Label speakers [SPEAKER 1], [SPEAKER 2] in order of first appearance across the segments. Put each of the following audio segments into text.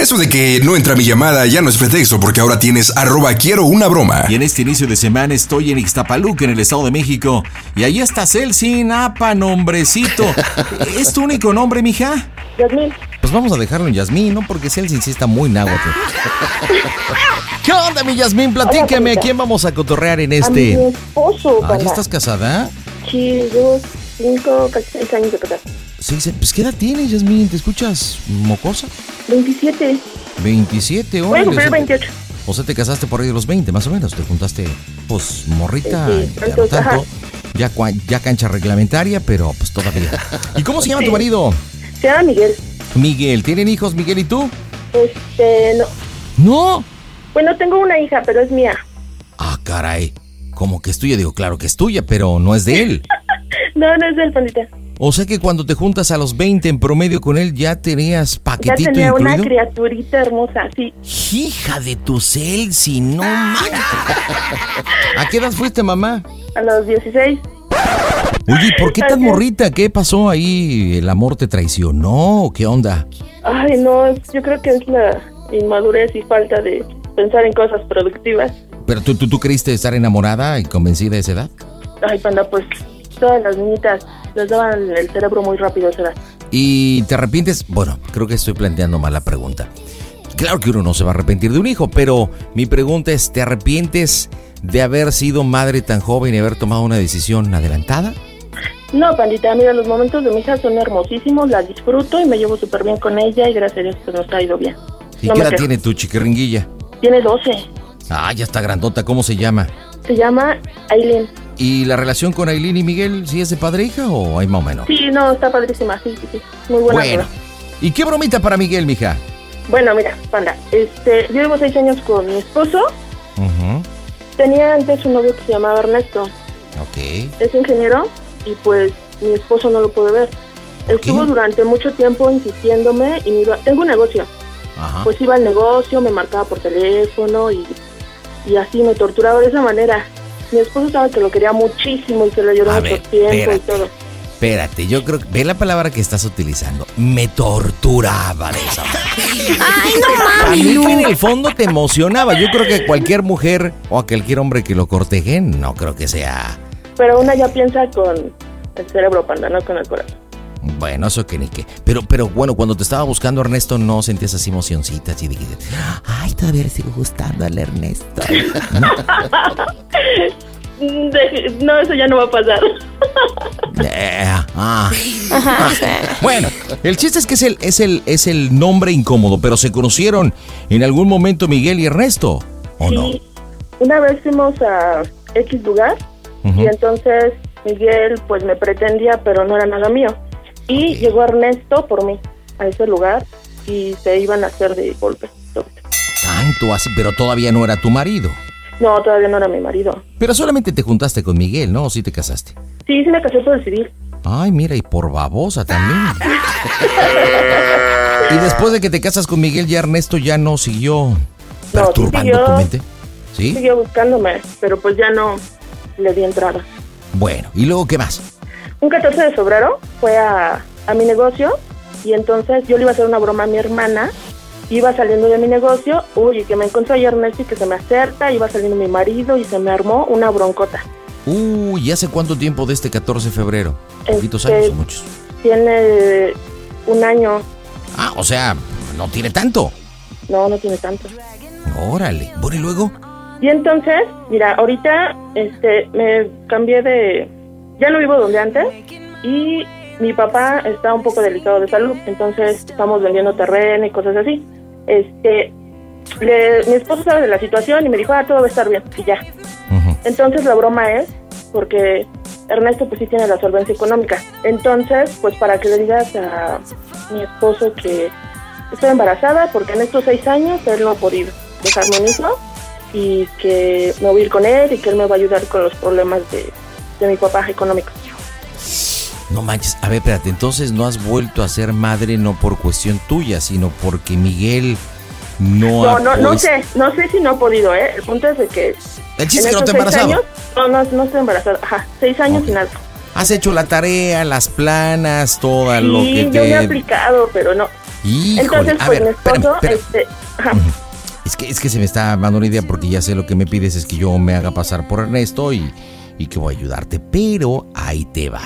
[SPEAKER 1] Eso de que no entra mi llamada ya no es pretexto porque ahora tienes arroba quiero una broma.
[SPEAKER 2] Y en este inicio de semana estoy en Ixtapaluca, en el Estado de México. Y ahí está Celsin, apa, nombrecito. ¿Es tu único nombre, mija?
[SPEAKER 3] Yasmín.
[SPEAKER 4] Pues vamos a dejarlo en Yasmín, ¿no? Porque Celsin sí está muy náhuatl. ¿Qué onda, mi Yasmín? Platícame, ¿a quién vamos a cotorrear
[SPEAKER 3] A
[SPEAKER 4] en
[SPEAKER 3] mi
[SPEAKER 4] este?
[SPEAKER 3] esposo,
[SPEAKER 4] Ah,
[SPEAKER 3] para
[SPEAKER 4] ¿ya estás casada?
[SPEAKER 3] Sí, dos, cinco, casi seis años de casar.
[SPEAKER 4] Sí, sí. Pues, ¿qué edad tienes, Yasmín? ¿Te escuchas mocosa?
[SPEAKER 3] 27. Voy
[SPEAKER 4] 27,
[SPEAKER 3] a
[SPEAKER 4] órale, o
[SPEAKER 3] cumplir
[SPEAKER 4] sea,
[SPEAKER 3] 28.
[SPEAKER 4] O sea, te casaste por ahí de los 20, más o menos. Te juntaste, pues, morrita,
[SPEAKER 3] Sí,
[SPEAKER 4] ya no
[SPEAKER 3] entonces,
[SPEAKER 4] tanto.
[SPEAKER 3] ajá.
[SPEAKER 4] Ya, cua- ya cancha reglamentaria, pero pues todavía. ¿Y cómo se llama tu
[SPEAKER 3] Sí.
[SPEAKER 4] marido?
[SPEAKER 3] Se llama Miguel.
[SPEAKER 4] Miguel. ¿Tienen hijos, Miguel y tú?
[SPEAKER 3] Este, no.
[SPEAKER 4] No.
[SPEAKER 3] Bueno, tengo una hija, pero es mía.
[SPEAKER 4] Ah, caray. ¿Cómo que es tuya? Digo, claro que es tuya, pero no es de él.
[SPEAKER 3] No, no es del pandita.
[SPEAKER 4] O sea que cuando te juntas a los 20 en promedio con él, ya tenías
[SPEAKER 3] Ya
[SPEAKER 4] paquetito
[SPEAKER 3] tenía una
[SPEAKER 4] incluido.
[SPEAKER 3] criaturita hermosa, sí.
[SPEAKER 4] Hija de tu Celsi, no manches. ¿A qué edad fuiste, mamá?
[SPEAKER 3] A los 16.
[SPEAKER 4] Oye, ¿y ¿por qué tan
[SPEAKER 3] Así es.
[SPEAKER 4] morrita? ¿Qué pasó ahí? ¿El amor te traicionó? ¿Qué onda?
[SPEAKER 3] Ay, no, yo creo que es la inmadurez y falta de pensar en cosas productivas.
[SPEAKER 4] ¿Pero tú, tú, tú creíste estar enamorada y convencida a esa edad?
[SPEAKER 3] Ay, panda, pues todas las niñitas les daban el cerebro muy rápido, será.
[SPEAKER 4] ¿Y te arrepientes? Bueno, creo que estoy planteando mala pregunta. Claro que uno no se va a arrepentir de un hijo, pero mi pregunta es, ¿te arrepientes de haber sido madre tan joven y haber tomado una decisión adelantada?
[SPEAKER 3] No, pandita, mira, los momentos de mi hija son hermosísimos, la disfruto y me llevo súper bien con ella y gracias a Dios pues nos ha ido bien.
[SPEAKER 4] ¿Y
[SPEAKER 3] No
[SPEAKER 4] qué
[SPEAKER 3] me
[SPEAKER 4] edad
[SPEAKER 3] quejo.
[SPEAKER 4] tiene tu chiquiringuilla?
[SPEAKER 3] Tiene 12.
[SPEAKER 4] Ah, ya está grandota, ¿cómo se llama?
[SPEAKER 3] Se llama Aileen.
[SPEAKER 4] ¿Y la relación con Aileen y Miguel, si es de padre e hija o hay más o menos?
[SPEAKER 3] Sí, no, está padrísima, sí, sí, sí. Muy buena.
[SPEAKER 4] Bueno.
[SPEAKER 3] amiga.
[SPEAKER 4] ¿Y qué bromita para Miguel, mija?
[SPEAKER 3] Bueno, mira, panda, este, yo llevo seis años con mi esposo.
[SPEAKER 4] Ujú,
[SPEAKER 3] Tenía antes un novio que se llamaba Ernesto.
[SPEAKER 4] Ok.
[SPEAKER 3] es ingeniero y pues mi esposo no lo puede ver. Estuvo
[SPEAKER 4] Ok.
[SPEAKER 3] durante mucho tiempo insistiéndome y me iba- tengo un negocio.
[SPEAKER 4] Ajá.
[SPEAKER 3] Pues iba al negocio, me marcaba por teléfono y, y así me torturaba de esa manera. Mi esposo sabe que lo quería muchísimo y que le lloró
[SPEAKER 4] A
[SPEAKER 3] mucho
[SPEAKER 4] ver,
[SPEAKER 3] tiempo
[SPEAKER 4] espérate.
[SPEAKER 3] y todo.
[SPEAKER 4] Espérate, yo creo que... Ve la palabra que estás utilizando. Me torturaba de esa manera.
[SPEAKER 5] Ay, no
[SPEAKER 3] Ah,
[SPEAKER 4] A mí que en el fondo te emocionaba. Yo creo que cualquier mujer o a cualquier hombre que lo cortejen, no creo que sea...
[SPEAKER 3] Pero una ya piensa con el cerebro panda, no con el corazón.
[SPEAKER 4] Bueno, eso que ni qué. Pero, pero bueno, cuando te estaba buscando Ernesto, no sentías así emocioncitas y dijiste, ay, todavía le sigo gustando al Ernesto.
[SPEAKER 3] De- No, eso ya no va a pasar.
[SPEAKER 4] Eh, ah. Bueno, el chiste es que es el, es el, es el nombre incómodo, pero se conocieron en algún momento Miguel y Ernesto, ¿o no?
[SPEAKER 3] Sí. Una vez fuimos a X lugar
[SPEAKER 4] Ujú.
[SPEAKER 3] y entonces Miguel pues me pretendía, pero no era nada mío. Y llegó Ernesto por mí a ese lugar y se iban a hacer de golpe.
[SPEAKER 4] Tanto así, pero todavía no era tu marido.
[SPEAKER 3] No, todavía no era mi marido.
[SPEAKER 4] Pero solamente te juntaste con Miguel, ¿no? ¿O sí te casaste?
[SPEAKER 3] Sí, sí me casé por el civil.
[SPEAKER 4] Ay, mira, y por babosa también. y después de que te casas con Miguel, ya Ernesto ya no siguió perturbando
[SPEAKER 3] siguió.
[SPEAKER 4] tu mente. ¿Sí?
[SPEAKER 3] Siguió buscándome, pero pues ya no le di entrada.
[SPEAKER 4] Bueno, ¿y luego qué más?
[SPEAKER 3] Un 14 de febrero fue a, a mi negocio y entonces yo le iba a hacer una broma a mi hermana. Iba saliendo de mi negocio, uy, y que me encontró ayer Ernesto y que se me acerca, iba saliendo mi marido y se me armó una broncota.
[SPEAKER 4] Uy, ¿y hace cuánto tiempo de este 14 de febrero? ¿Poquitos
[SPEAKER 3] Este-
[SPEAKER 4] años o muchos?
[SPEAKER 3] Tiene un año,
[SPEAKER 4] Ah, o sea, no tiene tanto.
[SPEAKER 3] no, no tiene tanto.
[SPEAKER 4] Órale. Bueno, ¿y luego?
[SPEAKER 3] Y entonces, mira, ahorita este, me cambié de... Ya no vivo donde antes y mi papá está un poco delicado de salud, entonces estamos vendiendo terreno y cosas así. Este, le- mi esposo sabe de la situación y me dijo, ah, todo va a estar bien, y ya.
[SPEAKER 4] Ujú.
[SPEAKER 3] Entonces la broma es, porque Ernesto pues sí tiene la solvencia económica, entonces pues para que le digas a mi esposo que estoy embarazada porque en estos seis años él no ha podido dejarme mismo y que me voy a ir con él y que él me va a ayudar con los problemas de, de mi papá económico.
[SPEAKER 4] No manches. A ver, espérate. Entonces no has vuelto a ser madre no por cuestión tuya, sino porque Miguel no
[SPEAKER 3] No,
[SPEAKER 4] ha
[SPEAKER 3] no, no
[SPEAKER 4] pues-
[SPEAKER 3] sé, no sé si no ha podido, ¿eh? El punto es de que...
[SPEAKER 4] El
[SPEAKER 3] en
[SPEAKER 4] chiste es que no
[SPEAKER 3] estos
[SPEAKER 4] te he
[SPEAKER 3] seis
[SPEAKER 4] embarazado.
[SPEAKER 3] años- no, no, no estoy embarazada, ajá, seis años sin algo.
[SPEAKER 4] Has hecho la tarea, las planas, toda lo que
[SPEAKER 3] Sí, yo me he
[SPEAKER 4] te...
[SPEAKER 3] aplicado, pero no.
[SPEAKER 4] Híjole,
[SPEAKER 3] Entonces,
[SPEAKER 4] a
[SPEAKER 3] pues
[SPEAKER 4] ver,
[SPEAKER 3] mi
[SPEAKER 4] espérame,
[SPEAKER 3] esposo,
[SPEAKER 4] espérame.
[SPEAKER 3] este... Ajá.
[SPEAKER 4] Es que, es que se me está dando una idea porque ya sé lo que me pides es que yo me haga pasar por Ernesto y, y que voy a ayudarte, pero ahí te va.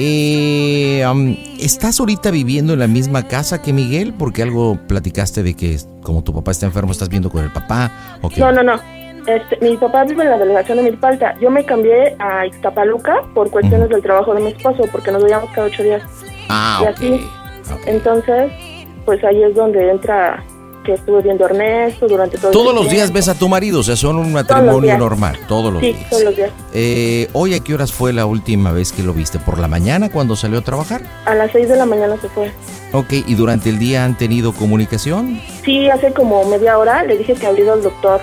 [SPEAKER 4] Eh, am, ¿Estás ahorita viviendo en la misma casa que Miguel? Porque algo platicaste de que como tu papá está enfermo estás viendo con el papá. ¿o qué?
[SPEAKER 3] No, no, no. Este, mi papá vive en la delegación de Milpalta. Yo me cambié a Ixtapaluca por cuestiones del trabajo de mi esposo, porque nos veíamos cada ocho días.
[SPEAKER 4] Ah,
[SPEAKER 3] Y
[SPEAKER 4] ok.
[SPEAKER 3] así.
[SPEAKER 4] ok.
[SPEAKER 3] Entonces, pues ahí es donde entra que estuve viendo a Ernesto durante todo
[SPEAKER 4] Todos
[SPEAKER 3] ese
[SPEAKER 4] los días
[SPEAKER 3] tiempo.
[SPEAKER 4] ves a tu marido, o sea, son un matrimonio
[SPEAKER 3] días.
[SPEAKER 4] normal, todos los
[SPEAKER 3] Sí,
[SPEAKER 4] días.
[SPEAKER 3] todos los días.
[SPEAKER 4] Eh, ¿Hoy a qué horas fue la última vez que lo viste? ¿Por la mañana cuando salió a trabajar?
[SPEAKER 3] A las seis de la mañana se fue.
[SPEAKER 4] Ok, ¿y durante el día han tenido comunicación?
[SPEAKER 3] Sí, hace como media hora le dije que había ido al doctor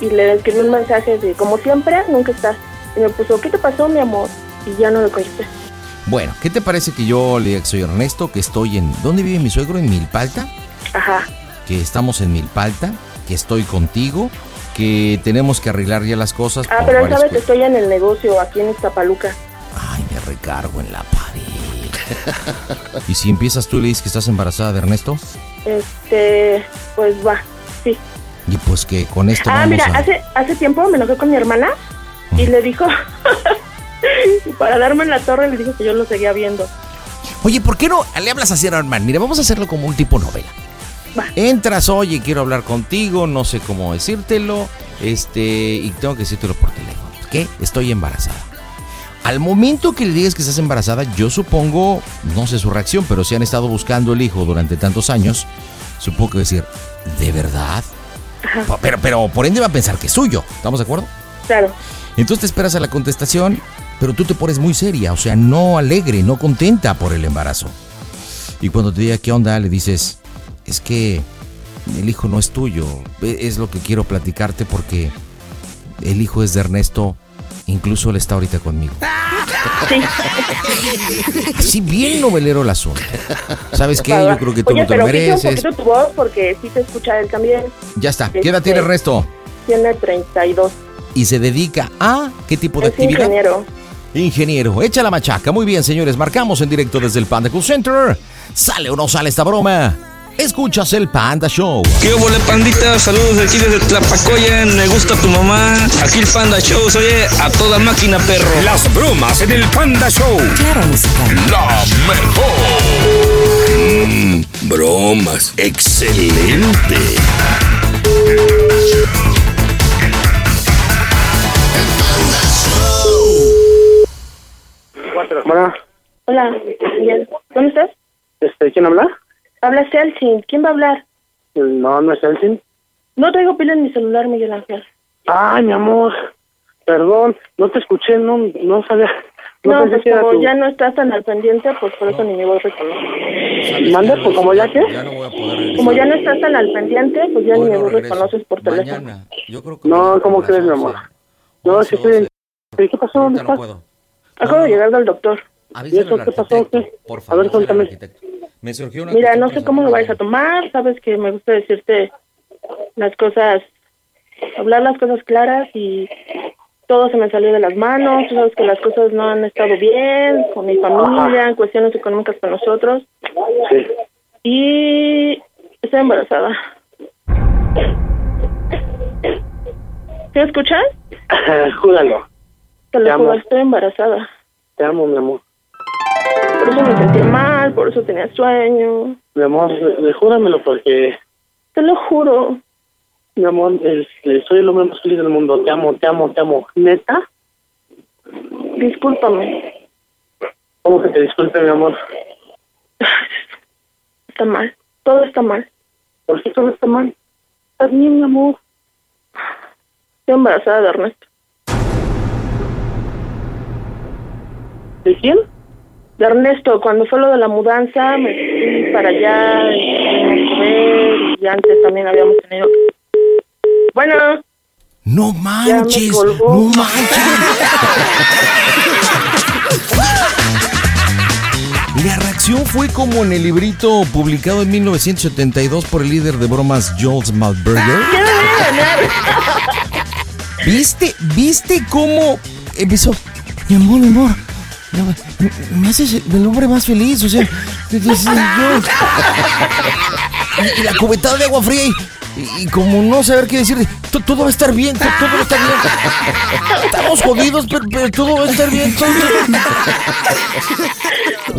[SPEAKER 3] y le escribí un mensaje de, como siempre, nunca estás. Y me puso, ¿qué te pasó, mi amor? Y ya no lo contesté.
[SPEAKER 4] Bueno, ¿qué te parece que yo le diga que soy Ernesto, que estoy en... ¿Dónde vive mi suegro? ¿En Milpalta?
[SPEAKER 3] Ajá.
[SPEAKER 4] Que estamos en Milpalta, que estoy contigo, que tenemos que arreglar ya las cosas.
[SPEAKER 3] Ah,
[SPEAKER 4] por
[SPEAKER 3] pero él
[SPEAKER 4] varias
[SPEAKER 3] sabe que
[SPEAKER 4] cues-
[SPEAKER 3] estoy en el negocio aquí en Ixtapaluca.
[SPEAKER 4] Ay, me recargo en la pared. ¿Y si empiezas tú y le dices que estás embarazada de Ernesto?
[SPEAKER 3] Este, pues va, sí.
[SPEAKER 4] Y pues que con esto
[SPEAKER 3] Ah,
[SPEAKER 4] vamos
[SPEAKER 3] mira,
[SPEAKER 4] a...
[SPEAKER 3] hace, hace tiempo me enojé con mi hermana y le dijo, para darme en la torre, le dijo que yo lo seguía viendo.
[SPEAKER 4] Oye, ¿por qué no le hablas así a Armand? Mira, vamos a hacerlo como un tipo novela.
[SPEAKER 3] Va.
[SPEAKER 4] Entras, oye, quiero hablar contigo, no sé cómo decírtelo, este, y tengo que decírtelo por teléfono. ¿Qué? Estoy embarazada. Al momento que le digas que estás embarazada, yo supongo, no sé su reacción, pero si han estado buscando el hijo durante tantos años, supongo que va a decir, ¿de verdad? Pero, pero por ende va a pensar que es suyo, ¿estamos de acuerdo?
[SPEAKER 3] Claro,
[SPEAKER 4] Entonces te esperas a la contestación, pero tú te pones muy seria, o sea, no alegre, no contenta por el embarazo. Y cuando te diga qué onda, le dices, es que el hijo no es tuyo, e- es lo que quiero platicarte porque el hijo es de Ernesto, incluso él está ahorita conmigo.
[SPEAKER 3] Ah. sí.
[SPEAKER 4] Así bien novelero el asunto. ¿Sabes qué?
[SPEAKER 3] va, va.
[SPEAKER 4] Yo creo que tú
[SPEAKER 3] Oye,
[SPEAKER 4] no te lo
[SPEAKER 3] pero fija un
[SPEAKER 4] mereces.
[SPEAKER 3] poquito tu voz porque sí te escucha él también.
[SPEAKER 4] Ya está, ¿qué edad tiene
[SPEAKER 3] Este,
[SPEAKER 4] Ernesto?
[SPEAKER 3] Tiene 32.
[SPEAKER 4] Y se dedica a qué tipo de
[SPEAKER 3] Es
[SPEAKER 4] actividad?
[SPEAKER 3] ingeniero.
[SPEAKER 4] Ingeniero, echa la machaca. Muy bien, señores, marcamos en directo desde el Panda Cool Center. ¿Sale o no sale esta broma? Escuchas el Panda Show.
[SPEAKER 5] ¿Qué hubo, pandita? Saludos de aquí desde Tlapacoya, me gusta tu mamá. Aquí el Panda Show, soy a toda máquina, perro.
[SPEAKER 6] Las bromas en el Panda Show.
[SPEAKER 7] Claro, música.
[SPEAKER 6] La mejor. Mm, bromas. Excelente.
[SPEAKER 8] Bueno,
[SPEAKER 3] Hola, Miguel. ¿Cómo estás?
[SPEAKER 8] este, ¿quién habla?
[SPEAKER 3] Habla Celsin. ¿Quién va a hablar?
[SPEAKER 8] No, no es Elsin.
[SPEAKER 3] No traigo pila en mi celular, Miguel Ángel.
[SPEAKER 8] Ay, mi amor. Perdón, no te escuché, no, no sabía.
[SPEAKER 3] No,
[SPEAKER 8] pensé
[SPEAKER 3] pues
[SPEAKER 8] que era
[SPEAKER 3] como
[SPEAKER 8] tu-
[SPEAKER 3] ya no estás tan al pendiente, pues por eso ni mi voz reconoces.
[SPEAKER 8] Manda, pues, como ya que.
[SPEAKER 4] Ya no voy a poder regresar.
[SPEAKER 3] Como ya no estás tan al pendiente, pues ya
[SPEAKER 4] Hoy
[SPEAKER 3] ni mi
[SPEAKER 4] no
[SPEAKER 3] voz
[SPEAKER 4] regreso.
[SPEAKER 3] reconoces por teléfono.
[SPEAKER 4] Mañana. Yo creo que
[SPEAKER 8] No,
[SPEAKER 4] mañana
[SPEAKER 8] ¿cómo
[SPEAKER 4] a las
[SPEAKER 8] crees, mi
[SPEAKER 4] 11.
[SPEAKER 8] amor? No, sí
[SPEAKER 4] 11,
[SPEAKER 8] estoy en-
[SPEAKER 4] 12.
[SPEAKER 8] ¿Pero qué pasó? ¿Dónde
[SPEAKER 4] Ahorita no
[SPEAKER 8] estás?
[SPEAKER 4] puedo.
[SPEAKER 3] Acabo de llegar del doctor.
[SPEAKER 4] Avísale
[SPEAKER 8] eso
[SPEAKER 4] al
[SPEAKER 8] qué pasó,
[SPEAKER 4] arquitecto,
[SPEAKER 8] qué?
[SPEAKER 4] Por
[SPEAKER 8] A
[SPEAKER 4] favor, avísale
[SPEAKER 8] ver,
[SPEAKER 4] al
[SPEAKER 8] cuéntame.
[SPEAKER 4] arquitecto. Me surgió una
[SPEAKER 3] Mira,
[SPEAKER 4] cuestión
[SPEAKER 3] no
[SPEAKER 4] que
[SPEAKER 3] sé
[SPEAKER 4] me
[SPEAKER 3] cómo lo
[SPEAKER 4] sacó
[SPEAKER 3] vayas a
[SPEAKER 4] de onda.
[SPEAKER 3] tomar, sabes que me gusta decirte las cosas, hablar las cosas claras y todo se me salió de las manos, tú sabes que las cosas no han estado bien con mi familia, en cuestiones económicas con nosotros
[SPEAKER 8] Sí.
[SPEAKER 3] y estoy embarazada. ¿Me escuchas?
[SPEAKER 8] Júralo.
[SPEAKER 3] Te
[SPEAKER 8] Te
[SPEAKER 3] lo
[SPEAKER 8] amo.
[SPEAKER 3] juro, estoy embarazada.
[SPEAKER 8] Te amo, mi amor.
[SPEAKER 3] Por eso me sentí mal, por eso tenía sueño.
[SPEAKER 8] Mi amor, eh, júramelo porque,
[SPEAKER 3] Te lo juro.
[SPEAKER 8] mi amor, es- eh, soy el hombre más feliz del mundo. Te amo, te amo, te amo. ¿Neta?
[SPEAKER 3] Discúlpame.
[SPEAKER 8] ¿Cómo que te disculpe, mi amor?
[SPEAKER 3] Está mal. Todo está mal.
[SPEAKER 8] ¿Por qué todo está mal? Estás bien, mi amor.
[SPEAKER 3] Estoy embarazada de Ernesto.
[SPEAKER 8] ¿De quién?
[SPEAKER 3] De Ernesto, cuando fue lo de la mudanza, me fui para allá y fuimos a ver, y antes también habíamos tenido... Bueno,
[SPEAKER 2] No manches,
[SPEAKER 3] colgó.
[SPEAKER 2] no manches.
[SPEAKER 4] La reacción fue como en el librito publicado en 1972 por el líder de bromas Jules Malberger. ¿Viste, viste cómo empezó? Mi amor, mi amor, me- me- me haces el hombre más feliz, o sea, te- te- te- yo- Y, y la cubetada de agua fría y, y- y como no saber qué decir, "To- todo va a estar bien, to- todo va a estar bien. Estamos jodidos, pero, pero todo va a estar bien. todo-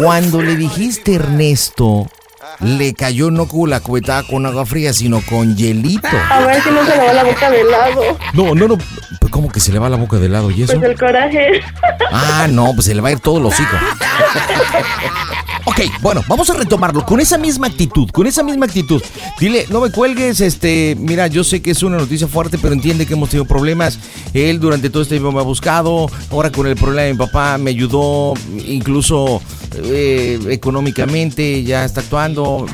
[SPEAKER 4] cuando le dijiste Ernesto, le cayó no con la cubetada con agua fría, sino con hielito.
[SPEAKER 3] a ver si no se le va la boca de lado.
[SPEAKER 4] No, no, no. Pues, ¿Cómo que se le va la boca de lado y eso?
[SPEAKER 3] Pues el coraje.
[SPEAKER 4] Ah, no, pues se le va a ir todo el hocico. Ok, bueno, vamos a retomarlo con esa misma actitud, con esa misma actitud. Dile, no me cuelgues, este, mira, yo sé que es una noticia fuerte, pero entiende que hemos tenido problemas. Él durante todo este tiempo me ha buscado, ahora con el problema de mi papá me ayudó, incluso eh, económicamente ya está actuando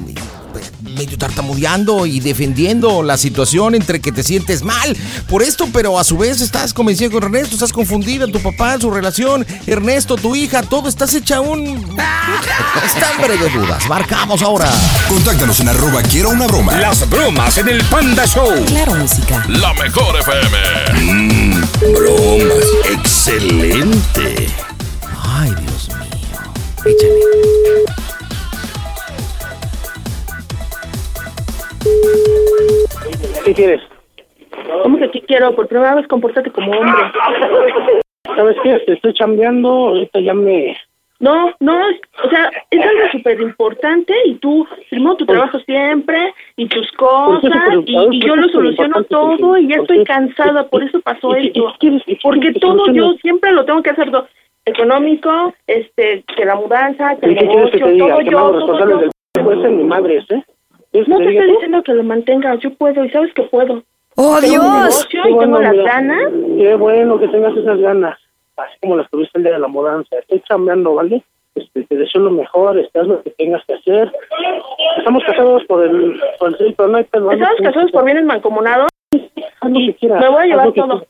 [SPEAKER 4] medio tartamudeando y defendiendo la situación entre que te sientes mal por esto, pero a su vez estás convencido con Ernesto, estás confundida, tu papá, su relación, Ernesto, tu hija, todo, estás hecha un estambre de dudas. Marcamos ahora.
[SPEAKER 1] Contáctanos en arroba quiero una broma.
[SPEAKER 6] Las bromas en el Panda Show.
[SPEAKER 7] Claro, música.
[SPEAKER 6] La mejor FM. Mm, bromas. Excelente.
[SPEAKER 4] Ay, Dios mío. Échale.
[SPEAKER 8] ¿Qué quieres?
[SPEAKER 3] ¿Cómo que aquí quiero? Por primera vez comportarte como hombre.
[SPEAKER 8] ¿Sabes qué? Te estoy chambeando, ahorita ya me...
[SPEAKER 3] No, no, es- o sea, es algo súper importante y tú, primero
[SPEAKER 8] Pues
[SPEAKER 3] tu trabajo siempre y tus cosas y, y yo lo soluciono todo y ya estoy cansada, por eso pasó esto. Porque todo yo siempre lo tengo que hacer todo. Económico, este, que la mudanza, que
[SPEAKER 8] ¿Y
[SPEAKER 3] el
[SPEAKER 8] qué quieres que
[SPEAKER 3] negocio,
[SPEAKER 8] te diga?
[SPEAKER 3] todo
[SPEAKER 8] Que me
[SPEAKER 3] yo,
[SPEAKER 8] hago responsable
[SPEAKER 3] todo yo.
[SPEAKER 8] del... Puede ser mi madre, ¿eh? ¿Quieres que
[SPEAKER 3] No
[SPEAKER 8] te
[SPEAKER 3] te
[SPEAKER 8] diga
[SPEAKER 3] estoy
[SPEAKER 8] todo?
[SPEAKER 3] diciendo que lo mantengas, yo puedo y sabes que puedo.
[SPEAKER 9] ¡Oh,
[SPEAKER 3] Tengo mi
[SPEAKER 9] Dios!
[SPEAKER 3] negocio
[SPEAKER 8] Qué
[SPEAKER 3] y tengo
[SPEAKER 8] bueno,
[SPEAKER 3] las
[SPEAKER 8] mira.
[SPEAKER 3] ganas.
[SPEAKER 8] Qué bueno que tengas esas ganas, así como las tuviste el día de la mudanza. Estoy chambeando, ¿vale? Este, te deseo lo mejor, estás lo que tengas que hacer. Estamos casados por el... Por el sí, pero no hay pedo, ¿vale?
[SPEAKER 3] Estamos casados por bienes mancomunados.
[SPEAKER 8] Haz lo que quieras,
[SPEAKER 3] me voy a
[SPEAKER 8] haz
[SPEAKER 3] llevar
[SPEAKER 8] lo que
[SPEAKER 3] todo.
[SPEAKER 8] quieras.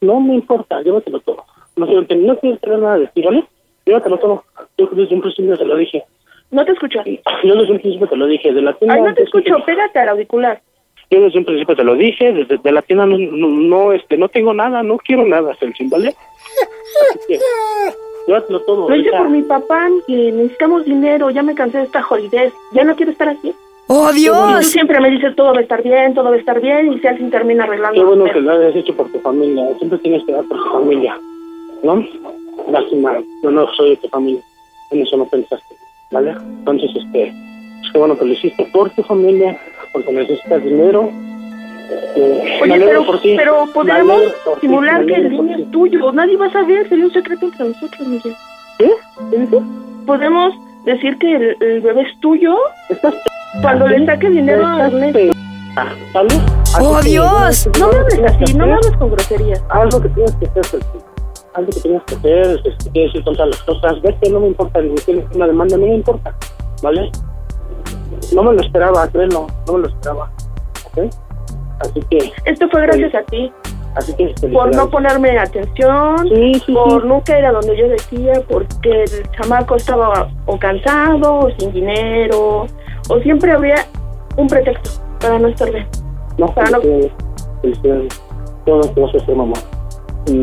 [SPEAKER 8] No me importa, llévatelo todo. No, quiero tener- no quiero tener nada de ti, ¿vale? Llévatelo todo. Yo desde un principio te lo dije.
[SPEAKER 3] No te escucho. Ay,
[SPEAKER 8] Yo desde un principio te lo dije. De la tienda
[SPEAKER 3] no te
[SPEAKER 8] antes-
[SPEAKER 3] escucho, pégate al auricular.
[SPEAKER 8] Yo desde un principio te lo dije, desde de la tienda no, no, no, este, no tengo nada, no quiero nada, Celsin, ¿vale? Así que, llévatelo todo.
[SPEAKER 3] Lo hice
[SPEAKER 8] ahorita.
[SPEAKER 3] por mi papá, que necesitamos dinero, ya me cansé de esta jolidez, ya no quiero estar así.
[SPEAKER 9] ¡Oh,
[SPEAKER 3] Y tú
[SPEAKER 9] Dios!
[SPEAKER 3] siempre me dices, todo va a estar bien, todo va a estar bien, y si alguien termina arreglando.
[SPEAKER 8] Qué bueno
[SPEAKER 3] pero-
[SPEAKER 8] que lo hayas hecho por tu familia, siempre tienes que dar por tu familia, ¿no? Lástima, yo no soy de tu familia, en eso no pensaste, ¿vale? Entonces, este, pues qué bueno que lo hiciste por tu familia, porque necesitas dinero. eh, me
[SPEAKER 3] Oye,
[SPEAKER 8] alegro
[SPEAKER 3] pero,
[SPEAKER 8] por ti,
[SPEAKER 3] pero
[SPEAKER 8] me
[SPEAKER 3] podemos
[SPEAKER 8] alegro por ti,
[SPEAKER 3] simular
[SPEAKER 8] me
[SPEAKER 3] que el
[SPEAKER 8] alegro por
[SPEAKER 3] niño
[SPEAKER 8] ti.
[SPEAKER 3] es tuyo. Nadie va a saber, sería un secreto entre nosotros, Miguel. ¿Qué? ¿Qué dices? Podemos decir que el, el bebé es tuyo
[SPEAKER 8] Estás p-
[SPEAKER 3] cuando le saque dinero a
[SPEAKER 8] estás
[SPEAKER 3] Ernesto.
[SPEAKER 8] p- ¿Sale?
[SPEAKER 9] ¡Oh,
[SPEAKER 8] Así que,
[SPEAKER 9] Dios!
[SPEAKER 3] No me hables así, no me hables con groserías.
[SPEAKER 8] Algo que tienes que hacer, Ceci. Algo que tienes que hacer, este, tienes que contar las cosas. Ves que no me importa, ni tienes una demanda, no me importa, ¿vale? No me lo esperaba, créelo, no me lo esperaba, ¿ok? Así que,
[SPEAKER 3] Esto fue gracias a ti,
[SPEAKER 8] así que...
[SPEAKER 3] por no
[SPEAKER 8] felicidades.
[SPEAKER 3] ponerme atención,
[SPEAKER 8] Sí, sí, sí.
[SPEAKER 3] por nunca ir a donde yo decía, porque el chamaco estaba o cansado, o sin dinero, o siempre habría un pretexto para no estar bien.
[SPEAKER 8] No,
[SPEAKER 3] Para no-
[SPEAKER 8] felicidades, felicidades. Todo lo que vas a hacer, mamá. Y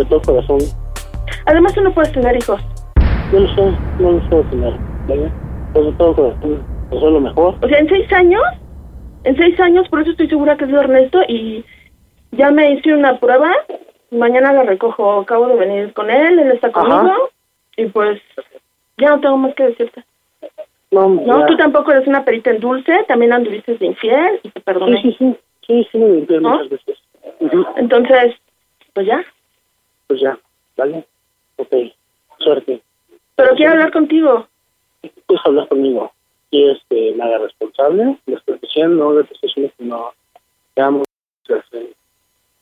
[SPEAKER 8] de todo corazón,
[SPEAKER 3] Además, tú no puedes tener hijos.
[SPEAKER 8] yo no sé, no lo sé tener, ¿vale? Pues de todo corazón, eso es lo mejor.
[SPEAKER 3] O sea, en seis años, en seis años, por eso estoy segura que es de Ernesto y ya me hice una prueba. Mañana la recojo, acabo de venir con él, él está conmigo y pues ya no tengo más que decirte.
[SPEAKER 8] No,
[SPEAKER 3] No,
[SPEAKER 8] ya.
[SPEAKER 3] tú tampoco eres una perita en dulce, también anduviste de infiel y te
[SPEAKER 8] Sí,
[SPEAKER 3] perdoné.
[SPEAKER 8] sí, sí, sí, sí, me limpié
[SPEAKER 3] ¿No?
[SPEAKER 8] muchas veces. Ujú.
[SPEAKER 3] Entonces, pues ya.
[SPEAKER 8] Pues ya, ¿vale? Ok, suerte.
[SPEAKER 3] Pero quiero hablar contigo.
[SPEAKER 8] Pues hablas conmigo. Y este, me haga responsable, me estoy diciendo, de prestaciones que no. Te amo, este,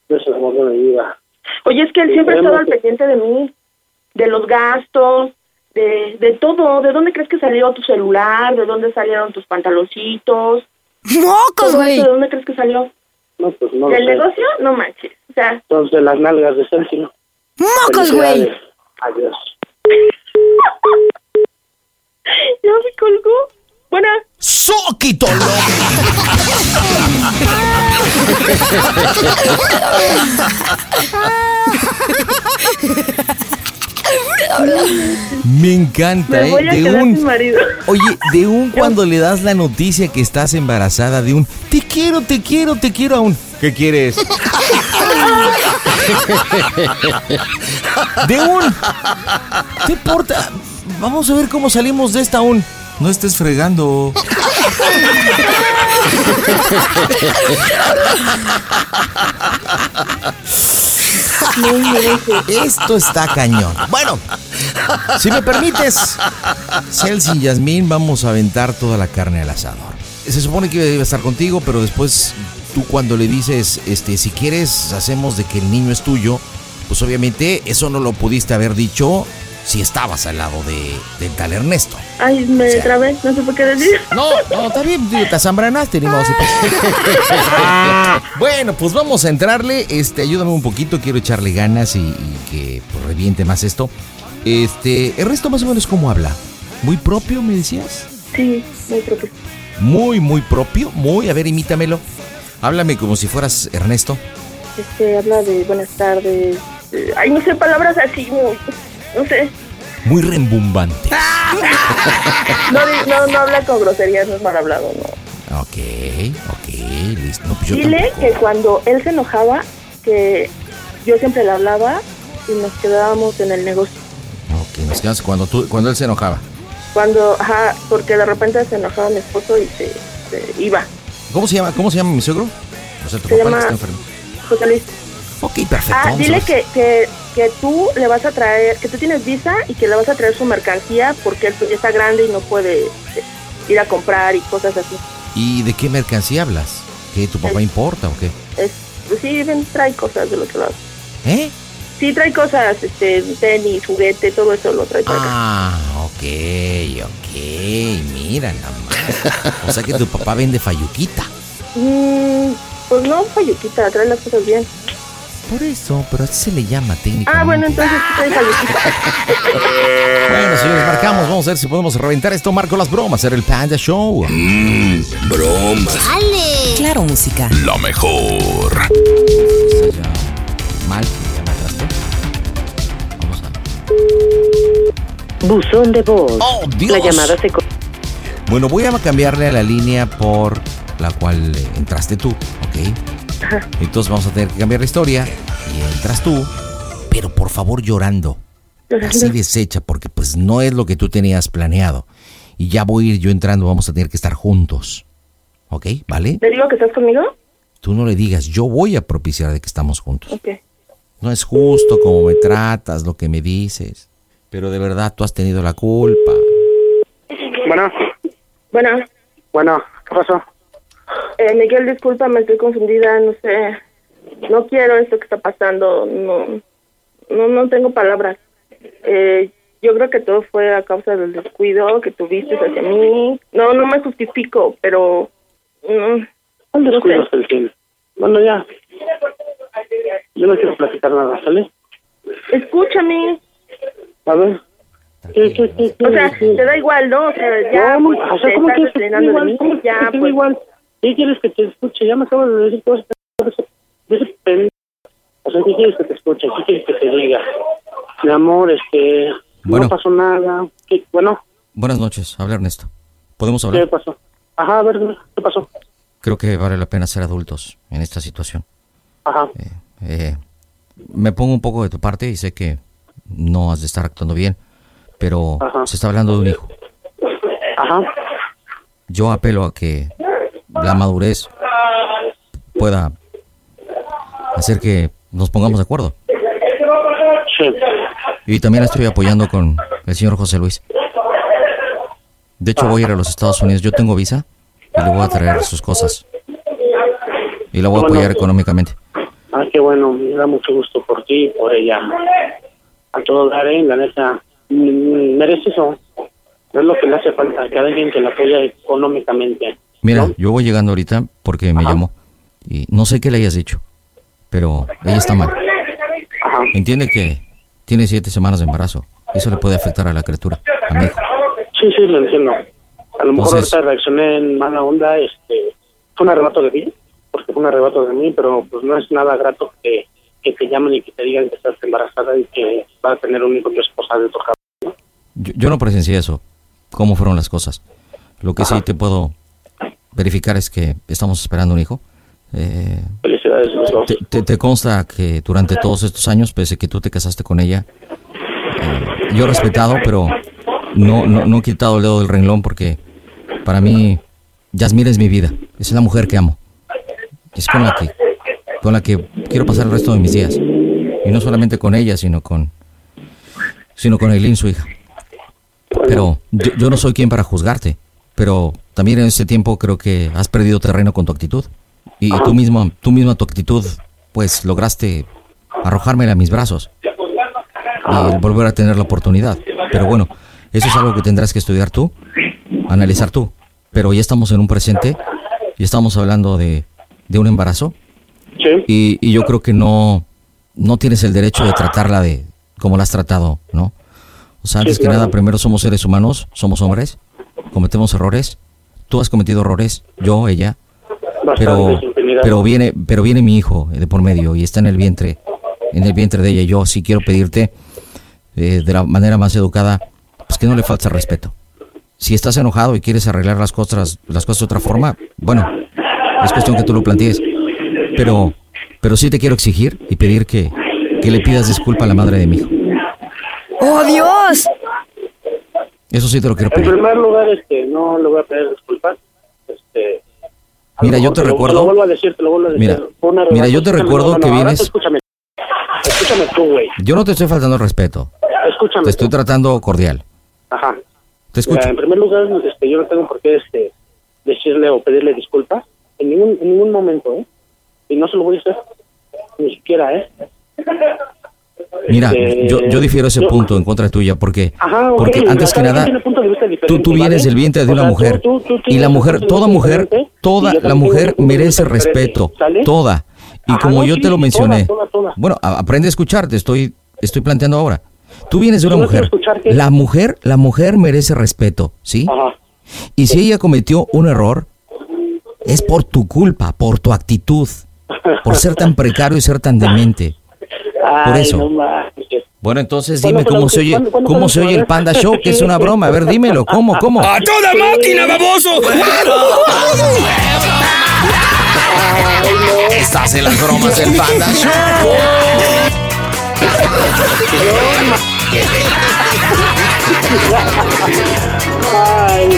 [SPEAKER 8] no es el amor de mi vida.
[SPEAKER 3] Oye, es que él
[SPEAKER 8] Sí, pues.
[SPEAKER 3] siempre ha estado al
[SPEAKER 8] tenemos
[SPEAKER 3] pendiente de mí, de los gastos, de, de todo. ¿De dónde crees que salió tu celular? ¿De dónde salieron tus pantaloncitos?
[SPEAKER 9] ¡Mocos,
[SPEAKER 3] Todo
[SPEAKER 9] güey!
[SPEAKER 3] eso, ¿De dónde crees que salió?
[SPEAKER 8] No, pues no.
[SPEAKER 3] ¿Del
[SPEAKER 8] lo sé.
[SPEAKER 3] negocio? No manches. O sea,
[SPEAKER 8] Entonces, las nalgas de Sergio.
[SPEAKER 9] ¡Mocos, güey!
[SPEAKER 8] Felicidades. Adiós.
[SPEAKER 3] ya me colgó. Bueno,
[SPEAKER 4] ¡Soquito Me encanta,
[SPEAKER 3] me
[SPEAKER 4] ¿eh?
[SPEAKER 3] voy a
[SPEAKER 4] De
[SPEAKER 3] quedar sin
[SPEAKER 4] un,
[SPEAKER 3] marido.
[SPEAKER 4] oye, de un cuando le das la noticia que estás embarazada, de un te quiero, te quiero, te quiero a un ¿qué quieres? De un ¿Te importa? Vamos a ver cómo salimos de esta un
[SPEAKER 2] No estés fregando.
[SPEAKER 4] Esto está cañón. Bueno, si me permites, Celsi y Yasmín, vamos a aventar toda la carne al asador. Se supone que iba a estar contigo, pero después tú cuando le dices, este, si quieres, hacemos de que el niño es tuyo, pues obviamente eso no lo pudiste haber dicho si estabas al lado de, del tal Ernesto.
[SPEAKER 3] Ay, me trabé, no supe qué decir.
[SPEAKER 4] No, no, está bien, digo, te azambranaste, ni modo, así pasa. Bueno, pues vamos a entrarle. Este, ayúdame un poquito, quiero echarle ganas y, y que pues, reviente más esto. Este, el resto más o menos cómo habla. Muy propio, me decías.
[SPEAKER 3] Sí, muy propio.
[SPEAKER 4] Muy, muy propio, muy. A ver, imítamelo. Háblame como si fueras Ernesto.
[SPEAKER 3] Este, habla de buenas tardes. eh, Ay, no sé, palabras así, muy- no sé.
[SPEAKER 4] Muy rembumbante.
[SPEAKER 3] No, di- no, no habla con groserías, no es mal hablado, no.
[SPEAKER 4] Ok, ok, listo. No, pues yo
[SPEAKER 3] Dile
[SPEAKER 4] tampoco.
[SPEAKER 3] que cuando él se enojaba, que yo siempre le hablaba y nos quedábamos en el negocio.
[SPEAKER 4] Ok, nos quedamos cuando, tú, cuando él se enojaba.
[SPEAKER 3] Cuando, ajá, porque de repente se enojaba mi esposo y se, se iba.
[SPEAKER 4] ¿Cómo se llama, cómo se llama mi suegro? O sea, tu
[SPEAKER 3] Se
[SPEAKER 4] papá el
[SPEAKER 3] llama-
[SPEAKER 4] que está enfermo.
[SPEAKER 3] José Luis,
[SPEAKER 4] Ok, perfecto.
[SPEAKER 3] ah,
[SPEAKER 4] vamos a
[SPEAKER 3] dile
[SPEAKER 4] ver.
[SPEAKER 3] que, que, que tú le vas a traer, que tú tienes visa y que le vas a traer su mercancía porque él pues, ya está grande y no puede este, ir a comprar y cosas así.
[SPEAKER 4] ¿Y de qué mercancía hablas? ¿Que tu papá
[SPEAKER 3] Sí.
[SPEAKER 4] importa o qué?
[SPEAKER 3] Es, pues, sí, ven, trae cosas del otro lado.
[SPEAKER 4] ¿Eh?
[SPEAKER 3] Sí, trae cosas, este, tenis, juguete, todo eso lo trae para acá.
[SPEAKER 4] Ah, ok, ok. Mira nada más. O sea que tu papá vende falluquita.
[SPEAKER 3] Mm, pues no, Fayuquita, trae las cosas bien.
[SPEAKER 4] Por eso, pero así se le llama técnicamente.
[SPEAKER 3] Ah, bueno, entonces sí trae Fayuquita.
[SPEAKER 4] Bueno, señores, marcamos. Vamos a ver si podemos reventar esto. Marco las bromas. Era el Panda Show.
[SPEAKER 6] Mmm, Bromas.
[SPEAKER 7] Claro Música.
[SPEAKER 6] La mejor.
[SPEAKER 4] Está ya Mal, ya me atraste. Vamos a
[SPEAKER 10] Buzón de voz.
[SPEAKER 4] ¡Oh, Dios!
[SPEAKER 10] La llamada se... co-
[SPEAKER 4] Bueno, voy a cambiarle a la línea por la cual eh, entraste tú, ¿ok? Entonces vamos a tener que cambiar la historia y entras tú, pero por favor llorando, así deshecha, porque pues no es lo que tú tenías planeado. Y ya voy a ir yo entrando, vamos a tener que estar juntos, ¿ok? ¿Vale?
[SPEAKER 3] ¿Te digo que estás conmigo?
[SPEAKER 4] Tú no le digas, yo voy a propiciar de que estamos juntos.
[SPEAKER 3] Ok.
[SPEAKER 4] No es justo como me tratas, lo que me dices.
[SPEAKER 2] Pero de verdad tú has tenido la culpa.
[SPEAKER 8] Bueno,
[SPEAKER 3] Bueno,
[SPEAKER 8] bueno, ¿qué pasó?
[SPEAKER 3] eh, Miguel, disculpa, me estoy confundida, no sé. No quiero esto que está pasando, no, no, no tengo palabras. Eh, yo creo que todo fue a causa del descuido que tuviste hacia mí. No, no me justifico, pero... mm,
[SPEAKER 8] ¿Cuál descuido es el fin? Bueno, ya. Yo no quiero platicar nada, ¿sale?
[SPEAKER 3] escúchame,
[SPEAKER 8] A ver. ¿Qué, qué, qué, qué,
[SPEAKER 3] o sea,
[SPEAKER 8] qué?
[SPEAKER 3] te da igual, ¿no? O sea, ya
[SPEAKER 8] ¿Cómo?
[SPEAKER 3] pues,
[SPEAKER 8] O
[SPEAKER 3] te
[SPEAKER 8] sea, ¿cómo
[SPEAKER 3] estás
[SPEAKER 8] que es
[SPEAKER 3] estrenando de
[SPEAKER 8] igual?
[SPEAKER 3] mí,
[SPEAKER 8] ¿Cómo que
[SPEAKER 3] ya,
[SPEAKER 8] es
[SPEAKER 3] pues,
[SPEAKER 8] igual? ¿Qué quieres que te escuche? Ya me acabas de decir cosas de ese, de ese pues, pendejo. O sea, ¿qué quieres que te escuche? ¿Qué quieres que te diga? Mi amor, este...
[SPEAKER 2] Bueno.
[SPEAKER 8] No pasó nada. ¿Qué? Bueno,
[SPEAKER 2] Buenas noches, habla Ernesto. ¿Podemos
[SPEAKER 8] ¿qué
[SPEAKER 2] hablar?
[SPEAKER 8] pasó? Ajá, a ver, ¿qué pasó?
[SPEAKER 2] Creo que vale la pena ser adultos en esta situación.
[SPEAKER 8] Ajá.
[SPEAKER 2] Eh, me pongo un poco de tu parte y sé que no has de estar actuando bien, pero
[SPEAKER 8] Ajá.
[SPEAKER 2] se está hablando de un hijo. Eh.
[SPEAKER 8] Ajá.
[SPEAKER 2] Yo apelo a que la madurez pueda hacer que nos pongamos de acuerdo.
[SPEAKER 8] Sí.
[SPEAKER 2] Y también la estoy apoyando con el señor José Luis. De hecho, voy a ir a los Estados Unidos. Yo tengo visa y le voy a traer sus cosas. Y la voy a
[SPEAKER 8] Bueno.
[SPEAKER 2] apoyar económicamente.
[SPEAKER 8] Ah, qué bueno, me da mucho gusto por ti y por ella. A todo dar, ¿eh? La neta, mm, merece eso. No es lo que le hace falta, que alguien que la apoya económicamente.
[SPEAKER 2] Mira,
[SPEAKER 8] ¿no?
[SPEAKER 2] yo voy llegando ahorita porque me llamó. Y no sé qué le hayas dicho, pero ella está mal.
[SPEAKER 8] Ajá.
[SPEAKER 2] Entiende que tiene siete semanas de embarazo. Eso le puede afectar a la criatura, a mi hijo.
[SPEAKER 8] Sí, sí, lo entiendo. A lo mejor
[SPEAKER 2] Entonces-
[SPEAKER 8] ahorita reaccioné en mala onda, este, fue un arrebato de mí, porque fue un arrebato de mí, pero pues no es nada grato que, que te llamen y que te digan que estás embarazada y que va a tener un hijo tu esposa de tu cabeza.
[SPEAKER 2] Yo, yo no presencié eso, cómo fueron las cosas. Lo que sí te puedo verificar es que estamos esperando un hijo. Eh,
[SPEAKER 8] Felicidades, los dos.
[SPEAKER 2] te, te- te consta que durante todos estos años, pese a que tú te casaste con ella, eh, yo he respetado, pero no, no, no he quitado el dedo del renglón porque para mí Yasmir es mi vida, es la mujer que amo, es con la que, con la que quiero pasar el resto de mis días. Y no solamente con ella, sino con, sino con Eileen, su hija. Pero yo, yo no soy quien para juzgarte. Pero también en este tiempo creo que has perdido terreno con tu actitud. Y tú misma, tú misma tu actitud, pues lograste arrojármela a mis brazos. Y volver a tener la oportunidad. Pero bueno, eso es algo que tendrás que estudiar tú, analizar tú. Pero ya estamos en un presente y estamos hablando de, de un embarazo.
[SPEAKER 8] Sí,
[SPEAKER 2] Y, y yo creo que no, no tienes el derecho de tratarla de como la has tratado, ¿no? O sea, antes que
[SPEAKER 8] claro.
[SPEAKER 2] nada, primero somos seres humanos, somos hombres, cometemos errores. Tú has cometido errores, yo, ella, pero,
[SPEAKER 8] bastante infinidad.
[SPEAKER 2] pero viene, pero viene mi hijo de por medio y está en el vientre, en el vientre de ella. Y yo sí quiero pedirte eh, de la manera más educada, pues que no le falte respeto. Si estás enojado y quieres arreglar las cosas, las cosas de otra forma, bueno, es cuestión que tú lo plantees. Pero, pero sí te quiero exigir y pedir que, que le pidas disculpa a la madre de mi hijo.
[SPEAKER 11] ¡Oh, Dios!
[SPEAKER 2] Eso sí te lo quiero
[SPEAKER 8] En
[SPEAKER 2] pedir.
[SPEAKER 8] primer lugar, este, no le voy a pedir disculpas. Este, a
[SPEAKER 2] Mira, Eh,
[SPEAKER 8] lo
[SPEAKER 2] yo
[SPEAKER 8] mejor
[SPEAKER 2] te
[SPEAKER 8] lo-
[SPEAKER 2] recuerdo-
[SPEAKER 8] Lo vuelvo a decir, te lo vuelvo a decir.
[SPEAKER 2] Mira,
[SPEAKER 8] Fue un arrebato.
[SPEAKER 2] mira, yo te
[SPEAKER 8] Escúchame,
[SPEAKER 2] recuerdo
[SPEAKER 8] no, no,
[SPEAKER 2] que
[SPEAKER 8] ahora tú
[SPEAKER 2] vienes-
[SPEAKER 8] Escúchame, escúchame tú, güey.
[SPEAKER 2] Yo no te estoy faltando el respeto,
[SPEAKER 8] Escúchame.
[SPEAKER 2] te estoy
[SPEAKER 8] tú.
[SPEAKER 2] tratando cordial.
[SPEAKER 8] Ajá.
[SPEAKER 2] Te
[SPEAKER 8] Mira,
[SPEAKER 2] escucho.
[SPEAKER 8] en primer lugar, este, yo no tengo por qué este, decirle o pedirle disculpas en ningún, en ningún momento, ¿eh? Y no se lo voy a hacer, ni siquiera, ¿eh?
[SPEAKER 2] Mira,
[SPEAKER 8] Este,
[SPEAKER 2] yo, yo difiero ese
[SPEAKER 8] yo-
[SPEAKER 2] punto en contra tuya porque,
[SPEAKER 8] Ajá, ok,
[SPEAKER 2] porque antes que
[SPEAKER 8] cada quien
[SPEAKER 2] nada
[SPEAKER 8] tiene puntos de vista
[SPEAKER 2] tú,
[SPEAKER 8] diferentes,
[SPEAKER 2] tú vienes
[SPEAKER 8] ¿vale?
[SPEAKER 2] del vientre de
[SPEAKER 8] O
[SPEAKER 2] una
[SPEAKER 8] sea, tú-
[SPEAKER 2] mujer
[SPEAKER 8] tú- tú
[SPEAKER 2] y la
[SPEAKER 8] tienes
[SPEAKER 2] mujer,
[SPEAKER 8] puntos de
[SPEAKER 2] toda
[SPEAKER 8] vista
[SPEAKER 2] mujer,
[SPEAKER 8] diferentes, y
[SPEAKER 2] toda
[SPEAKER 8] yo
[SPEAKER 2] la
[SPEAKER 8] también tengo
[SPEAKER 2] mujer
[SPEAKER 8] puntos de
[SPEAKER 2] merece
[SPEAKER 8] vista diferentes,
[SPEAKER 2] respeto,
[SPEAKER 8] ¿sale?
[SPEAKER 2] toda. Y
[SPEAKER 8] Ajá,
[SPEAKER 2] como
[SPEAKER 8] no,
[SPEAKER 2] yo
[SPEAKER 8] sí,
[SPEAKER 2] te lo
[SPEAKER 8] toda,
[SPEAKER 2] mencioné,
[SPEAKER 8] toda, toda.
[SPEAKER 2] bueno, a- aprende a escuchar, te estoy, estoy planteando ahora. Tú vienes de una
[SPEAKER 8] Yo no
[SPEAKER 2] mujer.
[SPEAKER 8] quiero escucharte.
[SPEAKER 2] La mujer, la mujer merece respeto, ¿sí?
[SPEAKER 8] Ajá.
[SPEAKER 2] Y si ella cometió un error, es por tu culpa, por tu actitud, por ser tan precario y ser tan demente.
[SPEAKER 8] Ay,
[SPEAKER 2] eso.
[SPEAKER 8] no manches.
[SPEAKER 2] Bueno, entonces
[SPEAKER 8] ¿Cuándo
[SPEAKER 2] dime
[SPEAKER 8] fue la
[SPEAKER 2] cómo se
[SPEAKER 8] última-
[SPEAKER 2] oye,
[SPEAKER 8] cuándo- cuándo
[SPEAKER 2] cómo
[SPEAKER 8] fue
[SPEAKER 2] se
[SPEAKER 8] la
[SPEAKER 2] oye el
[SPEAKER 8] última
[SPEAKER 2] Panda
[SPEAKER 8] vez?
[SPEAKER 2] Show, que es una broma. A ver, dímelo, ¿cómo, cómo?
[SPEAKER 12] ¡A toda máquina, baboso!
[SPEAKER 4] Estás en las bromas del Panda Show.
[SPEAKER 8] Ay,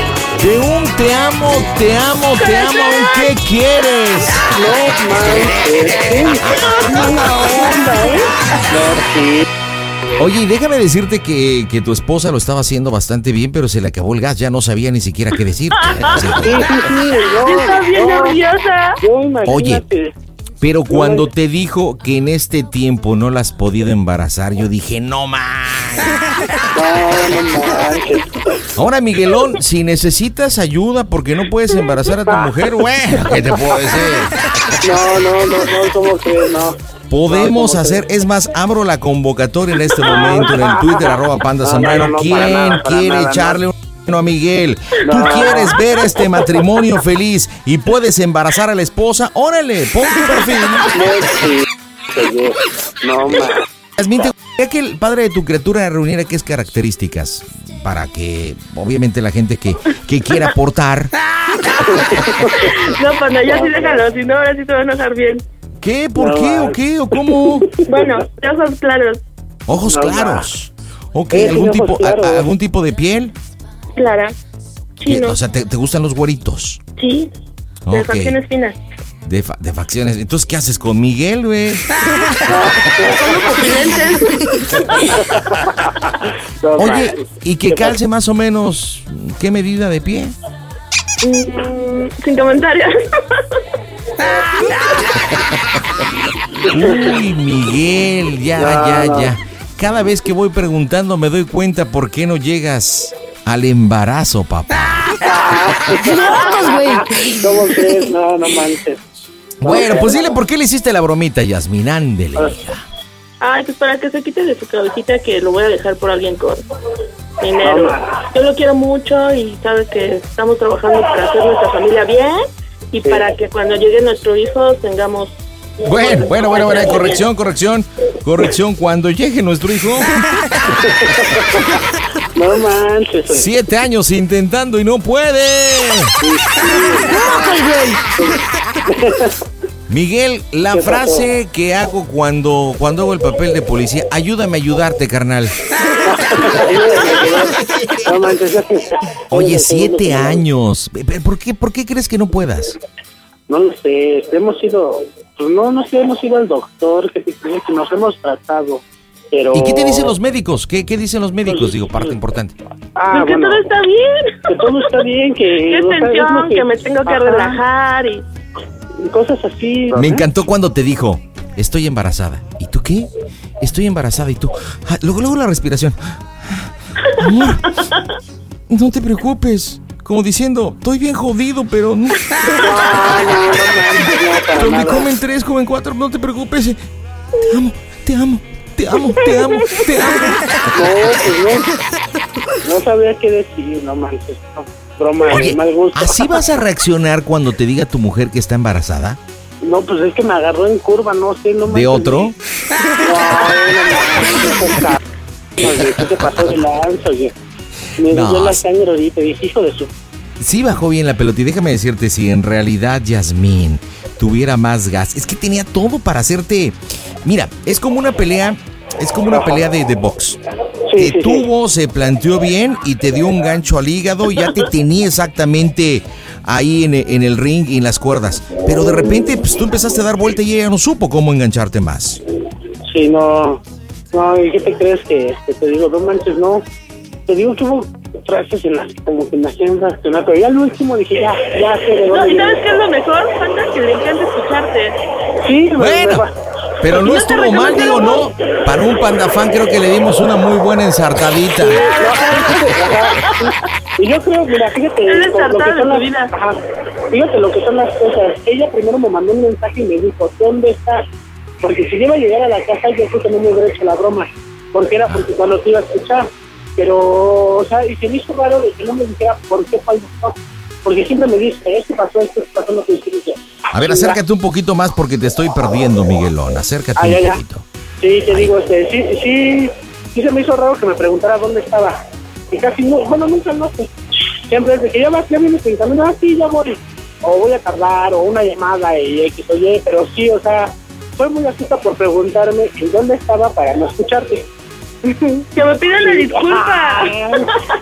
[SPEAKER 4] De un te amo, te amo, te amo, un ¿qué quieres?
[SPEAKER 8] no manches. Sí, es una onda, ¿eh? No, sí.
[SPEAKER 4] Oye, y déjame decirte que, que tu esposa lo estaba haciendo bastante bien, pero se le acabó el gas, ya no sabía ni siquiera qué decir.
[SPEAKER 8] Sí, sí, sí. No,
[SPEAKER 3] Yo estaba bien
[SPEAKER 8] no,
[SPEAKER 3] nerviosa.
[SPEAKER 8] Yo imagínate.
[SPEAKER 4] Oye. Pero cuando te dijo que en este tiempo no la has podido embarazar, yo dije, no más.
[SPEAKER 8] No, no manches.
[SPEAKER 4] Ahora, Miguelón, si necesitas ayuda porque no puedes embarazar a tu mujer, bueno, ¿qué te puedo decir?
[SPEAKER 8] No, no, no, no, ¿cómo crees? No.
[SPEAKER 4] Podemos hacer, es más, abro la convocatoria en este momento en el Twitter, arroba panda
[SPEAKER 8] No,
[SPEAKER 4] Zambrano.
[SPEAKER 8] no, no,
[SPEAKER 4] ¿Quién
[SPEAKER 8] para nada, para
[SPEAKER 4] quiere
[SPEAKER 8] nada, no.
[SPEAKER 4] echarle un a Miguel? Tú
[SPEAKER 8] No.
[SPEAKER 4] quieres ver este matrimonio feliz y puedes embarazar a la esposa, órale, pon tu perfil.
[SPEAKER 8] No, sí, oye, no, ma.
[SPEAKER 4] Yasmín, ¿te gustaría que el padre de tu criatura reuniera qué características? Para que, obviamente, la gente que, que quiera aportar.
[SPEAKER 3] No, panda, ya sí déjalo, si no, ahora sí te va a enojar bien.
[SPEAKER 4] ¿Qué? ¿Por
[SPEAKER 8] No,
[SPEAKER 4] qué? ¿O
[SPEAKER 8] vale.
[SPEAKER 4] qué? ¿O cómo?
[SPEAKER 3] Bueno, ya son claros.
[SPEAKER 4] Ojos
[SPEAKER 8] No,
[SPEAKER 4] claros. Ok,
[SPEAKER 8] Eh, sí,
[SPEAKER 4] ¿algún
[SPEAKER 8] ojos
[SPEAKER 4] tipo, a- a-
[SPEAKER 8] claros.
[SPEAKER 4] ¿algún tipo de piel?
[SPEAKER 3] Clara.
[SPEAKER 4] Que-
[SPEAKER 3] Chino.
[SPEAKER 4] O sea, ¿te, te gustan los güeritos?
[SPEAKER 3] sí. De
[SPEAKER 4] Ok.
[SPEAKER 3] facciones finas.
[SPEAKER 4] De, fa- de facciones. Entonces, ¿qué haces con Miguel, güey?
[SPEAKER 8] No,
[SPEAKER 4] Oye,
[SPEAKER 8] manches.
[SPEAKER 4] y que calce más o menos, ¿qué medida de pie?
[SPEAKER 3] Mm, sin comentarios.
[SPEAKER 4] Uy, Miguel, ya, ya, ya. Cada vez que voy preguntando me doy cuenta por qué no llegas al embarazo, papá.
[SPEAKER 8] ¿Cómo crees? No, no manches.
[SPEAKER 4] Bueno, pues dile por qué le hiciste la bromita, Yasmin. Ándele, hija.
[SPEAKER 3] Ay, pues para que se quite de su cabecita que lo voy a dejar por alguien con dinero. Yo lo quiero mucho y sabe que estamos trabajando para hacer nuestra familia bien y para que cuando llegue nuestro hijo tengamos...
[SPEAKER 4] Bueno, bueno, bueno, bueno, corrección, corrección, corrección. Cuando llegue nuestro hijo,
[SPEAKER 8] No manches. oye.
[SPEAKER 4] siete años intentando y no puede. Miguel, la
[SPEAKER 8] ¿Qué pasó?
[SPEAKER 4] frase que hago cuando, cuando hago el papel de policía, ayúdame a ayudarte, carnal.
[SPEAKER 8] No manches.
[SPEAKER 4] Oye,
[SPEAKER 8] Oye, segundo
[SPEAKER 4] siete
[SPEAKER 8] que no.
[SPEAKER 4] años. Pe- pe- ¿Por qué, ¿Por qué crees que no puedas?
[SPEAKER 8] No lo sé, hemos ido, pues no, no sé, hemos ido al doctor, que, que nos hemos tratado, pero...
[SPEAKER 4] ¿Y qué te dicen los médicos? ¿Qué, qué dicen los médicos? Digo, parte importante.
[SPEAKER 8] Ah,
[SPEAKER 3] Pues que
[SPEAKER 8] bueno,
[SPEAKER 3] todo está bien.
[SPEAKER 8] que todo está bien, que...
[SPEAKER 3] Qué
[SPEAKER 8] o sea, es lo
[SPEAKER 3] tensión, que me tengo que
[SPEAKER 8] Ajá,
[SPEAKER 3] relajar y...
[SPEAKER 8] Cosas así.
[SPEAKER 4] Me encantó cuando te dijo, estoy embarazada. ¿Y tú qué? Estoy embarazada. ¿Y tú? Ah, Luego, luego la respiración. Amor, no te preocupes. Como diciendo, estoy bien jodido, pero no-
[SPEAKER 8] Ah, no, no, manches, no, para
[SPEAKER 4] pero me
[SPEAKER 8] nada.
[SPEAKER 4] comen tres, comen cuatro, no te preocupes. Te amo, te amo, te amo, te amo, te amo.
[SPEAKER 8] No, pues no. No sabía qué decir, no manches. no. Broma,
[SPEAKER 4] Oye,
[SPEAKER 8] de mal gusto.
[SPEAKER 4] ¿así vas a reaccionar cuando te diga tu mujer que está embarazada?
[SPEAKER 8] No, pues es que me agarró en curva, no sé, no
[SPEAKER 4] ¿De
[SPEAKER 8] manches.
[SPEAKER 4] otro?
[SPEAKER 8] Ay, no manches, ca- Oye, ¿qué te pasó de lanza, oye? Me
[SPEAKER 4] No.
[SPEAKER 8] dio la sangre ahorita, dije, hijo de su...
[SPEAKER 4] Sí bajó bien la pelota y déjame decirte, si en realidad Yasmín tuviera más gas, es que tenía todo para hacerte... Mira, es como una pelea, es como una pelea de, de box.
[SPEAKER 8] Sí,
[SPEAKER 4] Te
[SPEAKER 8] sí, sí.
[SPEAKER 4] tuvo, se planteó bien y te dio un gancho al hígado y ya te tenía exactamente ahí en, e- en el ring y en las cuerdas. Pero de repente pues, tú empezaste a dar vuelta y ella no supo cómo engancharte más.
[SPEAKER 8] Sí, no. No, ¿y qué te crees que este, te digo? No manches, no. Te digo que hubo frases en las que como que me hacían reaccionar, pero ya al último dije, ya, ya sé de
[SPEAKER 3] No,
[SPEAKER 8] dónde
[SPEAKER 3] ¿y sabes
[SPEAKER 8] viene.
[SPEAKER 3] qué es lo mejor, Panda? Que le encanta escucharte.
[SPEAKER 8] Sí, me-
[SPEAKER 4] Bueno,
[SPEAKER 8] me-
[SPEAKER 4] pero no
[SPEAKER 3] No te
[SPEAKER 4] estuvo mal,
[SPEAKER 3] reconocí,
[SPEAKER 4] digo, no.
[SPEAKER 3] amor.
[SPEAKER 4] Para un pandafán creo que le dimos una muy buena ensartadita.
[SPEAKER 8] Y yo creo, mira, fíjate,
[SPEAKER 3] Es el
[SPEAKER 8] con lo que
[SPEAKER 3] sartán de
[SPEAKER 8] son
[SPEAKER 3] tu
[SPEAKER 8] las,
[SPEAKER 3] vida.
[SPEAKER 8] ajá, fíjate lo que son las cosas. Ella primero me mandó un mensaje y me dijo, ¿dónde estás? Porque si yo iba a llegar a la casa, yo creo que no me hubiera hecho la broma, porque era porque cuando te iba a escuchar. Pero, o sea, y se me hizo raro de que no me dijera por qué fue al doctor, porque siempre me dice, esto pasó, esto pasó, lo que hiciste.
[SPEAKER 4] A ver, acércate un poquito más porque te estoy perdiendo, Miguelón. Acércate
[SPEAKER 8] Ay, ay,
[SPEAKER 4] un
[SPEAKER 8] ay.
[SPEAKER 4] poquito.
[SPEAKER 8] Ah, Sí, te digo, este, sí, sí, sí se me hizo raro que me preguntara dónde estaba. Y casi, no, bueno, nunca lo sé. Siempre es de que ya vas, ya vienes pensando, ah, sí, ya voy. O voy a tardar, o una llamada, y X o Y, pero sí, o sea, fue muy asusta por preguntarme en dónde estaba para no escucharte.
[SPEAKER 3] Que me pidan la disculpa.
[SPEAKER 8] Ay,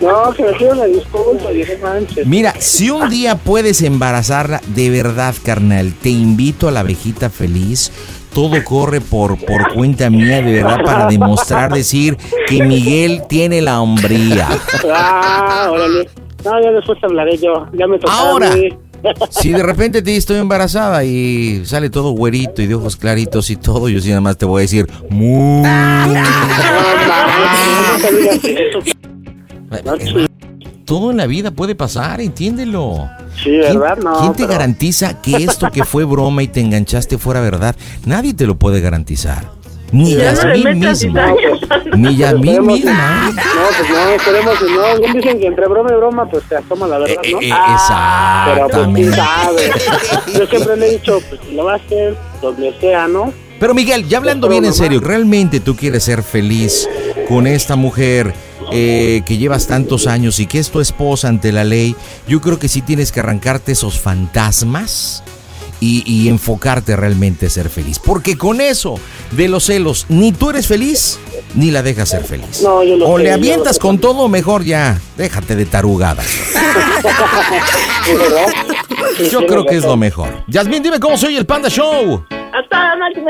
[SPEAKER 8] No, que me pido una disculpa, dije, manches.
[SPEAKER 4] Mira, si un día puedes embarazarla, de verdad, carnal, te invito a la abejita feliz.
[SPEAKER 8] todo corre por, por cuenta mía, de verdad, para demostrar, decir que Miguel tiene la hombría.
[SPEAKER 13] Ah, órale. No, ya después hablaré yo. Ya me tocaba
[SPEAKER 8] Ahora.
[SPEAKER 13] a mí.
[SPEAKER 8] Si de repente te digo, estoy embarazada y sale todo güerito y de ojos claritos y todo, yo sí nada más te voy a decir, "Mu". Ah,
[SPEAKER 13] No te digas eso.
[SPEAKER 8] Todo en la vida puede pasar, entiéndelo.
[SPEAKER 13] Sí, ¿verdad?
[SPEAKER 8] ¿Quién,
[SPEAKER 13] No,
[SPEAKER 8] quién te
[SPEAKER 13] pero-
[SPEAKER 8] garantiza que esto que fue broma y te enganchaste fuera verdad? Nadie te lo puede garantizar. Ni
[SPEAKER 13] Ya no le
[SPEAKER 8] Yasmín
[SPEAKER 3] metas
[SPEAKER 8] misma.
[SPEAKER 3] cizaña.
[SPEAKER 8] Ni Yasmín
[SPEAKER 13] Esperemos-
[SPEAKER 8] misma.
[SPEAKER 13] No, pues no, esperemos que no. Bien Dicen que entre broma y broma, pues se asoma la
[SPEAKER 8] Eh,
[SPEAKER 13] verdad,
[SPEAKER 8] eh,
[SPEAKER 13] ¿no?
[SPEAKER 8] eh,
[SPEAKER 13] Pero pues quién
[SPEAKER 8] exactamente.
[SPEAKER 13] sabe.
[SPEAKER 8] eh.
[SPEAKER 13] Yo siempre le he dicho, pues lo va a hacer donde sea, ¿no?
[SPEAKER 8] Pero Miguel, ya hablando bien en serio, ¿realmente tú quieres ser feliz con esta mujer eh, que llevas tantos años y que es tu esposa ante la ley? Yo creo que sí tienes que arrancarte esos fantasmas y, y enfocarte realmente a ser feliz. Porque con eso de los celos, ni tú eres feliz, ni la dejas ser feliz.
[SPEAKER 13] No, yo lo
[SPEAKER 8] o
[SPEAKER 13] sé,
[SPEAKER 8] le
[SPEAKER 13] yo lo
[SPEAKER 8] avientas
[SPEAKER 13] sé.
[SPEAKER 8] con todo, o mejor ya, déjate de tarugadas.
[SPEAKER 13] Es verdad.
[SPEAKER 8] Yo creo que es lo mejor. Yasmín, dime cómo soy el Panda Show.
[SPEAKER 3] Hasta la máquina.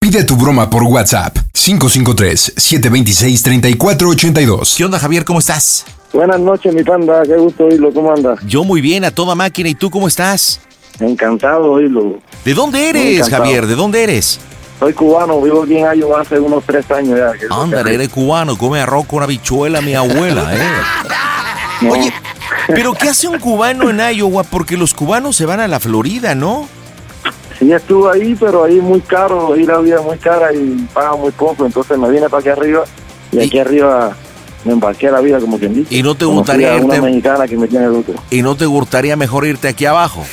[SPEAKER 1] Pide tu broma por WhatsApp 553-726-3482.
[SPEAKER 4] ¿Qué onda, Javier? ¿Cómo estás?
[SPEAKER 13] Buenas noches, mi panda. Qué gusto oírlo. ¿Cómo andas?
[SPEAKER 4] Yo muy bien, a toda máquina. ¿Y tú cómo estás?
[SPEAKER 13] Encantado oírlo.
[SPEAKER 4] ¿De dónde
[SPEAKER 13] Muy
[SPEAKER 4] eres,
[SPEAKER 13] encantado.
[SPEAKER 4] Javier? ¿De dónde eres?
[SPEAKER 13] Soy cubano, vivo aquí en Iowa hace unos tres años ya. que-
[SPEAKER 4] Ándale, eres cubano, come arroz con habichuela, mi abuela, ¿eh?
[SPEAKER 13] No,
[SPEAKER 4] Oye, ¿pero qué hace un cubano en Iowa? Porque los cubanos se van a la Florida, ¿no?
[SPEAKER 13] Sí, estuve ahí, pero ahí muy caro, ahí la vida es muy cara y paga muy poco. Entonces me vine para aquí arriba y,
[SPEAKER 4] Y-
[SPEAKER 13] aquí arriba me embarqué a la vida, como quien dice.
[SPEAKER 4] ¿Y no te
[SPEAKER 13] Conocí
[SPEAKER 4] gustaría
[SPEAKER 13] a una
[SPEAKER 4] irte-
[SPEAKER 13] mexicana que me tiene loco.
[SPEAKER 4] ¿Y no te gustaría mejor irte aquí abajo?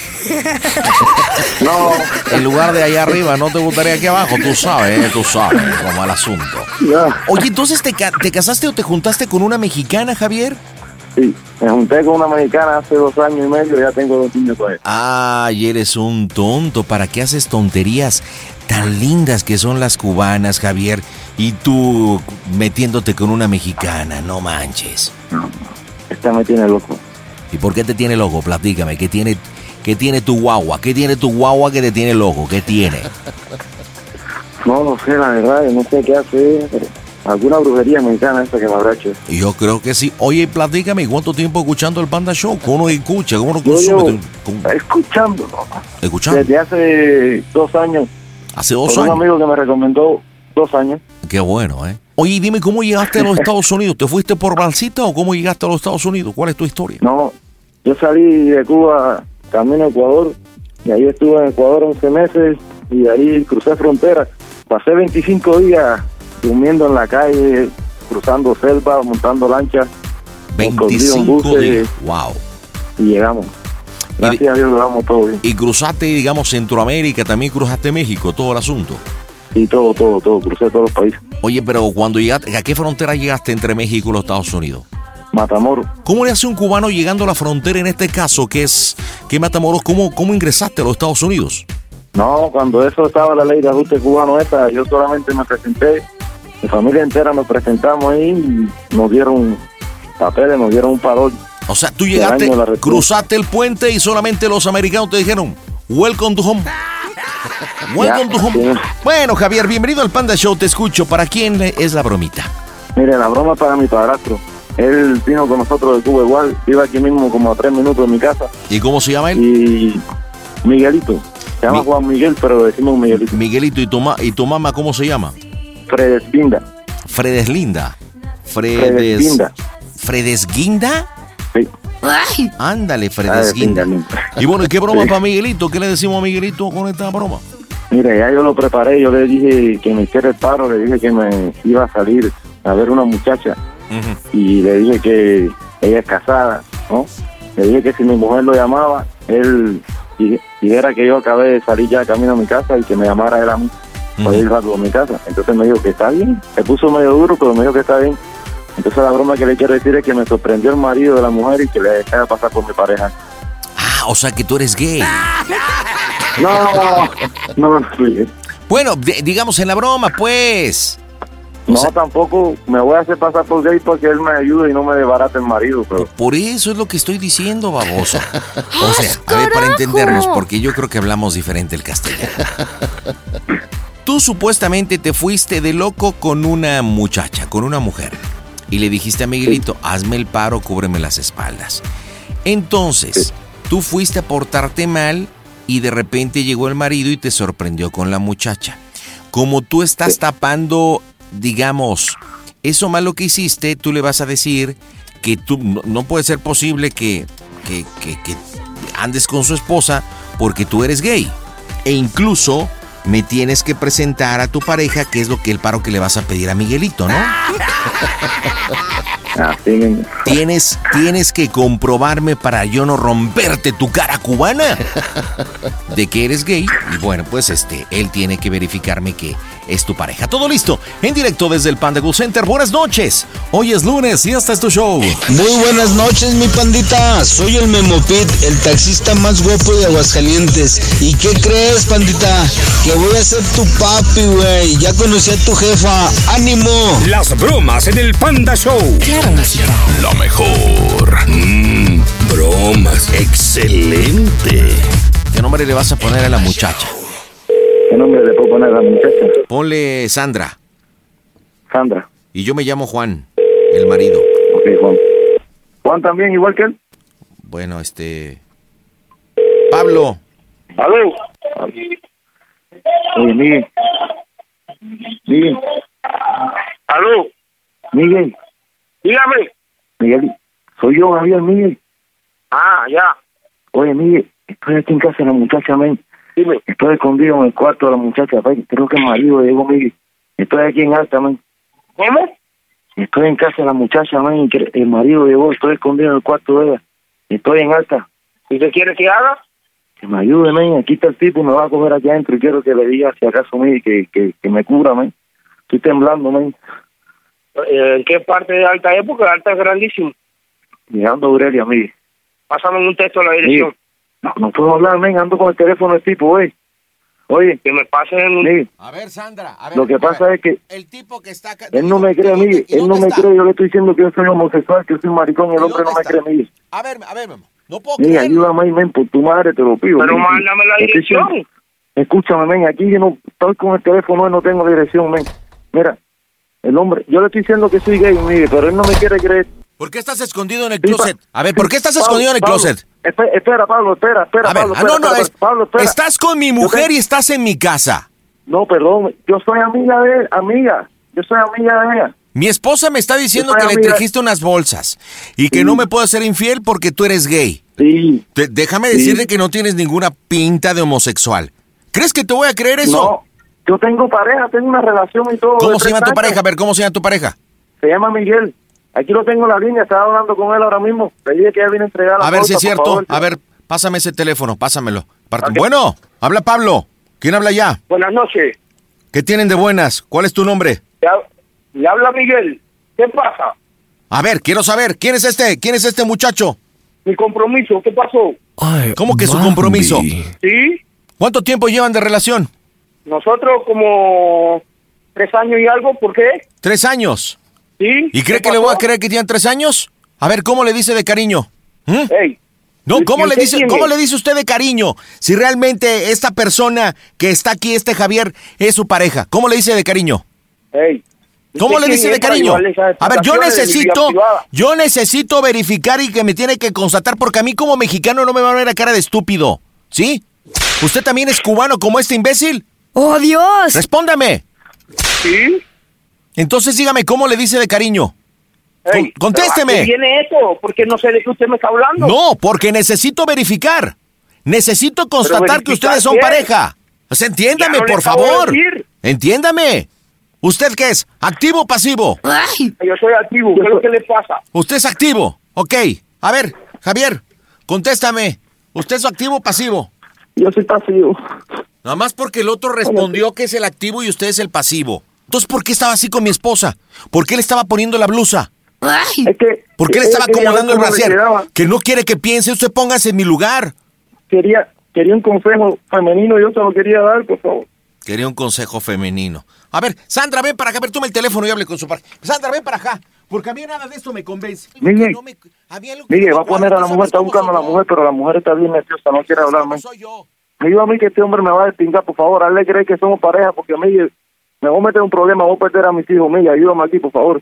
[SPEAKER 13] No,
[SPEAKER 4] En lugar de allá arriba, ¿no te gustaría aquí abajo? Tú sabes, ¿eh? tú sabes cómo va el asunto.
[SPEAKER 13] no.
[SPEAKER 4] Oye, entonces, ¿te, ca- te casaste o te juntaste con una mexicana, Javier?
[SPEAKER 13] Sí, me junté con una mexicana hace dos años y medio y ya tengo dos niños con ella.
[SPEAKER 4] Ay, eres un tonto. ¿Para qué haces tonterías tan lindas que son las cubanas, Javier? Y tú metiéndote con una mexicana, no manches.
[SPEAKER 13] Esta me tiene loco.
[SPEAKER 4] ¿Y por qué te tiene loco? Platícame, ¿qué tiene, qué tiene tu guagua? ¿Qué tiene tu guagua que te tiene loco? ¿Qué tiene?
[SPEAKER 13] No lo sé, la verdad, yo no sé qué hace. pero Alguna brujería mexicana esta que me habrá hecho.
[SPEAKER 4] Y Yo creo que sí. Oye, platícame, ¿cuánto tiempo escuchando el Panda Show? ¿Cómo uno escucha? ¿Cómo uno
[SPEAKER 13] Yo
[SPEAKER 4] consume?
[SPEAKER 13] llevo
[SPEAKER 4] ¿Cómo-
[SPEAKER 13] escuchándolo
[SPEAKER 4] ¿Escuchando?
[SPEAKER 13] desde hace dos años.
[SPEAKER 4] Hace
[SPEAKER 13] Por
[SPEAKER 4] dos
[SPEAKER 13] un
[SPEAKER 4] años.
[SPEAKER 13] amigo que me recomendó dos años.
[SPEAKER 4] Qué bueno, ¿eh? Oye, y dime, ¿cómo llegaste a los Estados Unidos? ¿Te fuiste por balsita o cómo llegaste a los Estados Unidos? ¿Cuál es tu historia?
[SPEAKER 13] No, yo salí de Cuba camino a Ecuador y ahí estuve en Ecuador 11 meses y de ahí crucé fronteras. Pasé 25 días durmiendo en la calle, cruzando selva, montando lanchas escondido en
[SPEAKER 4] 25
[SPEAKER 13] buses.
[SPEAKER 4] días. Wow.
[SPEAKER 13] y llegamos. Gracias a Dios llegamos todo bien.
[SPEAKER 4] Y cruzaste, digamos, Centroamérica, también cruzaste México, todo el asunto.
[SPEAKER 13] Y todo, todo, todo, crucé todos los países.
[SPEAKER 4] Oye, pero cuando llegaste, ¿a qué frontera llegaste entre México y los Estados Unidos?
[SPEAKER 13] Matamoros.
[SPEAKER 4] ¿Cómo le hace un cubano llegando a la frontera en este caso, que es que Matamoros, cómo, cómo ingresaste a los Estados Unidos?
[SPEAKER 13] No, cuando eso estaba la ley de ajuste cubano esa, yo solamente me presenté, mi familia entera nos presentamos ahí y nos dieron papeles, nos dieron un parol.
[SPEAKER 4] O sea, tú
[SPEAKER 13] Del
[SPEAKER 4] llegaste,
[SPEAKER 13] año de la República.
[SPEAKER 4] cruzaste el puente y solamente los americanos te dijeron, welcome to home. Welcome
[SPEAKER 13] Ya,
[SPEAKER 4] to home.
[SPEAKER 13] sí.
[SPEAKER 4] Bueno, Javier, bienvenido al Panda Show, te escucho. ¿Para quién es la bromita?
[SPEAKER 13] Mire, la broma es para mi padrastro. Él vino con nosotros de Cuba igual, iba aquí mismo como a tres minutos de mi casa.
[SPEAKER 4] ¿Y cómo se llama él?
[SPEAKER 13] Y Miguelito. Se llama Juan Miguel, pero le decimos Miguelito.
[SPEAKER 4] Miguelito, ¿y tu, ma- ¿y tu mamá cómo se llama?
[SPEAKER 13] Fredeslinda.
[SPEAKER 4] Fredeslinda.
[SPEAKER 13] Fredeslinda.
[SPEAKER 4] Fredes... ¿Fredesguinda?
[SPEAKER 13] Sí.
[SPEAKER 4] ¡Ay! Ándale,
[SPEAKER 13] Fredesguinda.
[SPEAKER 4] Fredesguinda. Y bueno, ¿y qué broma
[SPEAKER 13] Sí.
[SPEAKER 4] para Miguelito? ¿Qué le decimos a Miguelito con esta broma?
[SPEAKER 13] Mira, ya yo lo preparé, yo le dije que me hiciera el paro, le dije que me iba a salir a ver una muchacha y le dije que ella es casada, ¿no? Le dije que si mi mujer lo llamaba, él di- dijera que yo acabé de salir ya camino a mi casa y que me llamara él a mí para ir rápido a mi casa. Entonces me dijo que está bien, se puso medio duro, pero me dijo que está bien. Entonces la broma que le quiero decir es que me sorprendió el marido de la mujer y que le dejé pasar por mi pareja.
[SPEAKER 4] Ah, o sea que tú eres gay.
[SPEAKER 13] No, no, no soy gay.
[SPEAKER 4] Bueno, de- digamos en la broma, pues.
[SPEAKER 13] No, tampoco me voy a hacer pasar por gay porque él me ayuda y no me desbarata el marido, pero...
[SPEAKER 4] Por eso es lo que estoy diciendo, baboso. O sea, a ver, para entendernos, porque yo creo que hablamos diferente el castellano. Tú supuestamente te fuiste de loco con una muchacha, con una mujer. Y le dijiste a Miguelito, hazme el paro, cúbreme las espaldas. Entonces, tú fuiste a portarte mal y de repente llegó el marido y te sorprendió con la muchacha. Como tú estás tapando, digamos, eso malo que hiciste, tú le vas a decir que tú no, no puede ser posible que, que- que- que andes con su esposa porque tú eres gay. E incluso me tienes que presentar a tu pareja, que es lo que el paro que le vas a pedir a Miguelito, ¿no? Tienes, tienes que comprobarme para yo no romperte tu cara cubana de que eres gay. Y bueno, pues este, él tiene que verificarme que es tu pareja. Todo listo, en directo desde el Panda Gold Center. Buenas noches. Hoy es lunes y este es tu show.
[SPEAKER 14] Muy buenas noches, mi pandita. Soy el Memopit, el taxista más guapo de Aguascalientes. ¿Y qué crees, pandita? Que voy a ser tu papi, güey. Ya conocí a tu jefa. ¡Ánimo!
[SPEAKER 6] Las bromas en el Panda Show. Claro, música. Lo mejor. Mm, bromas. Excelente.
[SPEAKER 4] ¿Qué nombre le vas a poner a la muchacha?
[SPEAKER 13] ¿Qué nombre le puedo poner a la muchacha?
[SPEAKER 4] Ponle Sandra.
[SPEAKER 13] Sandra.
[SPEAKER 4] Y yo me llamo Juan, el marido.
[SPEAKER 13] Ok, Juan. Juan también, igual que él.
[SPEAKER 4] Bueno, este. Pablo.
[SPEAKER 13] ¿Aló? Oye, Miguel. Miguel.
[SPEAKER 6] ¿Aló?
[SPEAKER 13] Miguel.
[SPEAKER 6] Dígame.
[SPEAKER 13] Miguel. Soy yo, Javier, Miguel.
[SPEAKER 6] Ah, ya.
[SPEAKER 13] Oye, Miguel, estoy aquí en casa de la muchacha, men.
[SPEAKER 6] Dime.
[SPEAKER 13] Estoy escondido en el cuarto de la muchacha, ven. Creo que el marido llegó, Miguel. Estoy aquí en alta, men.
[SPEAKER 6] ¿Cómo?
[SPEAKER 13] Estoy en casa de la muchacha, men. que El marido llegó, estoy escondido en el cuarto de ella. Estoy en alta.
[SPEAKER 6] ¿Y qué quiere que haga?
[SPEAKER 13] Que me ayude, men. Aquí está el tipo, me va a coger aquí adentro y quiero que le diga, si acaso, Miguel, que, que, que me cubra, men. Estoy temblando, men.
[SPEAKER 6] Eh, ¿En qué parte de Alta es? Porque Alta es grandísimo.
[SPEAKER 13] Llegando a Aurelia, Miguel.
[SPEAKER 6] Pásame un texto a la dirección.
[SPEAKER 13] No, no puedo hablar, men. Ando con el teléfono del tipo, oye. Oye.
[SPEAKER 6] Que me pasen un...
[SPEAKER 13] Miguel.
[SPEAKER 4] A ver, Sandra. A
[SPEAKER 13] Lo que pasa es que
[SPEAKER 4] el tipo que está acá,
[SPEAKER 13] él no me cree a mí, él no me cree, yo le estoy diciendo que yo soy homosexual, que yo soy maricón, el hombre no me cree a mí.
[SPEAKER 4] A ver, a ver, mamá. No puedo
[SPEAKER 13] Mira, ayúdame ahí, men, por tu madre te lo pido.
[SPEAKER 6] Pero
[SPEAKER 13] men.
[SPEAKER 6] mándame la
[SPEAKER 13] Estoy
[SPEAKER 6] dirección.
[SPEAKER 13] siendo- Escúchame, men, aquí yo no estoy con el teléfono, no tengo dirección, men. Mira, el hombre, yo le estoy diciendo que soy gay, mire, pero él no me quiere creer.
[SPEAKER 4] ¿Por qué estás escondido en el
[SPEAKER 13] Sí,
[SPEAKER 4] closet?
[SPEAKER 13] pa-
[SPEAKER 4] A ver, ¿por qué estás
[SPEAKER 13] Pablo,
[SPEAKER 4] escondido en el
[SPEAKER 13] Pablo,
[SPEAKER 4] closet?
[SPEAKER 13] Espera, espera, Pablo, espera, espera,
[SPEAKER 4] A ver,
[SPEAKER 13] Pablo,
[SPEAKER 4] ah,
[SPEAKER 13] espera,
[SPEAKER 4] no, no,
[SPEAKER 13] espera,
[SPEAKER 4] es-
[SPEAKER 13] Pablo, espera.
[SPEAKER 4] estás con mi
[SPEAKER 13] Yo
[SPEAKER 4] mujer
[SPEAKER 13] te-
[SPEAKER 4] y estás en mi casa.
[SPEAKER 13] No, perdón, yo soy amiga de él, amiga, yo soy amiga de ella.
[SPEAKER 4] Mi esposa me está diciendo
[SPEAKER 13] Yo
[SPEAKER 4] que
[SPEAKER 13] soy
[SPEAKER 4] le
[SPEAKER 13] amiga-
[SPEAKER 4] trajiste unas bolsas y que no me puedo ser infiel porque tú eres gay. Te- déjame
[SPEAKER 13] Sí.
[SPEAKER 4] decirte que no tienes ninguna pinta de homosexual. ¿Crees que te voy a creer eso?
[SPEAKER 13] No, yo tengo pareja, tengo una relación y todo.
[SPEAKER 4] ¿Cómo
[SPEAKER 13] de
[SPEAKER 4] se llama
[SPEAKER 13] tres
[SPEAKER 4] tu pareja? A
[SPEAKER 13] años.
[SPEAKER 4] ver, ¿cómo se llama tu pareja?
[SPEAKER 13] Se llama Miguel. Aquí lo tengo en la línea, estaba hablando con él ahora mismo. Le dije que ya viene a entregar la
[SPEAKER 4] A ver si
[SPEAKER 13] bolsa,
[SPEAKER 4] es
[SPEAKER 13] por
[SPEAKER 4] cierto.
[SPEAKER 13] favor.
[SPEAKER 4] A ver, pásame ese teléfono, pásamelo. Parte- Bueno, habla Pablo. ¿Quién habla ya?
[SPEAKER 6] Buenas noches.
[SPEAKER 4] ¿Qué tienen de buenas? ¿Cuál es tu nombre?
[SPEAKER 6] Le, hab- le habla Miguel. ¿Qué pasa?
[SPEAKER 4] A ver, quiero saber, ¿quién es este? ¿Quién es este muchacho?
[SPEAKER 6] Mi compromiso, ¿qué pasó?
[SPEAKER 4] ¿Cómo que su compromiso?
[SPEAKER 6] Sí,
[SPEAKER 4] ¿Cuánto tiempo llevan de relación?
[SPEAKER 6] nosotros como tres años y algo, ¿por qué?
[SPEAKER 4] ¿Tres años?
[SPEAKER 6] Sí.
[SPEAKER 4] ¿Y cree que le voy a creer que tienen tres años? A ver, ¿cómo le dice de cariño? ¿Mm? No,
[SPEAKER 6] ¿y-
[SPEAKER 4] ¿cómo
[SPEAKER 6] y
[SPEAKER 4] le,
[SPEAKER 6] usted
[SPEAKER 4] dice,
[SPEAKER 6] quién
[SPEAKER 4] ¿cómo
[SPEAKER 6] es?
[SPEAKER 4] le dice usted de cariño? Si realmente esta persona que está aquí, este Javier, es su pareja, ¿cómo le dice de cariño?
[SPEAKER 6] Ey,
[SPEAKER 4] ¿Cómo le dice de cariño? A ver, yo necesito,
[SPEAKER 14] privada.
[SPEAKER 4] yo necesito verificar y que me tiene que constatar porque a mí como mexicano no me va a ver la cara de estúpido, ¿sí? ¿Usted también es cubano como este imbécil?
[SPEAKER 15] ¡Oh, Dios!
[SPEAKER 4] Respóndame.
[SPEAKER 14] ¿Sí?
[SPEAKER 4] Entonces dígame, ¿cómo le dice de cariño?
[SPEAKER 14] Ey,
[SPEAKER 4] Con- contésteme.
[SPEAKER 14] ¿pero a qué viene eso? Porque no sé de qué usted me está hablando.
[SPEAKER 4] No, porque necesito verificar. Necesito constatar que
[SPEAKER 14] verificar
[SPEAKER 4] ustedes son
[SPEAKER 14] qué?
[SPEAKER 4] pareja. Pues entiéndame,
[SPEAKER 14] Ya lo
[SPEAKER 4] por
[SPEAKER 14] le acabo de
[SPEAKER 4] favor.
[SPEAKER 14] decir.
[SPEAKER 4] Entiéndame. ¿Usted qué es? ¿Activo o pasivo?
[SPEAKER 14] Yo soy activo. ¿Qué es lo que le pasa?
[SPEAKER 4] Usted es activo. Ok. A ver, Javier, contéstame. ¿Usted es activo o pasivo?
[SPEAKER 14] Yo soy pasivo.
[SPEAKER 4] Nada más porque el otro respondió que es el activo y usted es el pasivo. Entonces, ¿por qué estaba así con mi esposa? ¿Por qué le estaba poniendo la blusa?
[SPEAKER 14] Es que,
[SPEAKER 4] ¿Por qué le estaba
[SPEAKER 14] ella quería
[SPEAKER 4] acomodando el
[SPEAKER 14] ver cómo le
[SPEAKER 4] brasier?
[SPEAKER 14] quedaba.
[SPEAKER 4] Que no quiere que piense, usted póngase en mi lugar.
[SPEAKER 14] Quería, quería un consejo femenino. Yo se lo quería dar, por favor.
[SPEAKER 4] Quería un consejo femenino. A ver, Sandra, ven para acá. A ver, toma el teléfono y hable con su par. Sandra, ven para acá. Porque a mí nada de esto me convence.
[SPEAKER 13] Miguel,
[SPEAKER 4] No me- a mí algo que
[SPEAKER 13] Miguel,
[SPEAKER 4] no
[SPEAKER 13] va a
[SPEAKER 4] me cuadra,
[SPEAKER 13] poner a la
[SPEAKER 4] tú
[SPEAKER 13] mujer,
[SPEAKER 4] sabes
[SPEAKER 13] está
[SPEAKER 4] cómo
[SPEAKER 13] buscando a la
[SPEAKER 4] soy.
[SPEAKER 13] mujer, pero la mujer está bien nerviosa, no quiere hablarme.
[SPEAKER 4] Soy yo.
[SPEAKER 13] Me digo a mí que este hombre me va a pingar, por favor, hazle creer que somos pareja, porque Miguel, me voy a meter en un problema, voy a perder a mis hijos, Miguel, ayúdame aquí, por favor.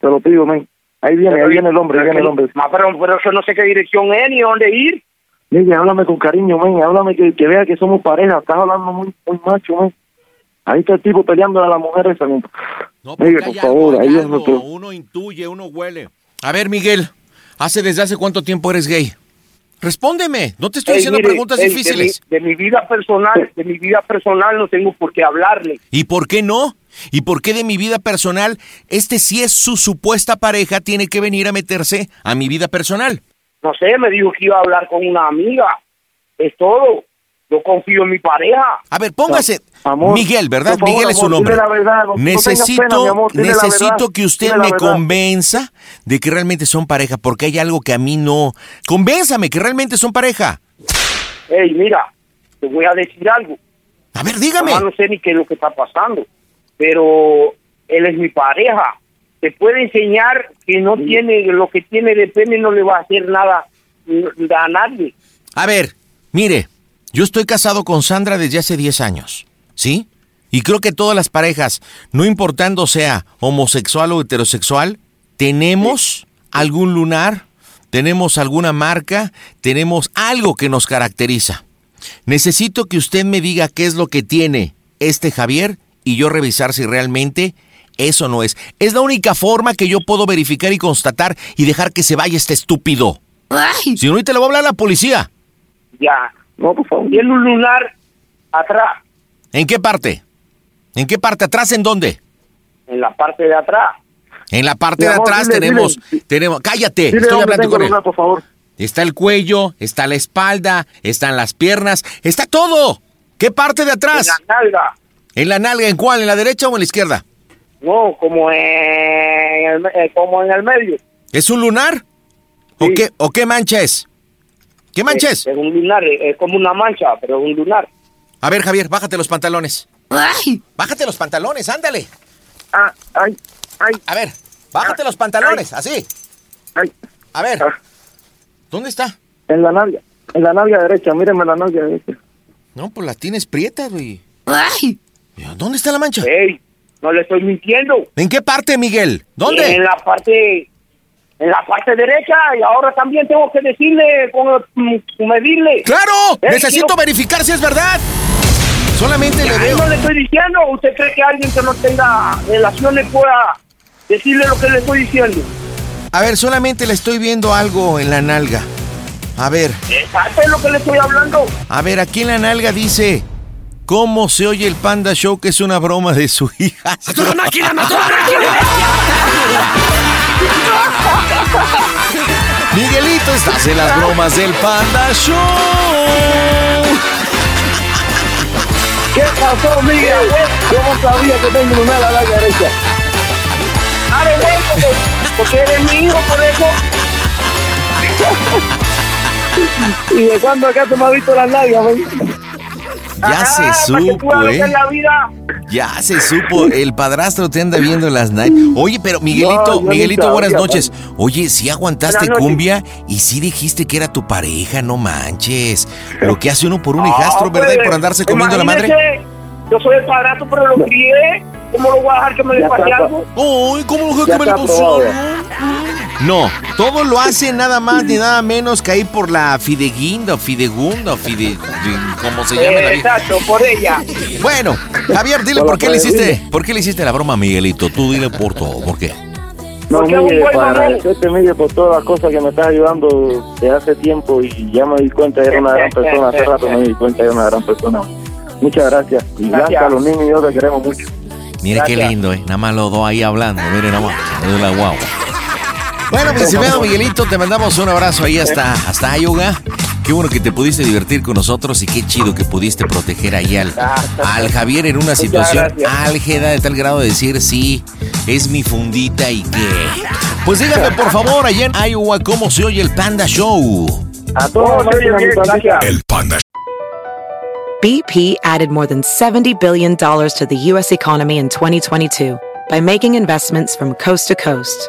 [SPEAKER 13] Te lo pido, men. Ahí viene, ahí viene el hombre, ahí viene el hombre.
[SPEAKER 14] Ma, Ah, pero, pero yo no sé qué dirección es ni dónde ir.
[SPEAKER 13] Miguel, háblame con cariño, men, háblame que, que vea que somos pareja, estás hablando muy, muy macho, men. Ahí está el tipo peleando a la mujer esa, men. Miguel, por favor, ahí es otro.
[SPEAKER 4] A ver, Miguel, ¿hace desde hace cuánto tiempo eres gay? Respóndeme. No te estoy
[SPEAKER 14] Ey,
[SPEAKER 4] haciendo
[SPEAKER 14] Eh, mire,
[SPEAKER 4] preguntas
[SPEAKER 14] ey, de
[SPEAKER 4] difíciles.
[SPEAKER 14] mi- De mi, vida personal, de mi vida personal no tengo por qué hablarle.
[SPEAKER 4] ¿Y por qué no? ¿Y por qué de mi vida personal, este si es su supuesta pareja, tiene que venir a meterse a mi vida personal?
[SPEAKER 14] No sé, me dijo que iba a hablar con una amiga. Es todo. Yo confío en mi pareja.
[SPEAKER 4] A ver, póngase.
[SPEAKER 13] Ah,
[SPEAKER 4] Miguel, ¿verdad?
[SPEAKER 14] por favor,
[SPEAKER 4] Miguel es su
[SPEAKER 14] amor,
[SPEAKER 4] nombre.
[SPEAKER 14] dile la verdad, no- no tengas
[SPEAKER 4] necesito
[SPEAKER 14] pena, mi amor, dile la
[SPEAKER 4] necesito
[SPEAKER 14] verdad,
[SPEAKER 4] que usted
[SPEAKER 14] dile la
[SPEAKER 4] me
[SPEAKER 14] verdad.
[SPEAKER 4] convenza de que realmente son pareja, porque hay algo que a mí no. Convénzame que realmente son pareja.
[SPEAKER 14] Ey, mira, te voy a decir algo.
[SPEAKER 4] A ver, dígame.
[SPEAKER 14] no sé ni qué es lo que está pasando, pero él es mi pareja. Te puede enseñar que no tiene lo que tiene de pene, no le va a hacer nada mm, a nadie.
[SPEAKER 4] A ver, mire, yo estoy casado con Sandra desde hace 10 años, ¿sí? Y creo que todas las parejas, no importando sea homosexual o heterosexual, tenemos algún lunar, tenemos alguna marca, tenemos algo que nos caracteriza. Necesito que usted me diga qué es lo que tiene este Javier y yo revisar si realmente eso no es. Es la única forma que yo puedo verificar y constatar y dejar que se vaya este estúpido. Si no, ahorita le voy a hablar a la policía.
[SPEAKER 14] Ya. No, por favor. Tiene un lunar atrás,
[SPEAKER 4] ¿En qué parte? ¿En qué parte? ¿Atrás en dónde?
[SPEAKER 14] en la parte de atrás.
[SPEAKER 4] En la parte
[SPEAKER 14] Mi
[SPEAKER 4] de
[SPEAKER 14] amor,
[SPEAKER 4] atrás
[SPEAKER 14] dile,
[SPEAKER 4] tenemos,
[SPEAKER 14] dile.
[SPEAKER 4] tenemos. Cállate,
[SPEAKER 14] Dile
[SPEAKER 4] estoy
[SPEAKER 14] dónde
[SPEAKER 4] hablando
[SPEAKER 14] tengo
[SPEAKER 4] con él.
[SPEAKER 14] lunar, por favor.
[SPEAKER 4] Está el cuello, está la espalda, están las piernas, está todo. ¿Qué parte de atrás?
[SPEAKER 14] En la nalga.
[SPEAKER 4] ¿En la nalga? ¿En cuál? ¿En la derecha o en la izquierda?
[SPEAKER 14] No, como en el, eh, como en el medio.
[SPEAKER 4] ¿Es un lunar? ¿O, qué, ¿O qué mancha es? ¿Qué mancha es?
[SPEAKER 14] Eh, Es, es un lunar, es es como una mancha, pero es un lunar.
[SPEAKER 4] A ver, Javier, bájate los pantalones. Bájate los pantalones, ándale.
[SPEAKER 14] Ah,
[SPEAKER 4] A ver, bájate los pantalones, así. A ver.
[SPEAKER 14] Ah.
[SPEAKER 4] ¿Dónde está?
[SPEAKER 13] En la nalga, en la nalga derecha, míreme la nalga derecha.
[SPEAKER 4] No, pues la tienes prieta, güey. ¿Dónde está la mancha?
[SPEAKER 14] Ey, no le estoy mintiendo.
[SPEAKER 4] ¿En qué parte, Miguel? ¿Dónde?
[SPEAKER 14] En la parte en la parte derecha y ahora también tengo que decirle con, mm, con medirle.
[SPEAKER 4] ¡Claro!
[SPEAKER 14] Ey,
[SPEAKER 4] Necesito
[SPEAKER 14] quiero-
[SPEAKER 4] verificar si es verdad. Solamente le
[SPEAKER 14] Ay,
[SPEAKER 4] veo.
[SPEAKER 14] no le estoy diciendo, ¿usted cree que alguien que no tenga relaciones pueda decirle lo que le estoy diciendo?
[SPEAKER 4] A ver, solamente le estoy viendo algo en la nalga. A ver,
[SPEAKER 14] Exacto es lo que le estoy hablando.
[SPEAKER 4] a ver, aquí en la nalga dice. ¿Cómo se oye el Panda Show que es una broma de su
[SPEAKER 14] Ah,
[SPEAKER 4] hija? Miguelito, estás en las bromas del Panda Show.
[SPEAKER 14] ¿Qué pasó, Miguel? Yo no sabía que tengo una mala larga derecha. Dale, güey, porque, porque eres mi hijo, por eso. ¿Y de cuándo acá tú me has visto las nalgas, güey?
[SPEAKER 4] Ya
[SPEAKER 14] Ah,
[SPEAKER 4] se
[SPEAKER 14] para que tú veas
[SPEAKER 4] supo,
[SPEAKER 14] lo que es
[SPEAKER 4] ¿eh?
[SPEAKER 14] la vida.
[SPEAKER 4] Ya se supo, el padrastro te anda viendo las nalgas. Oye, pero
[SPEAKER 14] Mm. No,
[SPEAKER 4] Miguelito,
[SPEAKER 14] yo ni
[SPEAKER 4] Miguelito, buenas
[SPEAKER 14] sabía,
[SPEAKER 4] noches. Oye, si aguantaste
[SPEAKER 14] Buenas noches.
[SPEAKER 4] cumbia y si dijiste que era tu pareja, no manches. Lo que hace uno por un hijastro,
[SPEAKER 14] Ah,
[SPEAKER 4] ¿verdad? Y
[SPEAKER 14] pues,
[SPEAKER 4] por andarse comiendo la madre.
[SPEAKER 14] imagínese, Yo soy el padrastro, pero lo crié.
[SPEAKER 8] ¿Cómo lo voy a dejar que me le pase algo?
[SPEAKER 4] Uy, ¿cómo lo voy a
[SPEAKER 8] Ya
[SPEAKER 4] dejar que me le
[SPEAKER 8] está
[SPEAKER 4] pase
[SPEAKER 8] aprobado.
[SPEAKER 4] algo? No, todo lo hace nada más ni nada menos que ahí por la Fideguinda, o Fidegunda, o Fide... ¿Cómo se llama la
[SPEAKER 14] Eh,
[SPEAKER 4] vieja?
[SPEAKER 8] Exacto, por ella.
[SPEAKER 4] Bueno, Javier, dile
[SPEAKER 8] Hola,
[SPEAKER 4] por qué le
[SPEAKER 8] Freddy.
[SPEAKER 4] hiciste, por qué le hiciste la broma a Miguelito. Tú dile por todo, ¿por qué?
[SPEAKER 13] No,
[SPEAKER 8] Porque es un
[SPEAKER 13] Miguel,
[SPEAKER 8] buen
[SPEAKER 13] para
[SPEAKER 8] mamón.
[SPEAKER 13] agradecerte, Miguel, por todas las cosas que me estás ayudando desde hace tiempo y ya me di cuenta, era una gran persona, hace rato me di cuenta, era una gran persona. Muchas gracias. Y
[SPEAKER 4] Gracias.
[SPEAKER 13] Blanca, los niños y yo te queremos mucho.
[SPEAKER 4] Mire qué
[SPEAKER 13] Gracias.
[SPEAKER 4] lindo, ¿eh? Nada más los dos ahí hablando. Mire, nada más. Es la guagua. Bueno, mi estimado Miguelito, te mandamos un abrazo ahí hasta, hasta Ayoga. Qué bueno que te pudiste divertir con nosotros y qué chido que pudiste proteger ahí al,
[SPEAKER 8] Ah,
[SPEAKER 4] al Javier en una
[SPEAKER 8] Muchas
[SPEAKER 4] situación
[SPEAKER 8] gracias.
[SPEAKER 4] álgida de tal grado de decir, sí, es mi fundita y que... Pues dígame, por favor, allá en Iowa, ¿cómo se oye el Panda Show?
[SPEAKER 13] A
[SPEAKER 8] todos,
[SPEAKER 7] El
[SPEAKER 4] Panda
[SPEAKER 7] BP added more than $70 billion to the U.S. economy in 2022 by making investments from coast to coast.